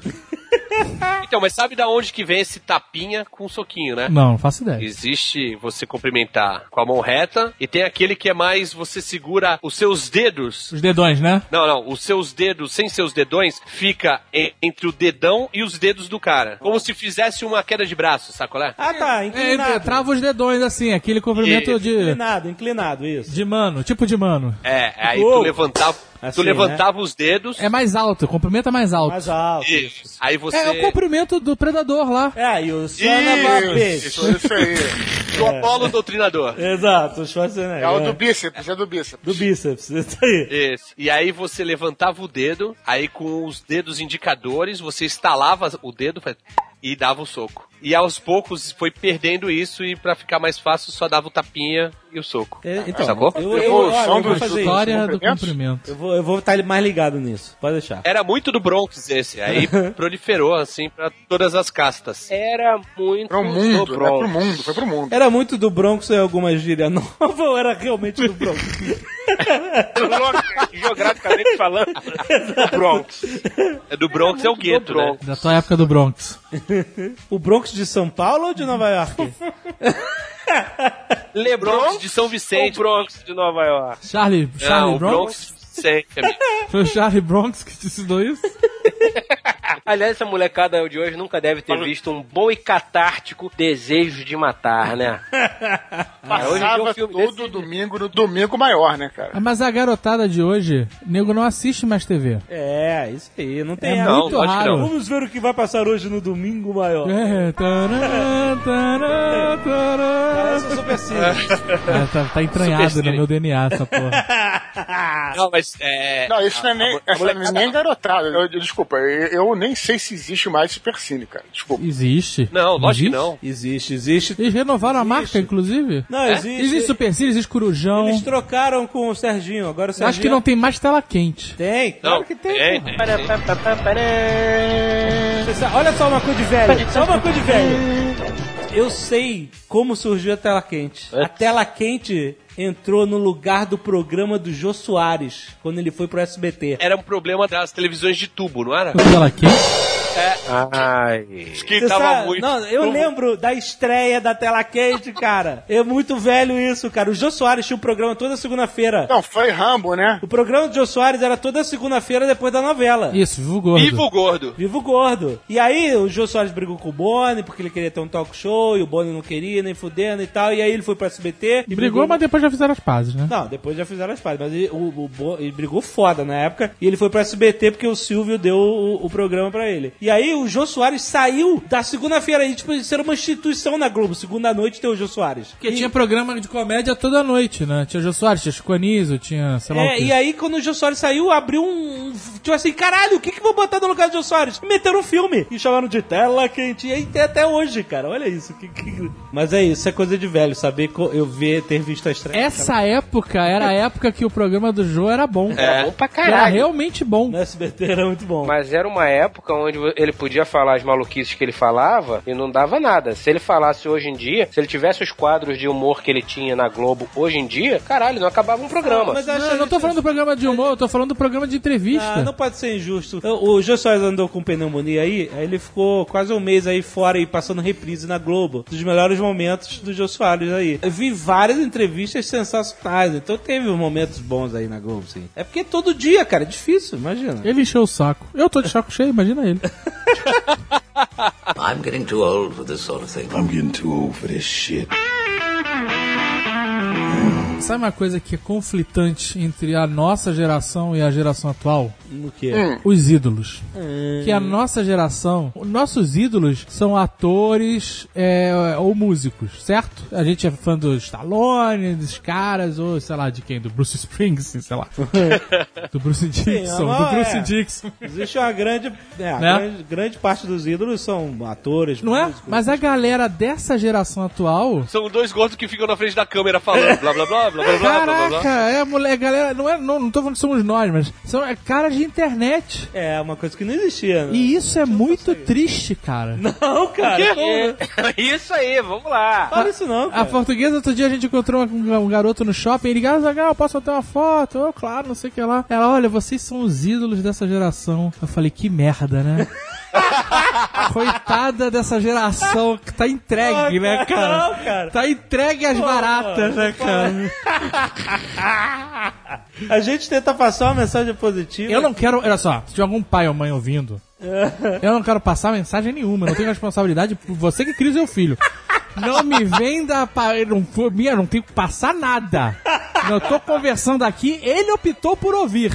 [SPEAKER 4] Então, mas sabe da onde que vem esse tapinha com soquinho, né?
[SPEAKER 6] Não, não faço ideia.
[SPEAKER 4] Existe você cumprimentar com a mão reta e tem aquele que é mais você segura os seus dedos.
[SPEAKER 6] Os dedões, né?
[SPEAKER 4] Não, não, os seus dedos, sem seus dedões, fica e- entre o dedão e os dedos do cara. Como se fizesse uma queda de braço, sacolé?
[SPEAKER 2] Ah, tá,
[SPEAKER 6] É, entre-
[SPEAKER 2] inclinado.
[SPEAKER 6] trava os dedões assim, aquele comprimento
[SPEAKER 4] Isso.
[SPEAKER 6] de,
[SPEAKER 2] Inclinado, inclinado, isso.
[SPEAKER 6] de mano, tipo de mano.
[SPEAKER 4] É, aí tu
[SPEAKER 2] Uou.
[SPEAKER 4] levantava,
[SPEAKER 2] Assim,
[SPEAKER 4] tu levantava os dedos.
[SPEAKER 6] É mais alto, o comprimento é mais alto.
[SPEAKER 2] Mais alto.
[SPEAKER 4] e- Aí você.
[SPEAKER 6] É o comprimento do predador lá.
[SPEAKER 2] É, e o Sanabapês.
[SPEAKER 3] Isso, isso aí.
[SPEAKER 4] do Apolo Doutrinador.
[SPEAKER 2] Exato, o
[SPEAKER 3] É o do
[SPEAKER 2] Schwarzenegger.
[SPEAKER 3] bíceps, é do bíceps.
[SPEAKER 2] Do bíceps, <laughs> isso aí.
[SPEAKER 4] Isso. E aí você levantava o dedo, aí com os dedos indicadores, você estalava o dedo faz- e dava o soco. E aos poucos foi perdendo isso e pra ficar mais fácil só dava o tapinha e o soco.
[SPEAKER 2] É, então,
[SPEAKER 4] Sacou?
[SPEAKER 2] Eu, eu,
[SPEAKER 3] Evolução
[SPEAKER 2] olha, eu vou
[SPEAKER 3] dos-
[SPEAKER 2] fazer isso.
[SPEAKER 6] História do
[SPEAKER 3] comprimentos?
[SPEAKER 6] comprimento.
[SPEAKER 2] Eu vou, eu vou estar mais ligado nisso, pode deixar.
[SPEAKER 4] Era muito do Bronx
[SPEAKER 3] <laughs>
[SPEAKER 4] esse, aí proliferou assim pra todas as castas.
[SPEAKER 5] Era muito
[SPEAKER 3] Pro mundo, né?
[SPEAKER 5] dobrão.
[SPEAKER 3] Pro mundo, foi pro mundo.
[SPEAKER 2] Era muito do Bronx ou é alguma gíria <laughs> nova ou era realmente do Bronx?
[SPEAKER 5] Geograficamente falando, Bronx.
[SPEAKER 4] É do Bronx é, o gueto, né?
[SPEAKER 6] Da tua época do Bronx.
[SPEAKER 2] O Bronx de São Paulo ou de Nova York?
[SPEAKER 4] Le Bronx de São Vicente.
[SPEAKER 5] Bronx de Nova York.
[SPEAKER 6] Charlie, Charlie
[SPEAKER 4] Não, o
[SPEAKER 6] Bronx?
[SPEAKER 4] Bronx é- de Vicente, amigo.
[SPEAKER 6] Foi o Charlie Bronx que te
[SPEAKER 4] <laughs>
[SPEAKER 6] ensinou isso?
[SPEAKER 5] <laughs> Aliás, essa molecada de hoje nunca deve ter visto um bom e catártico desejo de matar, né?
[SPEAKER 3] Passava
[SPEAKER 5] filme
[SPEAKER 3] todo
[SPEAKER 5] desse-
[SPEAKER 3] domingo no domingo maior, né, cara?
[SPEAKER 6] Ah, Mas a garotada de hoje, nego não assiste mais TV.
[SPEAKER 2] É, isso aí, não tem
[SPEAKER 6] É
[SPEAKER 2] essa.
[SPEAKER 6] muito
[SPEAKER 4] lógico que
[SPEAKER 6] raro.
[SPEAKER 4] não.
[SPEAKER 2] Vamos ver o que vai passar hoje no domingo maior.
[SPEAKER 6] É, tará, tará, tará.
[SPEAKER 2] Essa é super simples.
[SPEAKER 6] Ah, tá, tá entranhado no meu DNA
[SPEAKER 4] <laughs>
[SPEAKER 6] essa porra.
[SPEAKER 4] Não, mas é.
[SPEAKER 3] Não, isso não é nem, essa não é
[SPEAKER 4] molecada-
[SPEAKER 3] nem garotada. Eu- eu- desculpa, eu, eu nem sei se existe mais Supercine, cara. Desculpa.
[SPEAKER 6] Existe.
[SPEAKER 4] Não, lógico que não.
[SPEAKER 2] Existe, existe.
[SPEAKER 6] Eles renovaram a marca, inclusive? É?
[SPEAKER 2] Não, existe.
[SPEAKER 6] Existe Super Cine, existe Corujão.
[SPEAKER 2] Eles trocaram com o Serginho, agora o Serginho... é
[SPEAKER 6] Acho que não tem mais tela quente.
[SPEAKER 2] Tem, claro que tem.
[SPEAKER 4] é,
[SPEAKER 2] porra.
[SPEAKER 4] é.
[SPEAKER 2] Você sa- Olha só uma coisa de velho. Só uma coisa de velho. <laughs> Eu sei como surgiu a tela quente. A tela quente entrou no lugar do programa do Jô Soares, quando ele foi pro SBT.
[SPEAKER 4] Era um problema das televisões de tubo, não era? É.
[SPEAKER 6] O tela quente?
[SPEAKER 5] Ai.
[SPEAKER 4] Acho que
[SPEAKER 2] Você
[SPEAKER 4] tava
[SPEAKER 2] sabe-
[SPEAKER 4] muito.
[SPEAKER 2] Não, eu lembro da estreia da tela quente, <laughs> cara. É muito velho isso, cara. O Jô Soares tinha um programa toda segunda-feira.
[SPEAKER 3] Não, foi Rambo, né?
[SPEAKER 2] O programa do Jô Soares era toda segunda-feira depois da novela.
[SPEAKER 6] Isso, vivo gordo.
[SPEAKER 4] Viva o gordo.
[SPEAKER 2] Vivo gordo. E aí o Jô Soares brigou com o Boni, porque ele queria ter um talk show, e o Boni não queria, nem fudendo e tal. E aí ele foi pro SBT. E
[SPEAKER 6] Brigou, mas depois já fizeram as pazes, né?
[SPEAKER 2] Não, depois já fizeram as partes, mas ele, o, o Bo- ele brigou foda na época e ele foi pro SBT porque o Silvio deu o, o programa pra ele. E aí o Jô Soares saiu da segunda-feira e tipo, isso era uma instituição na Globo. Segunda noite tem o Jô Soares.
[SPEAKER 6] Porque tinha programa de comédia toda noite, né? Tinha Jô Soares, tinha Chico Anísio, tinha, sei lá o
[SPEAKER 2] É,
[SPEAKER 6] quê.
[SPEAKER 2] e aí quando o Jô Soares saiu, abriu um. um- Tipo assim, caralho, o que que eu vou botar no lugar do Jô Soares? E meteram um filme. E chamaram de tela quente. E aí tem até hoje, cara. Olha isso. que- que- Mas é isso, é coisa de velho, saber co- eu ver, ter visto a estreia.
[SPEAKER 6] Essa época era a época que o programa do Jô era bom.
[SPEAKER 2] É.
[SPEAKER 5] Era bom pra
[SPEAKER 6] Era
[SPEAKER 5] caralho.
[SPEAKER 6] realmente bom.
[SPEAKER 2] No SBT era muito bom.
[SPEAKER 5] Mas era uma época onde ele podia falar as maluquices que ele falava e não dava nada. Se ele falasse hoje em dia, se ele tivesse os quadros de humor que ele tinha na Globo hoje em dia, caralho, não acabava um programa.
[SPEAKER 2] Mas
[SPEAKER 6] Não,
[SPEAKER 2] acho
[SPEAKER 6] eu não tô
[SPEAKER 2] isso-
[SPEAKER 6] falando do programa de humor, eu tô falando do programa de entrevista.
[SPEAKER 2] Ah, não pode ser injusto. O o Jô Soares andou com pneumonia aí, aí ele ficou quase um mês aí fora e passando reprise na Globo. Dos melhores momentos do Jô Soares aí. Eu vi várias entrevistas sensacionais, então teve momentos bons aí na Globo, sim. É porque é todo dia, cara, é difícil, imagina.
[SPEAKER 6] Ele encheu o saco. Eu tô de saco cheio, imagina ele.
[SPEAKER 11] I'm getting too old for this sort of thing.
[SPEAKER 1] I'm getting too old for this shit.
[SPEAKER 6] Sabe uma coisa que é conflitante entre a nossa geração e a geração atual?
[SPEAKER 2] No quê?
[SPEAKER 6] é? Os ídolos.
[SPEAKER 4] É.
[SPEAKER 6] Que a nossa geração, os nossos ídolos são atores é, ou músicos, certo? A gente é fã do Stallone, dos caras, ou sei lá, de quem? Do Bruce Springsteen,
[SPEAKER 4] <laughs>
[SPEAKER 6] sei lá. do Bruce Dixon,
[SPEAKER 2] mas
[SPEAKER 6] do Bruce
[SPEAKER 2] é.
[SPEAKER 6] Dixon.
[SPEAKER 2] Existe uma grande, é, a
[SPEAKER 6] Né?
[SPEAKER 2] grande. grande parte dos ídolos são atores.
[SPEAKER 6] Não é?
[SPEAKER 2] músicos.
[SPEAKER 6] Mas a galera dessa geração atual.
[SPEAKER 4] São dois gordos que ficam na frente da câmera falando blá blá blá blá blá blá blá blá.
[SPEAKER 6] Caraca, é mulher, galera, não é, não, não tô falando que somos nós, mas são é, caras de internet.
[SPEAKER 9] É, uma coisa que não existia, né?
[SPEAKER 6] E isso é muito triste, cara.
[SPEAKER 9] Não, cara.
[SPEAKER 5] Isso aí, vamos lá.
[SPEAKER 9] Fala isso não,
[SPEAKER 6] A
[SPEAKER 9] cara.
[SPEAKER 6] portuguesa, outro dia a gente encontrou um, um garoto no shopping, ele ligava, Zagal, posso ter uma foto? Eu, claro, não sei o que lá. Ela, olha, vocês são os ídolos dessa geração. Eu falei, que merda, né? <laughs> Coitada dessa geração que tá entregue,
[SPEAKER 9] Ah,
[SPEAKER 6] né, cara?
[SPEAKER 9] não, cara.
[SPEAKER 6] Tá entregue às baratas, né, cara?
[SPEAKER 9] A gente tenta passar uma mensagem positiva.
[SPEAKER 6] Eu não quero, olha só, se tiver algum pai ou mãe ouvindo, eu não quero passar mensagem nenhuma, eu não tenho responsabilidade por você que cria o seu filho. Não me venda para. Não, for minha, não tenho que passar nada. Eu tô conversando aqui, ele optou por ouvir.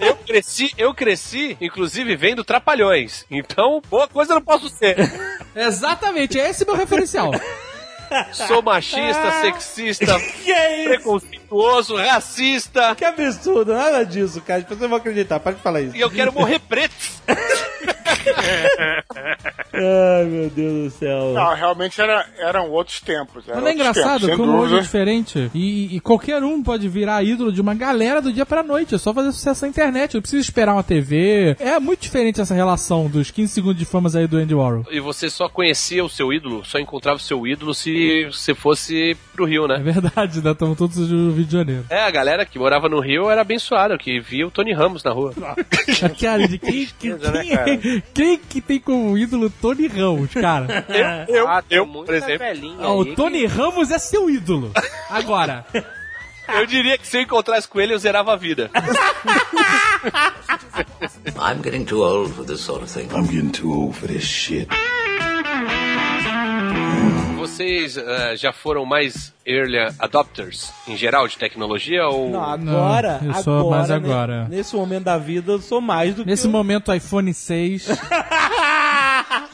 [SPEAKER 4] Eu cresci, eu cresci, inclusive, vendo Trapalhões. Então, boa coisa eu não posso
[SPEAKER 6] <laughs>
[SPEAKER 4] ser.
[SPEAKER 6] Exatamente, é esse meu referencial.
[SPEAKER 4] Sou machista,
[SPEAKER 6] Ah.
[SPEAKER 4] sexista,
[SPEAKER 9] Que é isso?
[SPEAKER 4] preconceituoso, racista.
[SPEAKER 9] Que absurdo, nada disso, cara. As pessoas vão acreditar, para de falar isso.
[SPEAKER 4] E eu quero morrer preto.
[SPEAKER 9] Ai, meu Deus do céu.
[SPEAKER 3] Não, realmente era, eram outros tempos. eram
[SPEAKER 6] Mas não é
[SPEAKER 3] outros
[SPEAKER 6] engraçado
[SPEAKER 3] tempos, sem
[SPEAKER 6] como hoje é
[SPEAKER 3] dúvida.
[SPEAKER 6] diferente. E, e qualquer um pode virar ídolo de uma galera do dia pra noite. É só fazer sucesso na internet. Não precisa esperar uma TV. É muito diferente essa relação dos 15 segundos de famas aí do Andy Warhol.
[SPEAKER 4] E você só conhecia o seu ídolo, só encontrava o seu ídolo se você fosse pro Rio, né?
[SPEAKER 6] É verdade, né? Estamos todos no Rio de <laughs> Janeiro.
[SPEAKER 4] É, a galera que morava no Rio era abençoada, que via o Tony Ramos na rua.
[SPEAKER 6] A cara de quem, quem,
[SPEAKER 5] Tristeza, né,
[SPEAKER 6] quem, é- quem que tem como ídolo Tony Ramos, <laughs> cara?
[SPEAKER 4] Eu, eu,
[SPEAKER 5] <laughs> Ah, tem
[SPEAKER 4] eu,
[SPEAKER 5] muita
[SPEAKER 4] por exemplo,
[SPEAKER 5] velhinha
[SPEAKER 6] Ah,
[SPEAKER 5] aí
[SPEAKER 6] o
[SPEAKER 5] que-
[SPEAKER 6] Tony Ramos é seu ídolo. Agora,
[SPEAKER 4] eu diria que se eu encontrasse com ele, eu zerava a vida.
[SPEAKER 8] I'm getting too old for this sort of thing.
[SPEAKER 1] I'm getting too old for this shit.
[SPEAKER 4] Vocês eh, já foram mais early adopters, em geral, de tecnologia? Ou...
[SPEAKER 9] Não, agora,
[SPEAKER 6] Não, eu sou
[SPEAKER 9] agora,
[SPEAKER 6] mais
[SPEAKER 9] né?
[SPEAKER 6] agora.
[SPEAKER 9] Nesse momento da vida, eu sou mais do
[SPEAKER 6] nesse
[SPEAKER 9] que.
[SPEAKER 6] momento, iPhone 6.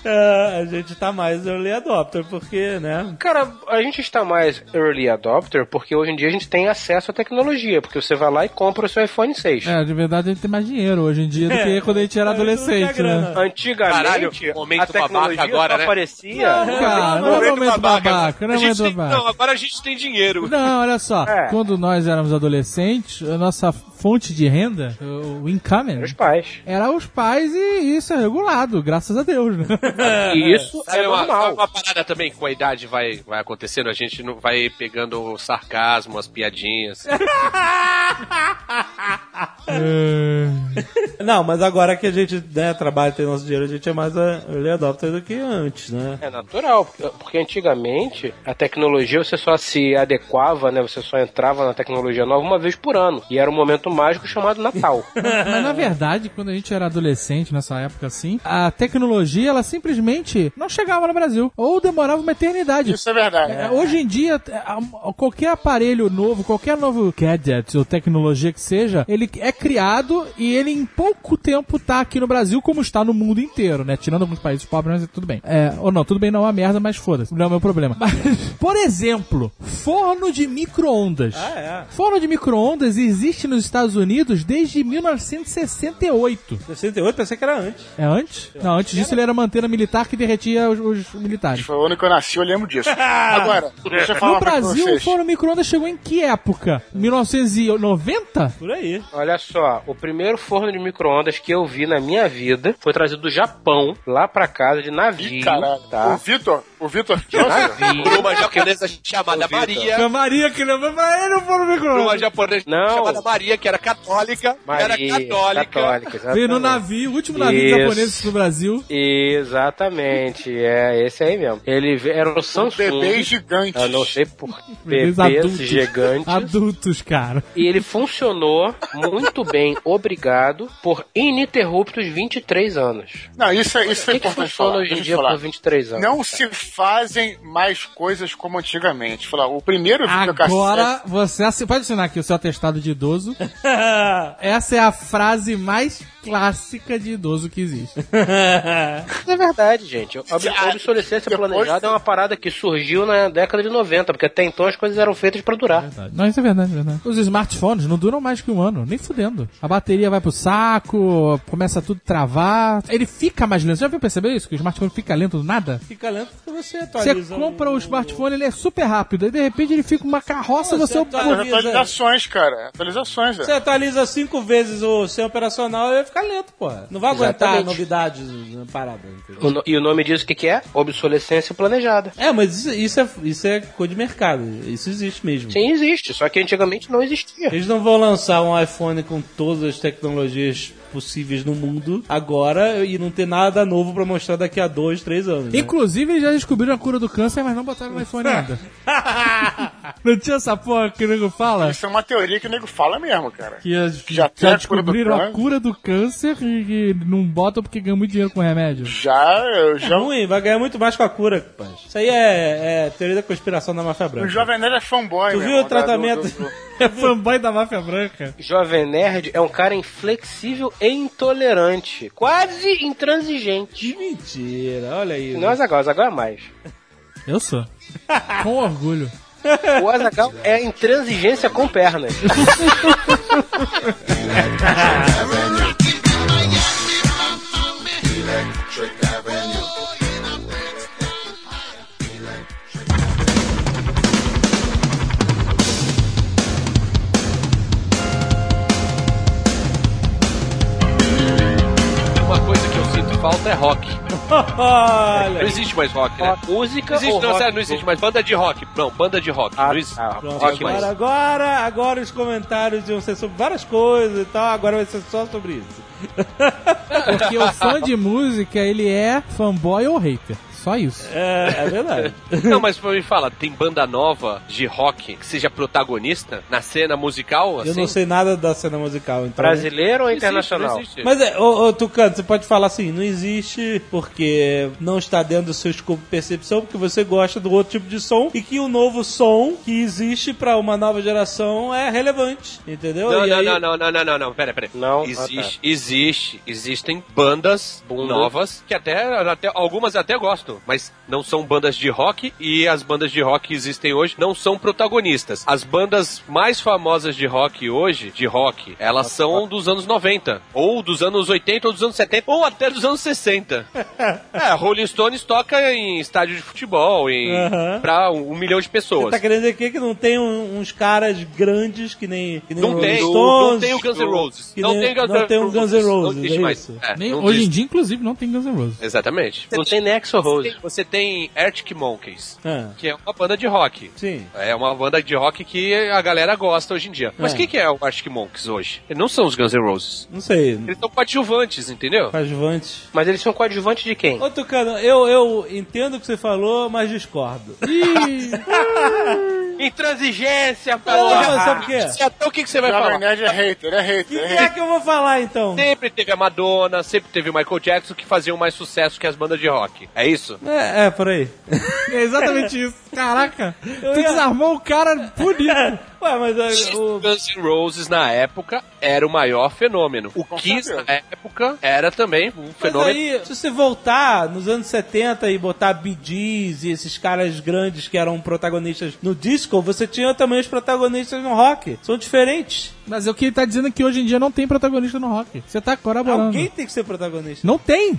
[SPEAKER 9] É, a gente tá mais early adopter, porque, né?
[SPEAKER 5] Cara, a gente está mais early adopter porque hoje em dia a gente tem acesso à tecnologia, porque você vai lá e compra o seu iPhone 6.
[SPEAKER 6] É, de verdade, ele tem mais dinheiro hoje em dia do que quando a gente era
[SPEAKER 9] É, muita
[SPEAKER 6] adolescente,
[SPEAKER 9] grana.
[SPEAKER 6] né?
[SPEAKER 4] Caralho,
[SPEAKER 5] Antigamente,
[SPEAKER 4] momento
[SPEAKER 5] a tecnologia
[SPEAKER 4] babaca agora,
[SPEAKER 5] só
[SPEAKER 4] né?
[SPEAKER 5] aparecia...
[SPEAKER 6] Cara, não é momento babaca, não
[SPEAKER 4] A
[SPEAKER 6] é
[SPEAKER 4] gente
[SPEAKER 6] momento
[SPEAKER 4] tem- né? não,
[SPEAKER 6] babaca.
[SPEAKER 4] agora a gente tem dinheiro.
[SPEAKER 6] Não, olha só,
[SPEAKER 5] É.
[SPEAKER 6] quando nós éramos adolescentes, a nossa fonte de renda, o income,
[SPEAKER 5] Os pais.
[SPEAKER 6] era os pais e isso é regulado, graças a Deus, <laughs> né?
[SPEAKER 5] E isso é,
[SPEAKER 4] Sabe uma,
[SPEAKER 5] normal.
[SPEAKER 4] sabe uma parada também que com a idade vai, vai acontecendo, a gente não vai pegando o sarcasmo, as piadinhas.
[SPEAKER 9] Não, mas agora que a gente né, trabalha e tem nosso dinheiro, a gente é mais a early adopter do que antes, né?
[SPEAKER 5] É natural, porque, porque antigamente a tecnologia você só se adequava, né? Você só entrava na tecnologia nova uma vez por ano. E era um momento mágico chamado Natal.
[SPEAKER 6] Mas na verdade, quando a gente era adolescente, nessa época assim, a tecnologia ela simplesmente não chegava no Brasil ou demorava uma eternidade.
[SPEAKER 3] Isso é verdade.
[SPEAKER 6] É, Hoje em dia, t- a- a- qualquer aparelho novo, qualquer novo gadget ou tecnologia que seja, ele é criado e ele em pouco tempo tá aqui no Brasil, como está no mundo inteiro, né? Tirando alguns países pobres, mas tudo bem. É, ou não, tudo bem não é uma merda, mas foda-se. Não é o meu problema. <laughs> Mas, por exemplo, forno de micro-ondas.
[SPEAKER 9] Ah,
[SPEAKER 6] Forno de micro-ondas existe nos Estados Unidos desde 1968.
[SPEAKER 9] é. 68, pensei que era antes.
[SPEAKER 6] É antes? Não, antes disso ele era uma antena militar que derretia os- os militares.
[SPEAKER 3] Foi o ano que eu nasci, eu lembro
[SPEAKER 6] <laughs>
[SPEAKER 3] disso. Agora, deixa eu falar uma coisa
[SPEAKER 6] No
[SPEAKER 3] pra
[SPEAKER 6] Brasil, o
[SPEAKER 3] vocês.
[SPEAKER 6] forno micro-ondas chegou em que época? 1990?
[SPEAKER 9] Por aí. <laughs>
[SPEAKER 5] Olha só, o primeiro forno de micro-ondas que eu vi na minha vida foi trazido do Japão, lá pra casa, de navio.
[SPEAKER 3] Ih, caralho. O
[SPEAKER 5] Tá?
[SPEAKER 3] Vitor, o Vitor Johnson,
[SPEAKER 4] Por
[SPEAKER 5] Navio.
[SPEAKER 4] uma japonesa chamada Maria.
[SPEAKER 6] A Maria É. que levou pra ele o forno
[SPEAKER 4] Por
[SPEAKER 6] micro-ondas.
[SPEAKER 4] uma japonesa
[SPEAKER 5] Não.
[SPEAKER 4] chamada Maria, que era católica.
[SPEAKER 5] Maria,
[SPEAKER 4] era católica.
[SPEAKER 6] <laughs> Veio no
[SPEAKER 5] exatamente.
[SPEAKER 6] navio, o último navio
[SPEAKER 5] Isso.
[SPEAKER 6] japonês do Brasil.
[SPEAKER 5] Exatamente, é esse aí mesmo. Ele ve- era o
[SPEAKER 3] um
[SPEAKER 5] Samsung.
[SPEAKER 3] bebê gigante.
[SPEAKER 5] Eu não sei por
[SPEAKER 6] Bebês
[SPEAKER 5] bebês gigantes.
[SPEAKER 6] Adultos, cara.
[SPEAKER 5] E ele funcionou muito bem, obrigado, por ininterruptos 23 anos.
[SPEAKER 3] Não, isso é, isso
[SPEAKER 5] O
[SPEAKER 3] é
[SPEAKER 5] que, que
[SPEAKER 3] importante
[SPEAKER 5] funciona
[SPEAKER 3] falar.
[SPEAKER 5] hoje em
[SPEAKER 3] deixa eu
[SPEAKER 5] dia
[SPEAKER 3] falar.
[SPEAKER 5] por 23 anos?
[SPEAKER 3] Não se fazem mais coisas como antigamente. Falar, o primeiro
[SPEAKER 6] Agora você assi- pode assinar aqui o seu atestado de idoso. Essa é a frase mais clássica de idoso que existe.
[SPEAKER 5] Mas é verdade, gente. A ob-
[SPEAKER 3] Ah,
[SPEAKER 5] a obsolescência
[SPEAKER 3] depois-
[SPEAKER 5] planejada é uma parada que surgiu na década de 90, porque até então as coisas eram feitas pra durar.
[SPEAKER 6] Não, isso é verdade, é verdade. Os smartphones não duram mais que um ano, nem fudendo. A bateria vai pro saco, começa tudo a travar. Ele fica mais lento. Você já viu perceber isso? Que o smartphone fica lento do nada?
[SPEAKER 2] Fica lento porque você
[SPEAKER 6] Você
[SPEAKER 2] atualiza.
[SPEAKER 6] compra o smartphone, ele é super rápido. Aí de repente ele fica uma carroça no
[SPEAKER 2] Você
[SPEAKER 6] seu.
[SPEAKER 2] atualiza.
[SPEAKER 3] As é atualizações, cara. é Atualizações,
[SPEAKER 2] Você
[SPEAKER 3] velho.
[SPEAKER 2] atualiza cinco vezes o seu operacional e vai ficar lento, pô. Não vai aguentar
[SPEAKER 5] Exatamente.
[SPEAKER 2] tá novidades na parada. entendeu?
[SPEAKER 5] O no- e o nome disso o que, que é? Obsolescência planejada.
[SPEAKER 2] É, mas isso, isso é, isso é coisa de mercado. Isso existe mesmo.
[SPEAKER 5] Sim, existe, só que antigamente não existia.
[SPEAKER 2] Eles não vão lançar um iPhone com todas as tecnologias possíveis no mundo agora e não ter nada novo pra mostrar daqui a dois, três anos. né?
[SPEAKER 6] Inclusive, eles já descobriram a cura do câncer, mas não botaram no iPhone ainda. não tinha essa porra que o nego fala?
[SPEAKER 3] Isso é uma teoria que o nego fala mesmo, cara.
[SPEAKER 6] Que as- que já,
[SPEAKER 3] Já tem a cura do
[SPEAKER 6] descobriram a
[SPEAKER 3] câncer.
[SPEAKER 6] cura do câncer e, e não botam porque ganham muito dinheiro com remédio.
[SPEAKER 3] Já, eu já.
[SPEAKER 2] Tá Ruim, vai ganhar muito mais com a cura, rapaz. Isso aí é, é teoria da conspiração da máfia branca.
[SPEAKER 3] O Jovem Nerd é fanboy,
[SPEAKER 2] Tu
[SPEAKER 3] meu
[SPEAKER 2] viu
[SPEAKER 3] irmão,
[SPEAKER 2] o
[SPEAKER 3] da- do-
[SPEAKER 2] tratamento?
[SPEAKER 3] do-
[SPEAKER 2] <laughs>
[SPEAKER 3] do-
[SPEAKER 6] É fanboy da máfia branca.
[SPEAKER 5] Jovem Nerd é um cara inflexível e intolerante, quase intransigente.
[SPEAKER 2] Que mentira, olha aí.
[SPEAKER 5] Não é o Azaghal, o Azaghal é mais.
[SPEAKER 6] Eu sou. Com orgulho.
[SPEAKER 5] O Azaghal é intransigência com pernas.
[SPEAKER 4] Uma coisa que eu sinto falta é rock. Não
[SPEAKER 2] Olha,
[SPEAKER 4] existe mais rock, né?
[SPEAKER 5] Música
[SPEAKER 4] Não existe,
[SPEAKER 5] ou
[SPEAKER 4] não,
[SPEAKER 5] É. rock?
[SPEAKER 4] sério, não existe mais. Banda de rock. Não, banda de rock.
[SPEAKER 5] Ah,
[SPEAKER 4] não existe.
[SPEAKER 5] tá.
[SPEAKER 2] pronto,
[SPEAKER 4] rock
[SPEAKER 2] agora,
[SPEAKER 4] mais.
[SPEAKER 2] agora, agora os comentários iam ser sobre várias coisas e tal, agora vai ser só sobre isso.
[SPEAKER 6] Porque o fã de música, ele é fanboy ou hater. Só isso.
[SPEAKER 2] É, é verdade.
[SPEAKER 4] Não, mas me fala, tem banda nova de rock que seja protagonista na cena musical? Assim?
[SPEAKER 2] Eu não sei nada da cena musical, então.
[SPEAKER 5] Brasileiro ou
[SPEAKER 4] Não existe,
[SPEAKER 5] internacional?
[SPEAKER 4] não existe.
[SPEAKER 2] Mas é, ô, ô Tucano, você pode falar assim, não existe porque não está dentro do seu escopo de percepção, porque você gosta do outro tipo de som e que o novo som que existe para uma nova geração é relevante, entendeu?
[SPEAKER 4] Não,
[SPEAKER 2] E
[SPEAKER 4] não,
[SPEAKER 2] aí-
[SPEAKER 4] não, não, não, não, não, não, pera, pera.
[SPEAKER 5] Não? Ah,
[SPEAKER 2] tá.
[SPEAKER 4] existe, existe, existem bandas novas que até, até, algumas até gostam, mas não são bandas de rock e as bandas de rock que existem hoje não são protagonistas. As bandas mais famosas de rock hoje, de rock, elas são dos anos 90, ou dos anos 80, ou dos anos 70, ou até dos anos
[SPEAKER 2] <laughs>
[SPEAKER 4] 60. é, Rolling Stones toca em estádio de futebol, em,
[SPEAKER 2] Aham.
[SPEAKER 4] pra um, um milhão de
[SPEAKER 2] Você
[SPEAKER 4] pessoas.
[SPEAKER 2] tá querendo dizer aqui que não tem um- uns caras grandes que nem, que nem
[SPEAKER 4] Não
[SPEAKER 2] Rolling
[SPEAKER 4] tem,
[SPEAKER 2] Stones,
[SPEAKER 4] não tem o Guns N' Roses.
[SPEAKER 2] que
[SPEAKER 4] Não
[SPEAKER 2] nem-
[SPEAKER 4] tem Guns
[SPEAKER 2] não tem um Guns N' Roses,
[SPEAKER 4] Não existe
[SPEAKER 2] é
[SPEAKER 4] mais.
[SPEAKER 2] isso.
[SPEAKER 4] É,
[SPEAKER 6] Nem-
[SPEAKER 4] não
[SPEAKER 6] hoje em
[SPEAKER 4] existe.
[SPEAKER 6] dia, inclusive, não tem Guns N' Roses.
[SPEAKER 4] Exatamente.
[SPEAKER 5] Não tem Nexo Rose.
[SPEAKER 4] Você tem Arctic Monkeys,
[SPEAKER 2] Ah.
[SPEAKER 4] que é uma banda de rock.
[SPEAKER 2] Sim.
[SPEAKER 4] É uma banda de rock que a galera gosta hoje em dia. Mas
[SPEAKER 2] É.
[SPEAKER 4] o que, que é o Arctic Monkeys hoje? Eles não são os Guns N' Roses.
[SPEAKER 2] Não sei,
[SPEAKER 4] Eles são coadjuvantes, entendeu?
[SPEAKER 2] coadjuvante.
[SPEAKER 5] Mas eles são coadjuvantes de quem?
[SPEAKER 2] Ô Tucano, eu, eu entendo o que você falou, mas discordo.
[SPEAKER 5] Intransigência,
[SPEAKER 2] Não,
[SPEAKER 5] porra!
[SPEAKER 2] sabe por quê?
[SPEAKER 4] Então o que, que você vai
[SPEAKER 3] Jovem
[SPEAKER 4] falar?
[SPEAKER 3] Nerd é hater, é hater,
[SPEAKER 2] O
[SPEAKER 3] é
[SPEAKER 2] que é
[SPEAKER 3] hater.
[SPEAKER 2] que eu vou falar então?
[SPEAKER 4] Sempre teve a Madonna, sempre teve o Michael Jackson que faziam mais sucesso que as bandas de rock. É isso?
[SPEAKER 2] É, é, por aí.
[SPEAKER 6] É exatamente isso. Caraca,
[SPEAKER 2] Eu
[SPEAKER 6] tu
[SPEAKER 2] ia-
[SPEAKER 6] desarmou o cara bonito.
[SPEAKER 2] <laughs> Ué, mas ah, o,
[SPEAKER 4] Guns N' Roses na época era o maior fenômeno. O Kiss na época era também um
[SPEAKER 2] Mas
[SPEAKER 4] fenômeno.
[SPEAKER 2] aí, se você voltar nos anos 70 e botar Bee Gees e esses caras grandes que eram protagonistas no disco, você tinha também os protagonistas no rock. São diferentes.
[SPEAKER 6] Mas é o que ele tá dizendo é que hoje em dia não tem protagonista no rock. Você tá colaborando.
[SPEAKER 2] Alguém tem que ser protagonista.
[SPEAKER 6] Não tem.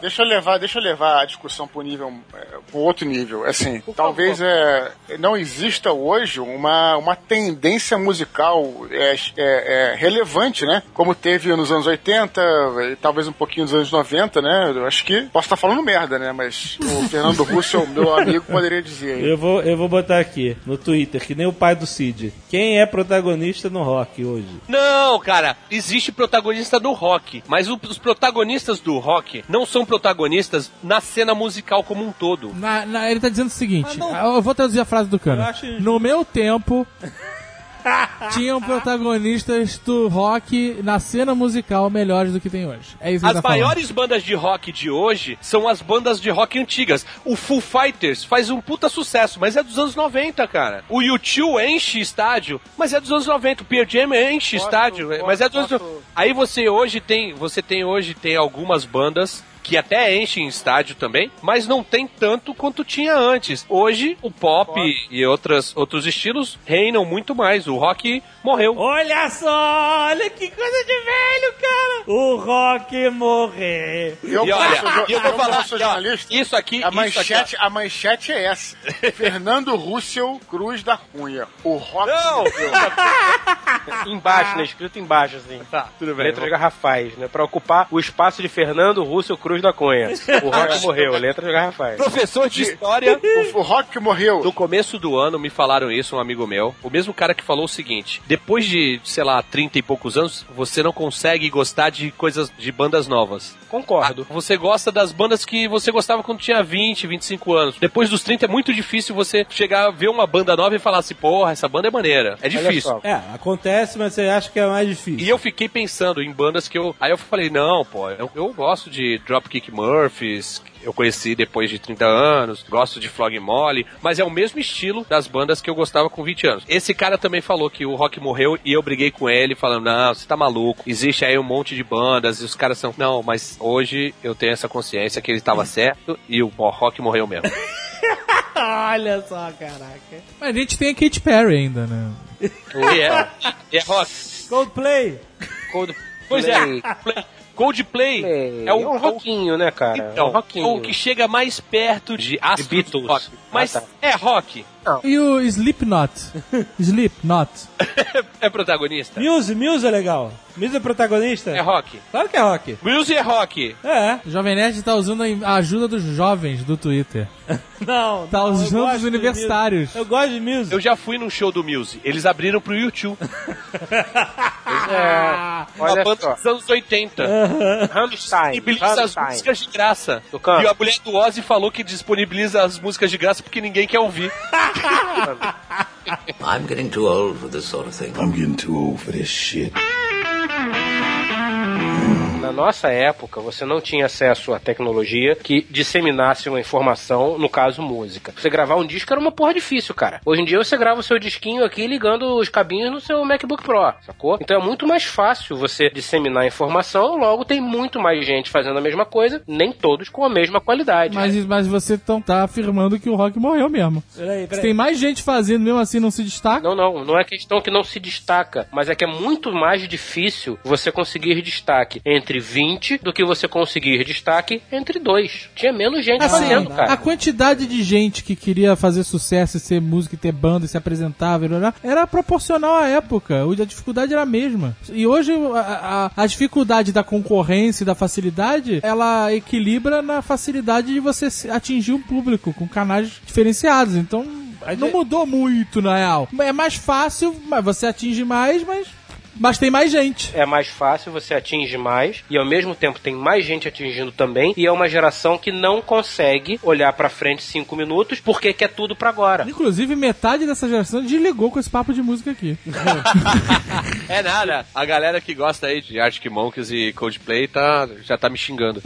[SPEAKER 3] Deixa eu levar, deixa eu levar a discussão pro nível, é, pro outro nível. Assim, talvez é, não exista hoje uma, uma tendência musical é, é, é, relevante, né? Como teve nos anos 80, e talvez um pouquinho nos anos 90, né? Eu acho que posso estar falando merda, né? Mas o Fernando Russo, é o meu amigo, poderia dizer. aí.
[SPEAKER 2] Eu vou, eu vou botar aqui no Twitter, que nem o pai do Cid. Quem é protagonista no rock hoje?
[SPEAKER 4] Não, cara, existe protagonista do rock, mas o- os protagonistas do rock não são protagonistas na cena musical como um todo.
[SPEAKER 6] Na- na- ele tá dizendo o seguinte: eu vou traduzir a frase do
[SPEAKER 2] Eu
[SPEAKER 6] Cano. <laughs>
[SPEAKER 2] acho injusto.
[SPEAKER 6] No meu tempo, tinham protagonistas do rock na cena musical melhores do que tem hoje. É isso que
[SPEAKER 4] As
[SPEAKER 6] você tá falando.
[SPEAKER 4] maiores bandas de rock de hoje são as bandas de rock antigas. O Foo Fighters faz um puta sucesso, mas é dos anos 90, cara. O U2 enche estádio, mas é dos anos 90. O Pearl Jam enche
[SPEAKER 3] Posso-
[SPEAKER 4] estádio,
[SPEAKER 3] posso-
[SPEAKER 4] mas é dos anos
[SPEAKER 3] posso-
[SPEAKER 4] Aí você hoje tem, você tem hoje tem algumas bandas que até enchem estádio também, mas não tem tanto quanto tinha antes. Hoje o pop e outras, outros estilos reinam muito mais. O rock morreu.
[SPEAKER 2] Olha só, olha que coisa de velho, cara. O rock morreu.
[SPEAKER 3] Eu,
[SPEAKER 4] E
[SPEAKER 3] como
[SPEAKER 4] olha,
[SPEAKER 3] sou jo-
[SPEAKER 4] e eu vou
[SPEAKER 3] como
[SPEAKER 4] falar
[SPEAKER 3] sou
[SPEAKER 4] aqui, ó,
[SPEAKER 3] jornalista,
[SPEAKER 4] isso aqui, é
[SPEAKER 3] a
[SPEAKER 4] isso aqui, ó.
[SPEAKER 3] manchete, a manchete é essa. Fernando Russell Cruz da Cunha. O rock
[SPEAKER 4] Não!
[SPEAKER 9] Ah.
[SPEAKER 5] Embaixo, né? Escrito embaixo, assim.
[SPEAKER 4] Tá, tudo bem.
[SPEAKER 5] Letras garrafais, né? Pra ocupar o espaço de Fernando Russell Cruz da Cunha.
[SPEAKER 9] <laughs>
[SPEAKER 5] O Rock morreu, letras garrafais.
[SPEAKER 4] Professor de
[SPEAKER 5] <laughs>
[SPEAKER 4] história
[SPEAKER 3] O, o rock
[SPEAKER 4] <laughs>
[SPEAKER 3] morreu.
[SPEAKER 4] No começo do ano me falaram isso, um amigo meu, o mesmo cara que falou o seguinte: depois de, sei lá, 30 e poucos anos, você não consegue gostar de coisas de bandas novas.
[SPEAKER 5] Concordo.
[SPEAKER 4] Ah, Você gosta das bandas que você gostava quando tinha 20, 25 anos. Depois dos 30 é muito difícil você chegar a ver uma banda nova e falar assim: "Porra, essa banda é maneira". É difícil.
[SPEAKER 5] só.
[SPEAKER 9] É, acontece, mas você acha que é mais difícil.
[SPEAKER 4] E eu fiquei pensando em bandas que eu. Aí eu falei, não, pô, eu, eu gosto de Dropkick Murphys, que eu conheci depois de 30 anos, gosto de Flog Molly, mas é o mesmo estilo das bandas que eu gostava com 20 anos. Esse cara também falou que o rock morreu e eu briguei com ele, falando, não, você tá maluco, existe aí um monte de bandas e os caras são. Não, mas hoje eu tenho essa consciência que ele tava certo e o rock morreu mesmo.
[SPEAKER 9] <laughs> Olha só, caraca.
[SPEAKER 6] Mas a gente tem a Katy Perry ainda, né?
[SPEAKER 4] e, é, e é rock.
[SPEAKER 2] Coldplay.
[SPEAKER 5] Cold-
[SPEAKER 4] Pois
[SPEAKER 5] Play.
[SPEAKER 4] é, Play- Coldplay
[SPEAKER 5] É um rockinho, né, cara? É
[SPEAKER 4] Então,
[SPEAKER 5] um rockinho.
[SPEAKER 4] o que chega mais perto de astro
[SPEAKER 5] Beatles.
[SPEAKER 4] do rock. Mas
[SPEAKER 5] Ah, tá.
[SPEAKER 4] é rock.
[SPEAKER 6] E o <laughs> Slipknot? Slipknot.
[SPEAKER 4] É protagonista.
[SPEAKER 9] Muse, Muse é legal. Muse é protagonista?
[SPEAKER 4] É rock.
[SPEAKER 9] Claro que é rock.
[SPEAKER 4] Muse é rock.
[SPEAKER 9] É.
[SPEAKER 6] O Jovem Nerd tá usando a ajuda dos jovens do Twitter.
[SPEAKER 9] Não,
[SPEAKER 6] Tá
[SPEAKER 9] não, eu
[SPEAKER 6] usando
[SPEAKER 9] gosto
[SPEAKER 6] os
[SPEAKER 9] de
[SPEAKER 6] universitários.
[SPEAKER 9] Muse. Eu gosto de Muse.
[SPEAKER 4] Eu já fui num show do Muse. Eles abriram pro <laughs> YouTube.
[SPEAKER 5] É,
[SPEAKER 4] Uma
[SPEAKER 5] olha
[SPEAKER 4] Ah, banda
[SPEAKER 5] só. Ah,
[SPEAKER 4] dos anos 80.
[SPEAKER 5] Rammstein.
[SPEAKER 4] Disponibiliza as
[SPEAKER 5] Rammstein.
[SPEAKER 4] músicas de graça.
[SPEAKER 5] Do canto.
[SPEAKER 4] E a mulher do Ozzy falou que disponibiliza as músicas de graça porque ninguém quer ouvir.
[SPEAKER 8] I'm getting too old for this sort of thing.
[SPEAKER 1] I'm getting too old for this shit.
[SPEAKER 5] Na nossa época, você não tinha acesso à tecnologia que disseminasse uma informação, no caso, música. Você gravar um disco era uma porra difícil, cara. Hoje em dia você grava o seu disquinho aqui ligando os cabinhos no seu MacBook Pro, sacou? Então é muito mais fácil você disseminar informação, logo tem muito mais gente fazendo
[SPEAKER 4] é
[SPEAKER 5] a mesma coisa, nem todos com a mesma qualidade.
[SPEAKER 6] Mas, mas você então tá afirmando que o rock morreu mesmo.
[SPEAKER 9] Peraí,
[SPEAKER 6] Se
[SPEAKER 9] peraí.
[SPEAKER 6] tem mais gente fazendo, mesmo assim não se destaca.
[SPEAKER 5] Não, não, não é questão que não se destaca, mas é que é muito mais difícil você conseguir destaque entre 20 do que você conseguir destaque entre 2. Tinha menos
[SPEAKER 4] Tá
[SPEAKER 5] gente
[SPEAKER 6] Assim,
[SPEAKER 4] né?
[SPEAKER 5] fazendo, cara.
[SPEAKER 6] a quantidade de gente que queria fazer sucesso e ser música e ter banda e se apresentar blá, blá, blá, era proporcional à época. Hoje A dificuldade era a mesma. E hoje a, a- a dificuldade da concorrência e da facilidade, ela equilibra na facilidade de você se- atingir um público com canais diferenciados. Então, não mudou muito, na real. É mais fácil, mas você atinge mais, mas, mas tem mais gente.
[SPEAKER 5] É mais fácil, você atinge mais e ao mesmo tempo tem mais gente atingindo também e é uma geração que não consegue olhar pra frente cinco minutos porque quer tudo pra agora.
[SPEAKER 6] Inclusive, metade dessa geração desligou com esse papo de música aqui.
[SPEAKER 4] <laughs> É nada. A galera que gosta aí de Arctic Monkeys e Coldplay tá, já tá me
[SPEAKER 5] <laughs>
[SPEAKER 4] xingando.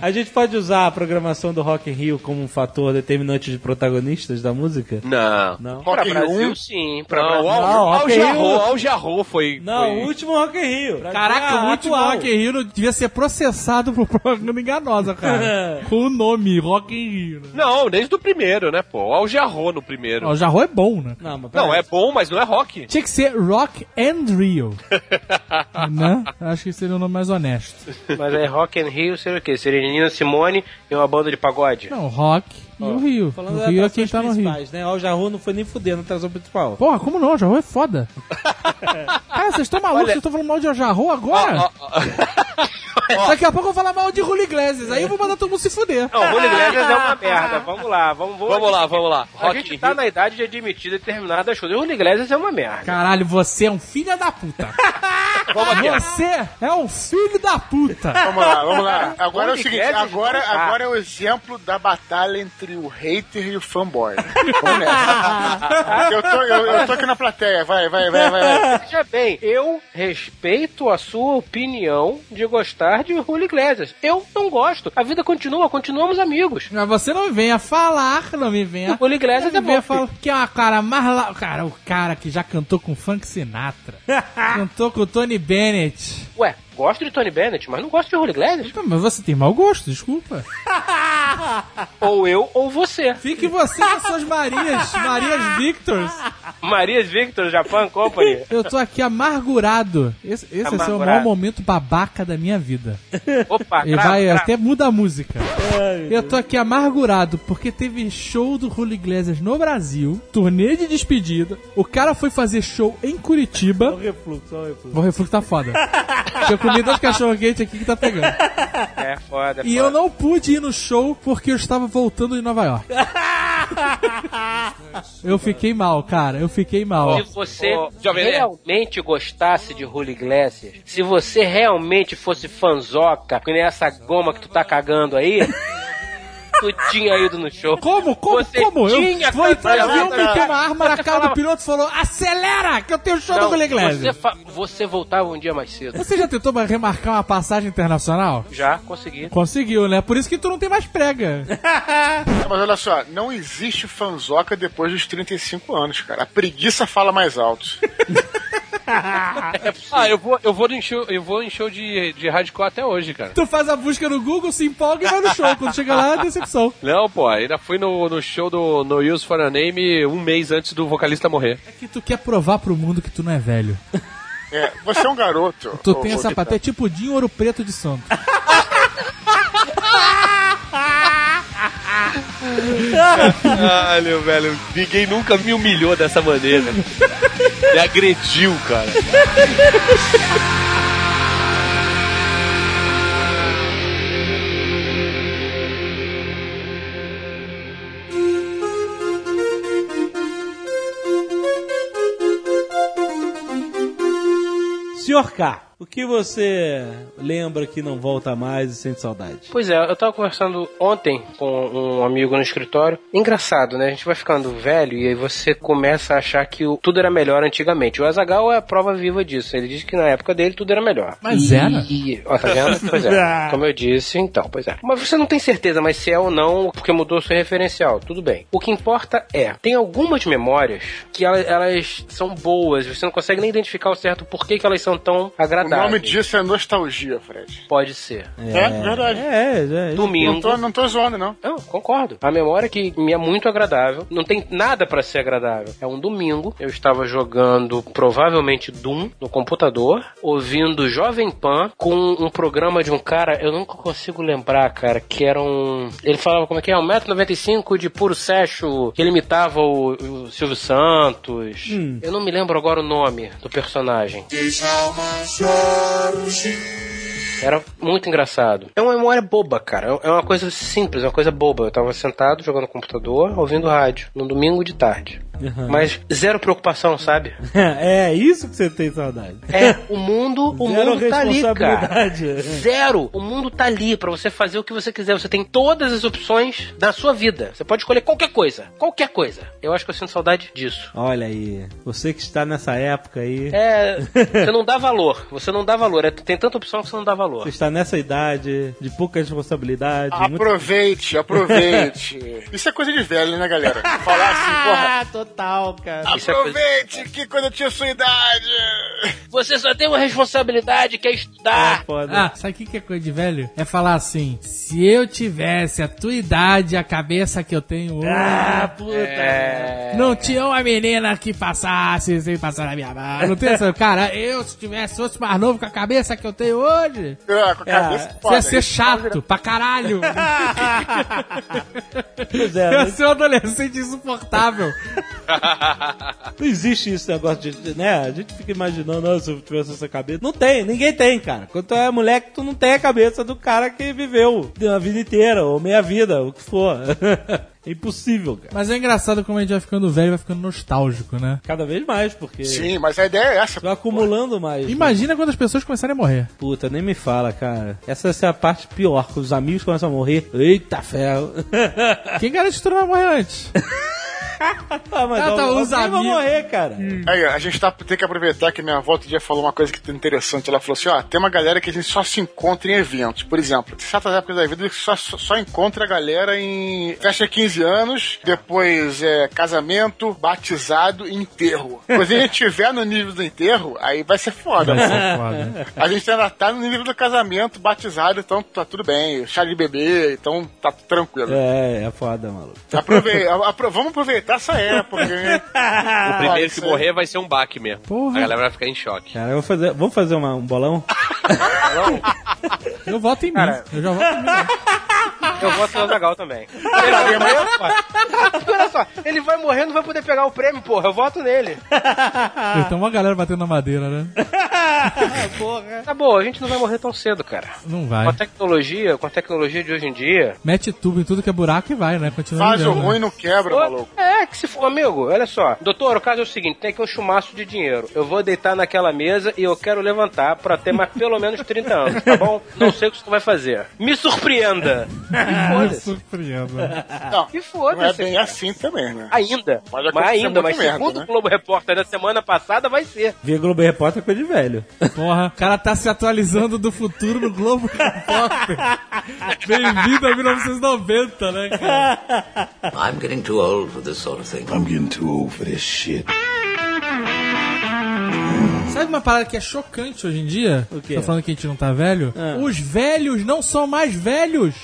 [SPEAKER 9] A gente pode usar a programação do Rock in Rio como um fator determinante de protagonistas da música?
[SPEAKER 4] Não.
[SPEAKER 9] Não.
[SPEAKER 5] Pra
[SPEAKER 3] Rock in
[SPEAKER 5] Brasil,
[SPEAKER 3] Rio.
[SPEAKER 5] sim. Pra
[SPEAKER 4] Não, o
[SPEAKER 5] Brasil.
[SPEAKER 9] Não,
[SPEAKER 4] Al- Al
[SPEAKER 9] ok.
[SPEAKER 4] Jarro- Al Jarro foi.
[SPEAKER 9] Não,
[SPEAKER 4] foi-
[SPEAKER 9] o último Rock in Rio.
[SPEAKER 6] Caraca, o último Rock in Rio não devia ser processado por propaganda enganosa, cara.
[SPEAKER 9] <laughs>
[SPEAKER 6] Com o nome Rock in Rio. Né?
[SPEAKER 4] Não, desde o primeiro, né, pô? Al Jarro no primeiro.
[SPEAKER 6] Ó, O Jarro é bom, né?
[SPEAKER 9] Não, mas
[SPEAKER 4] Não, é bom, mas não é rock.
[SPEAKER 6] Tinha que ser Rock and Rio.
[SPEAKER 9] <laughs>
[SPEAKER 6] né? Acho que seria o nome mais honesto.
[SPEAKER 5] Mas aí Rock in Rio seria o quê? Seria Nina Simone e uma banda de pagode?
[SPEAKER 6] Não, Rock e o Rio.
[SPEAKER 9] Falando
[SPEAKER 6] o Rio é
[SPEAKER 9] das
[SPEAKER 6] quem tá no Rio.
[SPEAKER 9] principais, né? Ó, O Jarro não foi nem fudendo na atração principal.
[SPEAKER 6] Porra, como não? O Jarro
[SPEAKER 9] <laughs>
[SPEAKER 6] é foda. Cara, vocês estão malucos? Vocês estão falando mal de Jarro agora? <laughs> Daqui a pouco eu vou falar mal de Julio Iglesias. Aí eu vou mandar todo mundo se fuder.
[SPEAKER 5] Não, Julio Iglesias é uma merda. Vamos lá, vamos,
[SPEAKER 4] Vamos lá, vamos lá.
[SPEAKER 5] A
[SPEAKER 4] Rock
[SPEAKER 5] gente
[SPEAKER 4] in
[SPEAKER 5] tá
[SPEAKER 4] Rio.
[SPEAKER 5] na idade de admitir determinadas coisas. O Julio Iglesias é uma merda.
[SPEAKER 6] Caralho, você é um filho da puta.
[SPEAKER 4] Vamos aqui.
[SPEAKER 6] Você é um filho da puta.
[SPEAKER 3] Vamos lá, vamos lá. Agora é o seguinte,
[SPEAKER 5] Podcast
[SPEAKER 3] agora,
[SPEAKER 5] não dá.
[SPEAKER 3] agora é o exemplo da batalha entre o hater e o fanboy. Vamos nessa. Eu tô, eu, eu tô aqui na plateia, vai, vai, vai, vai.
[SPEAKER 5] Veja bem, eu respeito a sua opinião de gostar de Julio Iglesias. Eu não gosto. A vida continua, continuamos amigos.
[SPEAKER 6] Mas você não venha falar, não me venha.
[SPEAKER 5] O Julio Iglesias
[SPEAKER 6] Não
[SPEAKER 5] é
[SPEAKER 6] me venha
[SPEAKER 5] bom.
[SPEAKER 6] falar que é uma cara mais la... Cara, o cara que já cantou com Frank
[SPEAKER 5] <laughs>
[SPEAKER 6] Sinatra. cantou com o Tony Bennett.
[SPEAKER 5] filho. Ué, gosto de Tony Bennett, mas não gosto de Julio Iglesias.
[SPEAKER 6] Pô, Mas você tem mau gosto, desculpa.
[SPEAKER 5] Ou eu ou você.
[SPEAKER 6] Fique você com suas Marias, Marias Victors.
[SPEAKER 5] Marias Victor, Japan Company.
[SPEAKER 6] Eu tô aqui amargurado. Esse, esse vai ser o
[SPEAKER 5] Amargurado.
[SPEAKER 6] maior momento babaca da minha vida.
[SPEAKER 5] Opa,
[SPEAKER 6] E
[SPEAKER 5] cravo,
[SPEAKER 6] vai
[SPEAKER 5] cravo.
[SPEAKER 6] até muda a música. Eu tô aqui amargurado porque teve show do Julio Iglesias no Brasil, turnê de despedida. O cara foi fazer show em Curitiba.
[SPEAKER 2] refluxo, só o refluxo.
[SPEAKER 6] O refluxo tá foda. Eu comi dois cachorro quente aqui que tá pegando.
[SPEAKER 5] É foda,
[SPEAKER 6] E eu não pude ir no show porque eu estava voltando de
[SPEAKER 2] <laughs>
[SPEAKER 6] Nova York. Eu fiquei mal, cara. Eu fiquei mal.
[SPEAKER 5] Se você
[SPEAKER 4] Ô, Jovem Nerd.
[SPEAKER 5] realmente gostasse de Julio Iglesias, se você realmente fosse fanzoca, que nem essa goma que tu tá
[SPEAKER 6] <laughs>
[SPEAKER 5] cagando aí, tu tinha ido no show.
[SPEAKER 6] Como? Como?
[SPEAKER 5] Você
[SPEAKER 6] como?
[SPEAKER 5] tinha
[SPEAKER 6] Eu vou entrar no
[SPEAKER 5] cantado
[SPEAKER 6] avião,
[SPEAKER 5] essa-
[SPEAKER 6] meti uma arma na
[SPEAKER 5] Você
[SPEAKER 6] cara do
[SPEAKER 5] falava-
[SPEAKER 6] piloto e falou: acelera, que eu tenho show do
[SPEAKER 5] Não,
[SPEAKER 6] Julio Iglesias.
[SPEAKER 5] você, fa- você voltava um dia mais cedo.
[SPEAKER 6] Você já tentou ma- remarcar uma passagem internacional?
[SPEAKER 5] Já consegui.
[SPEAKER 6] Conseguiu, né? Por isso que tu não tem mais prega.
[SPEAKER 3] Mas olha só, não existe fanzoca depois dos 35 anos, cara. A preguiça fala mais alto.
[SPEAKER 4] Ah, eu vou, eu vou em show, eu vou em show de, de hardcore até hoje, cara.
[SPEAKER 6] Tu faz a busca no Google, se empolga e vai no show. Quando chega lá, é decepção.
[SPEAKER 4] Não, pô, ainda fui no, no show do No Use for a Name um mês antes do vocalista morrer.
[SPEAKER 6] É que tu quer provar pro mundo que tu não é velho.
[SPEAKER 3] É, você é um garoto.
[SPEAKER 6] Tu
[SPEAKER 3] ô-
[SPEAKER 6] tem
[SPEAKER 3] ô,
[SPEAKER 6] essa
[SPEAKER 3] Vitão.
[SPEAKER 6] patente, é tipo Dinho Ouro Preto de Santo.
[SPEAKER 4] Caralho, velho, ninguém nunca me humilhou dessa maneira. Me agrediu, cara.
[SPEAKER 9] Senhor K, o que você lembra que não volta mais e sente saudade?
[SPEAKER 5] Pois é, eu tava conversando ontem com um amigo no escritório. Engraçado, né? A gente vai ficando velho e aí você começa a achar que o- tudo era melhor antigamente. O Azagal é a prova viva disso. Ele disse que na época dele tudo era melhor.
[SPEAKER 6] Mas
[SPEAKER 5] E-
[SPEAKER 6] era? Ah.
[SPEAKER 5] e- ó, tá
[SPEAKER 6] <laughs>
[SPEAKER 5] vendo? Pois é. Como eu disse, então, pois é. Mas você não tem certeza, mas se é ou não, porque mudou seu referencial, tudo bem. O que importa é, tem algumas memórias que ela- elas, são boas, você não consegue nem identificar o certo porquê que elas são tão
[SPEAKER 3] O
[SPEAKER 5] agradáveis.
[SPEAKER 3] nome disso é nostalgia, Fred.
[SPEAKER 5] Pode ser.
[SPEAKER 3] É, verdade.
[SPEAKER 9] É, é.
[SPEAKER 5] Domingo.
[SPEAKER 3] Não tô, não tô zoando, não.
[SPEAKER 5] Não, concordo. A memória que me é muito agradável. Não tem nada pra ser agradável. É um domingo. Eu estava jogando provavelmente Doom no computador, ouvindo Jovem Pan com um programa de um cara, eu nunca consigo lembrar, cara, que era um. Ele falava como é que é? 1,95m de puro sexo, que ele imitava o, o Silvio Santos. Eu não me lembro agora o nome do personagem. Era muito engraçado. É uma memória boba, cara. É uma coisa simples, é uma coisa boba. Eu tava sentado jogando computador, ouvindo rádio, num domingo de tarde. Mas zero
[SPEAKER 9] <laughs>
[SPEAKER 5] preocupação, sabe?
[SPEAKER 9] É isso que você tem saudade.
[SPEAKER 5] É, o mundo, o
[SPEAKER 9] Zero
[SPEAKER 5] mundo tá ali, cara.
[SPEAKER 9] responsabilidade.
[SPEAKER 5] Zero. O mundo tá ali pra você fazer o que você quiser. Você tem todas as opções da sua vida. Você pode escolher qualquer coisa. Qualquer coisa. Eu acho que eu sinto saudade disso.
[SPEAKER 9] Olha aí, você que está nessa época aí, <laughs>
[SPEAKER 5] É, você não dá valor. Você não dá valor. É, tem tanta opção que você não dá valor.
[SPEAKER 9] você está nessa idade de pouca responsabilidade.
[SPEAKER 3] Ah,
[SPEAKER 9] muito-
[SPEAKER 3] Aproveite, aproveite. Isso é coisa de velho, né, galera? Falar assim, porra.
[SPEAKER 9] total, cara.
[SPEAKER 5] Isso é coisa-
[SPEAKER 3] Aproveite que quando eu tinha sua idade.
[SPEAKER 5] Você só tem uma responsabilidade que é estudar.
[SPEAKER 9] Foda.
[SPEAKER 6] Ah, sabe o que que é coisa de velho? É falar assim: se eu tivesse a tua idade, a cabeça que eu tenho hoje.
[SPEAKER 9] É.
[SPEAKER 6] Não tinha uma menina que passasse sem passar na minha mão. Não tem essa. <laughs> Cara, eu se tivesse fosse mais novo com a cabeça que eu tenho hoje.
[SPEAKER 3] Ah, com a cabeça
[SPEAKER 6] Você
[SPEAKER 3] foda.
[SPEAKER 6] ia ser chato pra <laughs> caralho.
[SPEAKER 9] Pois é,
[SPEAKER 6] Eu
[SPEAKER 9] mas-
[SPEAKER 6] ia
[SPEAKER 9] é,
[SPEAKER 6] É.
[SPEAKER 9] né?
[SPEAKER 6] ser um adolescente insuportável.
[SPEAKER 9] Não existe esse negócio de, né? A gente fica imaginando, "Ah, se eu tivesse essa cabeça. Não tem, ninguém tem, cara. Quando tu é moleque, tu não tem a cabeça do cara que viveu a vida inteira, ou meia vida, o que for. <laughs> É impossível, cara.
[SPEAKER 6] Mas é engraçado como a gente vai ficando velho, vai ficando nostálgico, né?
[SPEAKER 9] Cada vez mais, porque
[SPEAKER 3] Sim, mas a ideia é essa.
[SPEAKER 9] tu vai acumulando mais. né?
[SPEAKER 6] Imagina quando as pessoas começarem a morrer.
[SPEAKER 9] Puta, nem me fala, cara. Essa, essa é a parte pior, quando os amigos começam a morrer. Eita
[SPEAKER 6] <laughs>
[SPEAKER 9] ferro.
[SPEAKER 6] Quem garante que tu não vai morrer antes?
[SPEAKER 9] ah, mas
[SPEAKER 6] Ah, tá,
[SPEAKER 9] alguém
[SPEAKER 6] os
[SPEAKER 9] vai
[SPEAKER 6] amigos. Hum.
[SPEAKER 9] morrer, cara.
[SPEAKER 3] Aí, ó, a gente tá, tem que aproveitar que minha avó outro dia falou uma coisa que tem interessante. Ela falou assim: ó, tem uma galera que a gente só se encontra em eventos. Por exemplo, tem certas épocas da vida que só, só, só encontra a galera em festa de 15 anos, depois é casamento, batizado e enterro. Quando a gente tiver no nível do enterro, aí vai ser foda. A gente ainda tá no nível do casamento, batizado, então tá tudo bem. Chá de bebê, então tá tudo tranquilo.
[SPEAKER 9] É, é foda, maluco.
[SPEAKER 3] Aprove- a- apro- vamos aproveitar essa época. né?
[SPEAKER 4] O primeiro que
[SPEAKER 3] isso aí.
[SPEAKER 4] morrer vai ser um baque mesmo.
[SPEAKER 6] Porra.
[SPEAKER 4] A galera vai ficar em choque.
[SPEAKER 9] Cara, eu vou fazer, vamos fazer uma- um bolão?
[SPEAKER 6] Eu voto em mim.
[SPEAKER 5] Cara,
[SPEAKER 6] Eu já voto em mim.
[SPEAKER 5] Eu voto no Azagal também. <laughs> Ele vai morrer, pô. Olha só, ele vai morrer, não vai poder pegar o prêmio, porra. Eu voto nele.
[SPEAKER 6] Então uma galera batendo na madeira, né?
[SPEAKER 5] Tá bom, a gente não vai morrer tão cedo, cara.
[SPEAKER 6] Não
[SPEAKER 5] Com
[SPEAKER 6] vai.
[SPEAKER 5] a tecnologia, com a tecnologia de hoje em dia.
[SPEAKER 6] Mete tubo em tudo que é buraco e vai, né? Continua
[SPEAKER 3] Faz o
[SPEAKER 6] vivendo, né?
[SPEAKER 3] ruim, não quebra, maluco.
[SPEAKER 5] É, que se for, amigo, olha só. Doutor, o caso é o seguinte: tem aqui um chumaço de dinheiro. Eu vou deitar naquela mesa e eu quero levantar pra ter mais pelo menos 30 anos, tá bom? Não sei o que você vai fazer.
[SPEAKER 6] <laughs>
[SPEAKER 5] Me surpreenda! E
[SPEAKER 6] Me
[SPEAKER 5] foda-se.
[SPEAKER 6] surpreenda.
[SPEAKER 3] Não,
[SPEAKER 5] E
[SPEAKER 3] não é
[SPEAKER 5] foda-se. Ah,
[SPEAKER 3] bem assim também, né?
[SPEAKER 5] Ainda.
[SPEAKER 3] Pode
[SPEAKER 5] mas
[SPEAKER 3] acontecer
[SPEAKER 5] ainda,
[SPEAKER 3] muita
[SPEAKER 5] mas
[SPEAKER 3] merda,
[SPEAKER 5] segundo
[SPEAKER 3] né?
[SPEAKER 5] o Globo Repórter da semana passada, vai ser.
[SPEAKER 9] Via Globo Repórter é coisa de velho.
[SPEAKER 6] Porra, o cara tá se atualizando do futuro no Globo <laughs> Repórter. Bem-vindo a 1990, né, cara?
[SPEAKER 8] I'm getting too old for this sort of thing.
[SPEAKER 1] I'm getting too old for this shit.
[SPEAKER 6] Sabe uma parada que é chocante hoje em dia? O
[SPEAKER 9] quê?
[SPEAKER 6] Tô falando que a gente não tá velho? Os velhos não são mais velhos.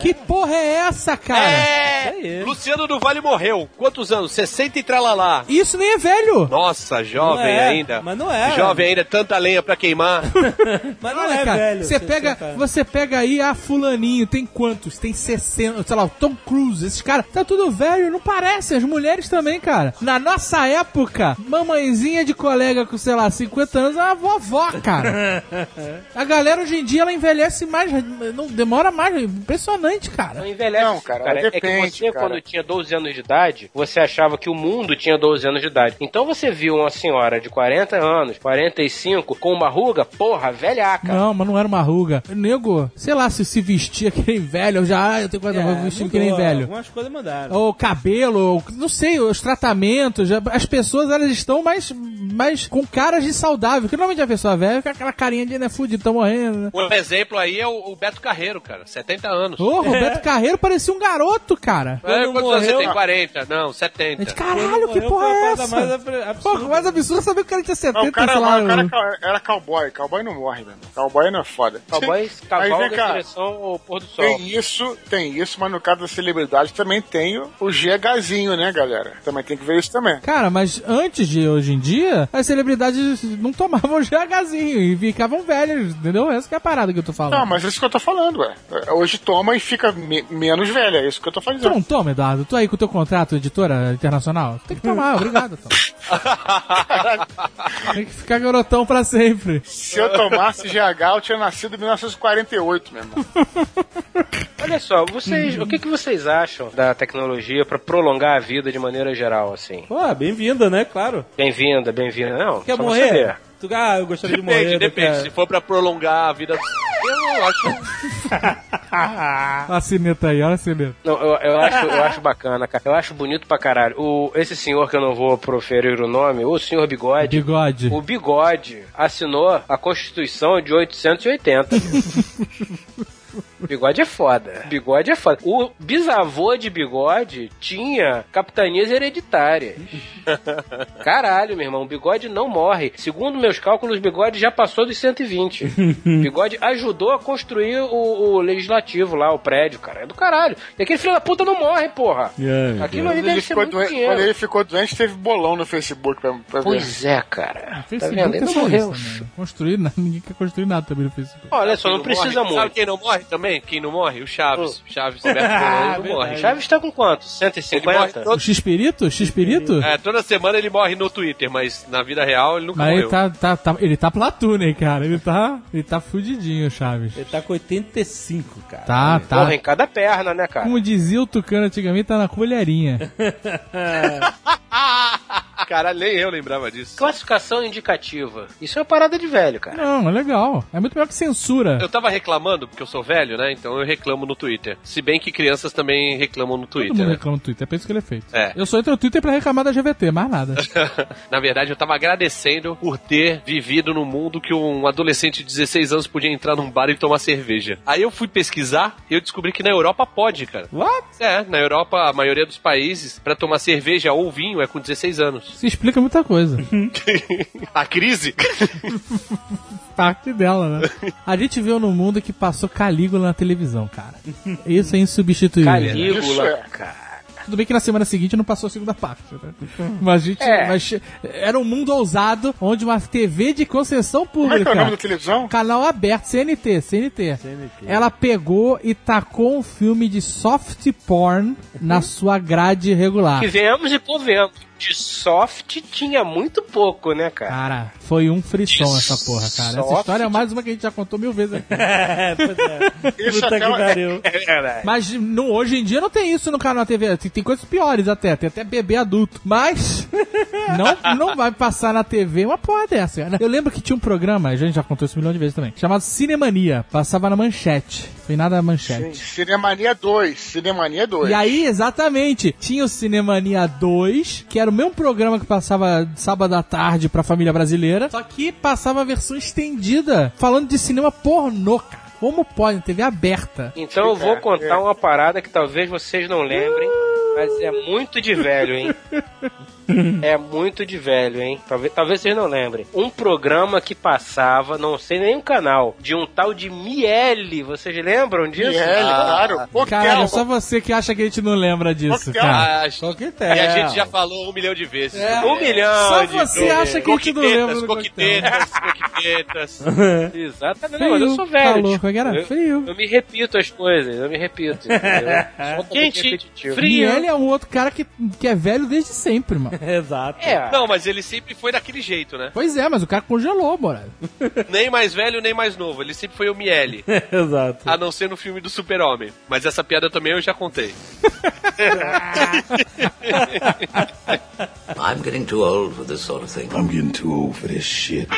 [SPEAKER 6] Que porra é essa, cara?
[SPEAKER 9] Isso aí.
[SPEAKER 4] Luciano do Vale morreu. Quantos anos? 60 e tralalá.
[SPEAKER 6] Isso nem é velho.
[SPEAKER 4] Nossa, jovem
[SPEAKER 9] Não é,
[SPEAKER 4] ainda.
[SPEAKER 9] mas não é.
[SPEAKER 4] Jovem ainda, tanta lenha pra queimar.
[SPEAKER 9] Mas não
[SPEAKER 6] Olha,
[SPEAKER 9] é
[SPEAKER 6] cara,
[SPEAKER 9] velho.
[SPEAKER 6] Você
[SPEAKER 9] se-
[SPEAKER 6] pega,
[SPEAKER 9] se tá-
[SPEAKER 6] você pega aí, ah, fulaninho, tem quantos? Tem 60, sei lá, o Tom Cruise, esses caras, tá tudo velho, não parece, as mulheres também, cara. Na nossa época, mamãezinha de colega com, sei lá, 50 anos, é uma vovó,
[SPEAKER 9] <laughs>
[SPEAKER 6] cara. A galera hoje em dia, ela envelhece mais, não demora mais, é impressionante,
[SPEAKER 5] Não
[SPEAKER 6] cara.
[SPEAKER 5] envelhece,
[SPEAKER 3] Não, cara,
[SPEAKER 5] É que
[SPEAKER 3] depende,
[SPEAKER 5] você,
[SPEAKER 3] cara.
[SPEAKER 5] quando tinha 12 anos de idade, você achava que o mundo tinha 12 anos de idade. Então você viu uma senhora de 40 anos, 45, com uma ruga, porra, velhaca.
[SPEAKER 6] Não, mas não era uma ruga. Nego, sei lá, se se vestia que nem velho, eu já, ah, eu tenho quase,
[SPEAKER 9] É,
[SPEAKER 6] eu vou vestir que
[SPEAKER 9] mudou,
[SPEAKER 6] nem velho.
[SPEAKER 9] Algumas coisas mudaram.
[SPEAKER 6] ou cabelo, ou, não sei, os tratamentos, já- as pessoas elas estão mais, mais com caras de saudável, porque normalmente a pessoa velha fica aquela carinha de né, fudido, tá morrendo, né?
[SPEAKER 4] Um exemplo aí é o, o Beto Carreiro, cara. 70 anos.
[SPEAKER 6] Ô, Roberto Carreiro parecia um garoto, cara.
[SPEAKER 4] É,
[SPEAKER 9] Quando
[SPEAKER 4] quantos anos você
[SPEAKER 9] morreu-
[SPEAKER 4] tem? 40? Não,
[SPEAKER 6] A gente,
[SPEAKER 4] 70.
[SPEAKER 6] caralho, que
[SPEAKER 9] Morreu
[SPEAKER 6] porra
[SPEAKER 9] foi a
[SPEAKER 6] é
[SPEAKER 9] coisa
[SPEAKER 6] essa?
[SPEAKER 9] mais abra- absurda.
[SPEAKER 6] Porra, o mais absurdo é saber que o cara tinha
[SPEAKER 3] Não, o
[SPEAKER 6] 70,
[SPEAKER 3] cara, é
[SPEAKER 6] sei lá.
[SPEAKER 3] o
[SPEAKER 5] um-
[SPEAKER 3] cara ca- era cowboy. Cowboy não morre, velho. Cowboy não é foda.
[SPEAKER 5] Cowboy
[SPEAKER 3] Sim. Aí
[SPEAKER 5] cavalga
[SPEAKER 3] vem
[SPEAKER 5] em
[SPEAKER 3] cá,
[SPEAKER 5] direção ao pôr do sol.
[SPEAKER 3] Tem isso, tem isso, mas no caso da celebridade também tem o o GHzinho, né, galera? Também tem que ver isso também.
[SPEAKER 6] Cara, mas antes de hoje em dia, as celebridades não tomavam <laughs> GHzinho e ficavam velhas, entendeu? Essa que é a parada que eu tô falando.
[SPEAKER 3] Não, mas é isso que eu tô falando, ué. Hoje toma e fica me- menos velha, é isso que eu tô
[SPEAKER 6] Tu
[SPEAKER 3] falando.
[SPEAKER 6] não toma, Eduardo? Tu aí com o teu contrato, editora internacional? Tem que tomar, obrigado,
[SPEAKER 4] <laughs>
[SPEAKER 6] Tom. Tem que ficar garotão pra sempre.
[SPEAKER 3] Se eu tomasse GH, eu tinha nascido em 1948, meu irmão.
[SPEAKER 5] Olha só, vocês, o que, que vocês acham da tecnologia pra prolongar a vida de maneira geral, assim?
[SPEAKER 9] Pô, bem-vinda, né? Claro.
[SPEAKER 5] Bem-vinda, bem-vinda. Não,
[SPEAKER 9] Quer
[SPEAKER 5] só
[SPEAKER 9] morrer?
[SPEAKER 5] você ver.
[SPEAKER 9] Tu, ah, eu gostaria de
[SPEAKER 4] Depende,
[SPEAKER 9] morrer.
[SPEAKER 4] depende. Se
[SPEAKER 9] Cara.
[SPEAKER 4] for pra prolongar a vida. Eu acho.
[SPEAKER 6] Olha a cineta aí, olha a cineta.
[SPEAKER 5] Não, eu, eu acho, eu acho bacana, cara. Eu acho bonito pra caralho. O, esse senhor que eu não vou proferir o nome, o senhor Bigode,
[SPEAKER 6] Bigode.
[SPEAKER 5] o Bigode assinou a Constituição de <laughs> 880. Bigode é foda. Bigode é foda. O bisavô de bigode tinha capitanias <laughs> hereditárias. Caralho, meu irmão, o bigode não morre. Segundo meus cálculos, o bigode já passou dos <laughs> 120. O bigode ajudou a construir o, o legislativo lá, o prédio, cara. É do caralho. E aquele filho da puta não morre, porra. Aquilo
[SPEAKER 3] Quando
[SPEAKER 5] ali
[SPEAKER 3] ele,
[SPEAKER 5] deve ser
[SPEAKER 3] ficou
[SPEAKER 5] muito
[SPEAKER 3] doen-
[SPEAKER 5] dinheiro.
[SPEAKER 3] quando ele ficou doente, teve bolão no Facebook pra, pra ver.
[SPEAKER 5] Pois é, cara. Tá
[SPEAKER 6] Facebook
[SPEAKER 5] vendo? Ele
[SPEAKER 6] é
[SPEAKER 5] não
[SPEAKER 6] só
[SPEAKER 5] morreu.
[SPEAKER 6] isso também. né? Construir, nada, ninguém quer construir nada também no Facebook.
[SPEAKER 5] Olha só, não precisa
[SPEAKER 4] morre. Sabe
[SPEAKER 5] muito.
[SPEAKER 4] quem não morre também? também. Quem não morre? O Chaves. Chaves Roberto Fernandes não morre.
[SPEAKER 5] Chaves tá com quanto?
[SPEAKER 4] Ele morre
[SPEAKER 5] 150?
[SPEAKER 4] todo-
[SPEAKER 6] O X-Pirito? X-Pirito?
[SPEAKER 4] é, toda semana ele morre no Twitter, mas na vida real ele nunca
[SPEAKER 6] Mas ele
[SPEAKER 4] morreu.
[SPEAKER 6] tá, tá, tá, ele tá platuna, hein, cara. Ele tá, ele tá fudidinho, Chaves.
[SPEAKER 9] Ele tá com 85, cara.
[SPEAKER 6] Tá, tá.
[SPEAKER 5] Porra, em Ah, cada perna, né, cara?
[SPEAKER 6] Como dizia o Tucano antigamente, tá na colherinha.
[SPEAKER 4] Caralho, nem eu lembrava disso.
[SPEAKER 5] Classificação indicativa. Isso é uma parada de velho, cara.
[SPEAKER 6] Não, é legal. É muito melhor que censura.
[SPEAKER 4] Eu tava reclamando, porque eu sou velho, né? Então eu reclamo no Twitter. Se bem que crianças também reclamam no
[SPEAKER 6] Todo
[SPEAKER 4] Twitter,
[SPEAKER 6] mundo
[SPEAKER 4] né?
[SPEAKER 6] reclama do Twitter, é pra isso que ele é feito.
[SPEAKER 4] É.
[SPEAKER 6] Eu só entro no Twitter pra reclamar da GVT, mais nada.
[SPEAKER 4] Na verdade, eu tava agradecendo por ter vivido num mundo que um adolescente de 16 anos podia entrar num bar e tomar cerveja. Aí eu fui pesquisar e eu descobri que na Europa pode, cara.
[SPEAKER 6] What?
[SPEAKER 4] É, na Europa, a maioria dos países, pra tomar cerveja ou vinho é com 16 anos.
[SPEAKER 6] Se explica muita coisa.
[SPEAKER 4] A crise?
[SPEAKER 6] Parte dela,
[SPEAKER 3] <laughs>
[SPEAKER 6] né? A gente viu no mundo que passou Calígula na televisão, cara. Isso é insubstituível.
[SPEAKER 3] Isso
[SPEAKER 5] Calígula,
[SPEAKER 3] é.
[SPEAKER 5] cara.
[SPEAKER 6] Tudo bem que na semana seguinte não passou a segunda parte, né? Mas a gente.
[SPEAKER 5] É.
[SPEAKER 6] mas era um mundo ousado onde uma TV de concessão
[SPEAKER 3] Como é que é o nome da
[SPEAKER 6] pública. um
[SPEAKER 3] televisão?
[SPEAKER 6] Canal aberto, CNT, CNT, Ela pegou e tacou um filme de soft porn na sua grade regular.
[SPEAKER 5] Que vemos e povemos. De soft tinha muito pouco, né, cara?
[SPEAKER 6] Cara, foi um frisson essa porra, cara. Essa
[SPEAKER 5] Soft.
[SPEAKER 6] história é mais uma que a gente já contou mil vezes aqui.
[SPEAKER 3] Isso é
[SPEAKER 9] Puta que
[SPEAKER 3] aquela... <laughs>
[SPEAKER 9] pariu.
[SPEAKER 6] Mas no, hoje em dia não tem isso no canal TV. Tem, tem coisas piores até. Tem até bebê adulto. Mas <laughs> não, não vai passar na TV uma porra dessa. cara. Eu lembro que tinha um programa, a gente já contou isso um milhão de vezes também, chamado Cinemania. Passava na manchete. Foi nada na manchete.
[SPEAKER 3] Cinemania 2. Cinemania 2.
[SPEAKER 6] E aí, exatamente, tinha o Cinemania 2, que era o mesmo programa que passava de sábado à tarde pra família brasileira, só que passava a versão estendida, falando de cinema pornô, cara. Como pode? TV aberta.
[SPEAKER 5] Então eu
[SPEAKER 6] é.
[SPEAKER 5] vou contar uma parada que talvez vocês não lembrem, mas é muito de
[SPEAKER 6] <laughs>
[SPEAKER 5] velho, hein? É muito de velho, hein? Talvez, talvez vocês não lembrem. Um programa que passava, não sei nem o canal, de um tal de Miele. Vocês lembram disso?
[SPEAKER 3] E é, claro. Pô,
[SPEAKER 6] Caralho,
[SPEAKER 3] Kelma.
[SPEAKER 6] Ah, só você que acha que a gente não lembra disso,
[SPEAKER 3] Coquetel.
[SPEAKER 6] cara.
[SPEAKER 4] Ah,
[SPEAKER 9] que é.
[SPEAKER 4] e
[SPEAKER 5] É.
[SPEAKER 4] a gente já falou um milhão de vezes.
[SPEAKER 5] Um milhão
[SPEAKER 6] Só
[SPEAKER 5] de
[SPEAKER 6] você acha que a gente não lembra
[SPEAKER 4] Coquitetas,
[SPEAKER 5] né,
[SPEAKER 6] do coquetel.
[SPEAKER 4] coquitetas, coquitetas.
[SPEAKER 5] Exatamente,
[SPEAKER 6] Frio,
[SPEAKER 5] mas eu sou velho.
[SPEAKER 6] calor,
[SPEAKER 5] tipo,
[SPEAKER 6] como é que era?
[SPEAKER 5] eu,
[SPEAKER 6] Frio.
[SPEAKER 5] eu me repito as coisas, eu me repito.
[SPEAKER 6] <laughs>
[SPEAKER 5] entendeu? Sou
[SPEAKER 4] Gente,
[SPEAKER 5] repetitivo.
[SPEAKER 6] E ele é um outro cara que, que é velho desde sempre, <laughs> mano.
[SPEAKER 9] Exato.
[SPEAKER 5] É,
[SPEAKER 4] Não, mas ele sempre foi daquele jeito, né?
[SPEAKER 6] Pois é, mas o cara congelou, bora.
[SPEAKER 4] Nem mais velho, nem mais novo. Ele sempre foi o
[SPEAKER 9] <laughs>
[SPEAKER 4] Miele.
[SPEAKER 9] Exato.
[SPEAKER 4] A não ser no filme do Super-Homem. Mas essa piada também eu já contei.
[SPEAKER 8] I'm getting too old for this sort of thing.
[SPEAKER 1] I'm getting too old for this shit.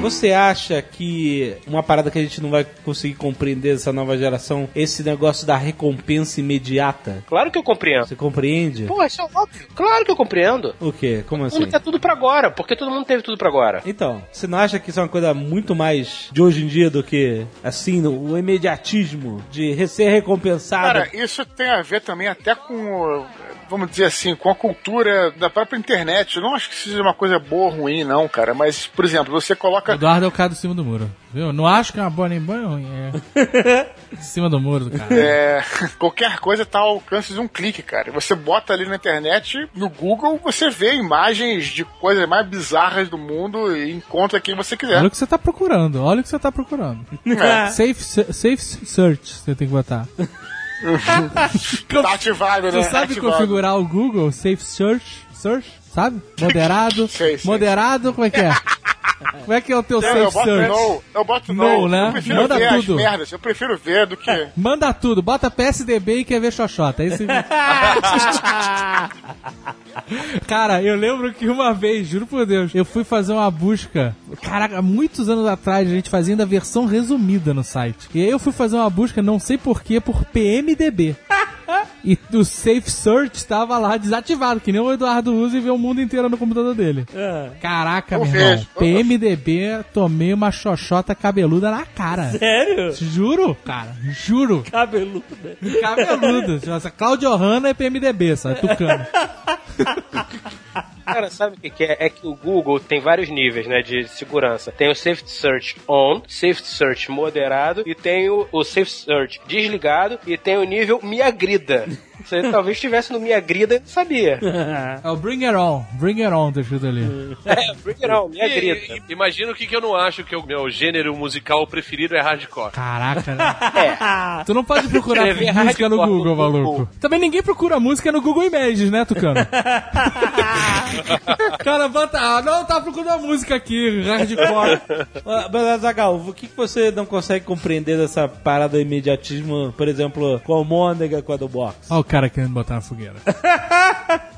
[SPEAKER 9] Você acha que uma parada que a gente não vai conseguir compreender dessa nova geração, esse negócio da recompensa imediata?
[SPEAKER 5] claro que eu compreendo.
[SPEAKER 9] Você compreende?
[SPEAKER 5] Pô, isso é óbvio. Claro que eu compreendo.
[SPEAKER 9] O quê? Como
[SPEAKER 5] Todo
[SPEAKER 9] assim?
[SPEAKER 5] mundo quer tudo pra agora, porque todo mundo teve tudo pra agora.
[SPEAKER 9] Então, você não acha que isso é uma coisa muito mais de hoje em dia do que, assim, no- o imediatismo de ser recompensado?
[SPEAKER 3] Cara, isso tem a ver também até com, vamos dizer assim, com a cultura da própria internet. Eu não acho que seja uma coisa boa ou ruim, não, cara. Mas, por exemplo, você coloca.
[SPEAKER 6] Eduardo é o cara do cima do muro, viu? Não acho que é uma boa nem boa, nem ruim. <laughs> É. De cima do muro do cara.
[SPEAKER 3] é, <laughs> qualquer coisa tá ao alcance de um clique, cara. Você bota ali na internet, no Google, você vê imagens de coisas mais bizarras do mundo e encontra quem você quiser. É,
[SPEAKER 6] Olha o que você tá procurando, olha o que você tá procurando. safe, se- safe search você tem que botar.
[SPEAKER 3] Tá ativado, né?
[SPEAKER 6] Você
[SPEAKER 3] Tá
[SPEAKER 6] sabe
[SPEAKER 3] ativado.
[SPEAKER 6] configurar o Google Safe Search? Search?
[SPEAKER 3] <laughs>
[SPEAKER 6] Sabe? Moderado?
[SPEAKER 3] Sei, sei.
[SPEAKER 6] Moderado, como
[SPEAKER 3] <laughs>
[SPEAKER 6] é que é? Como é que é o teu
[SPEAKER 3] Não, eu
[SPEAKER 6] Safe
[SPEAKER 3] boto
[SPEAKER 6] Search?
[SPEAKER 3] no, eu boto
[SPEAKER 6] No,
[SPEAKER 3] no.
[SPEAKER 6] né?
[SPEAKER 3] Eu prefiro
[SPEAKER 6] Manda
[SPEAKER 3] ver
[SPEAKER 6] tudo.
[SPEAKER 3] as merdas, eu prefiro ver do que.
[SPEAKER 6] Manda tudo, bota PSDB e quer ver Xoxota. é Esse... Cara, eu lembro que uma vez, juro por Deus, eu fui fazer uma busca. Caraca, muitos anos atrás a gente fazia ainda a versão resumida no site. E aí eu fui fazer uma busca, não sei porquê, por PMDB. E o Safe Search estava lá desativado, que nem o Eduardo usa e vê o mundo inteiro no computador dele.
[SPEAKER 2] Ah.
[SPEAKER 6] Caraca,
[SPEAKER 3] Eu
[SPEAKER 6] meu irmão.
[SPEAKER 3] vejo.
[SPEAKER 6] PMDB, tomei uma xoxota cabeluda na cara.
[SPEAKER 9] Sério?
[SPEAKER 6] Juro, cara, juro.
[SPEAKER 9] Cabeluda.
[SPEAKER 6] Cabeludo. <laughs> Nossa, Claudio Hanna é PMDB, sabe? Tucano.
[SPEAKER 5] Cara, sabe o que, que é? É que o Google tem vários níveis, né, de segurança. Tem o Safe Search On, Safe Search Moderado e tem o, o Safe Search Desligado e tem o nível Me Agrida. Isso aí talvez estivesse no Minha Grida e não sabia.
[SPEAKER 6] É o Bring It On. Bring It On, tá escrito ali.
[SPEAKER 5] <laughs> É, bring it on, Minha Grida.
[SPEAKER 4] E- e- Imagina o que, que eu não acho que o meu gênero musical preferido é hardcore.
[SPEAKER 6] Caraca, né? Tu não pode procurar
[SPEAKER 5] Escrever
[SPEAKER 6] música no
[SPEAKER 5] hardcore no
[SPEAKER 6] Google, maluco. Também ninguém procura música no Google Images, né, Tucano? Cara, bota... Ah, não, tá procurando a música aqui, hardcore.
[SPEAKER 2] Ah, Mas, Azagal, o que que você não consegue compreender dessa parada de imediatismo, por exemplo, com a Almôndega, com a do Box?
[SPEAKER 6] Olha o cara querendo botar na fogueira.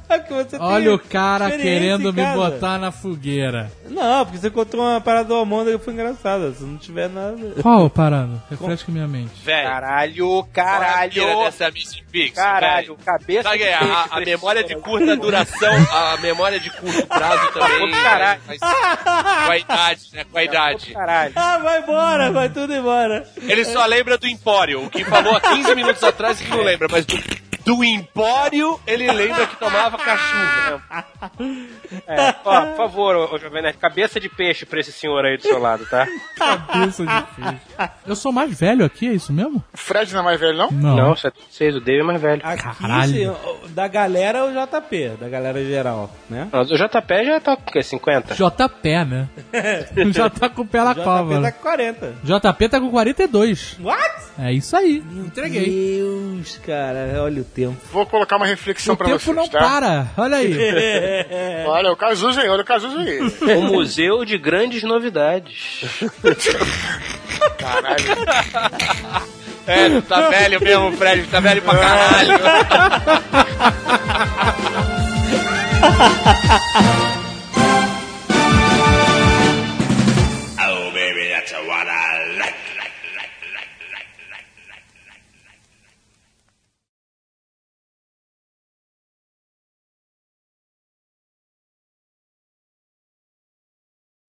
[SPEAKER 2] É que você tem
[SPEAKER 6] Olha o cara
[SPEAKER 2] experiência
[SPEAKER 6] querendo
[SPEAKER 2] em
[SPEAKER 6] me
[SPEAKER 2] casa.
[SPEAKER 6] botar na fogueira.
[SPEAKER 2] Não, porque você contou uma parada do Almôndega que foi engraçada. Se não tiver nada.
[SPEAKER 6] Qual parando? Refresca minha mente.
[SPEAKER 4] Velho.
[SPEAKER 5] Caralho, caralho.
[SPEAKER 4] Caralho, é dessa Miss Pix,
[SPEAKER 5] Caralho, é cabeça
[SPEAKER 4] Sabe, é
[SPEAKER 5] de
[SPEAKER 4] a,
[SPEAKER 5] peixe
[SPEAKER 4] a- a
[SPEAKER 5] precisa.
[SPEAKER 4] memória de curta duração, a memória de curto prazo também.
[SPEAKER 5] <laughs> Caralho.
[SPEAKER 4] Mas, com a idade, né? Com a idade.
[SPEAKER 5] Caralho.
[SPEAKER 2] Ah, vai embora, vai tudo embora.
[SPEAKER 4] Ele só lembra do Empório, o que falou há 15 minutos atrás que não lembra, mas do, do Empório ele lembra que tomava cachumba.
[SPEAKER 5] É, ó, por favor, ô, ô, Jovem Nerd, cabeça de peixe pra esse senhor aí do seu lado, tá?
[SPEAKER 6] Cabeça de peixe. é Eu sou mais velho aqui, é isso mesmo?
[SPEAKER 3] O Fred não é mais velho, não?
[SPEAKER 5] Não, 76, o David é mais velho.
[SPEAKER 2] Aqui,
[SPEAKER 6] Caralho.
[SPEAKER 2] sim, da galera é o JP, da galera geral, né?
[SPEAKER 5] Mas o JP já tá com o quê? 50?
[SPEAKER 6] JP,
[SPEAKER 2] <laughs>
[SPEAKER 6] né? Já tá com o pé na cova.
[SPEAKER 2] JP tá
[SPEAKER 6] né?
[SPEAKER 2] com 40.
[SPEAKER 6] JP tá com 42.
[SPEAKER 2] What?
[SPEAKER 6] É isso aí. Entreguei.
[SPEAKER 2] Deus, cara, olha o tempo.
[SPEAKER 3] Vou colocar uma reflexão
[SPEAKER 6] o
[SPEAKER 3] pra
[SPEAKER 6] tempo
[SPEAKER 3] vocês,
[SPEAKER 6] não
[SPEAKER 3] tá? É.
[SPEAKER 6] para. Olha aí.
[SPEAKER 3] Olha o Cazuza aí, olha o Cazuza
[SPEAKER 6] <laughs>
[SPEAKER 3] aí.
[SPEAKER 5] O Museu de Grandes Novidades.
[SPEAKER 4] É, tu tá velho mesmo, Fred, tu tá velho pra caralho.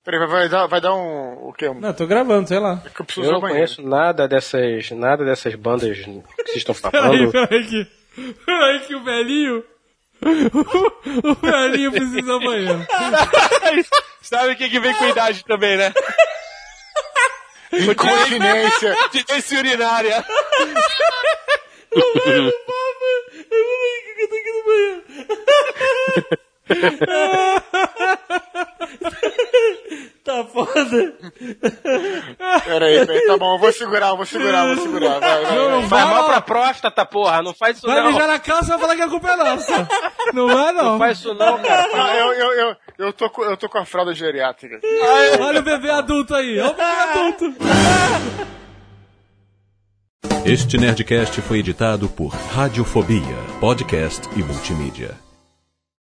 [SPEAKER 3] Peraí, vai- vai dar, vai dar um. O quê?
[SPEAKER 2] <laughs>
[SPEAKER 3] Um,
[SPEAKER 2] Não, tô gravando, sei lá.
[SPEAKER 3] é que eu preciso
[SPEAKER 5] Eu
[SPEAKER 3] usar o
[SPEAKER 5] não
[SPEAKER 3] banheiro.
[SPEAKER 5] conheço nada dessas, nada dessas bandas que vocês <laughs> estão falando.
[SPEAKER 6] peraí que. Peraí que o velhinho. <laughs> O velhinho precisa amanhã.
[SPEAKER 4] É Sabe o que, que vem com idade também, né?
[SPEAKER 3] Incontinência.
[SPEAKER 4] Continência urinária.
[SPEAKER 2] Tá foda.
[SPEAKER 3] Peraí, peraí, tá bom, eu vou segurar, eu vou segurar, eu vou segurar. Vai, vai, vai.
[SPEAKER 5] Faz mal pra próstata, porra. Não faz isso
[SPEAKER 6] Vai
[SPEAKER 5] não.
[SPEAKER 6] mijar na calça e vai falar que a culpa é nossa. Não vai, não.
[SPEAKER 5] Não faz isso não, cara.
[SPEAKER 3] Ah, eu, eu, eu, eu, tô, com- eu tô com a fralda geriátrica.
[SPEAKER 6] Olha o bebê adulto aí. Olha o bebê adulto.
[SPEAKER 1] Este Nerdcast foi editado por Radiofobia, podcast e multimídia.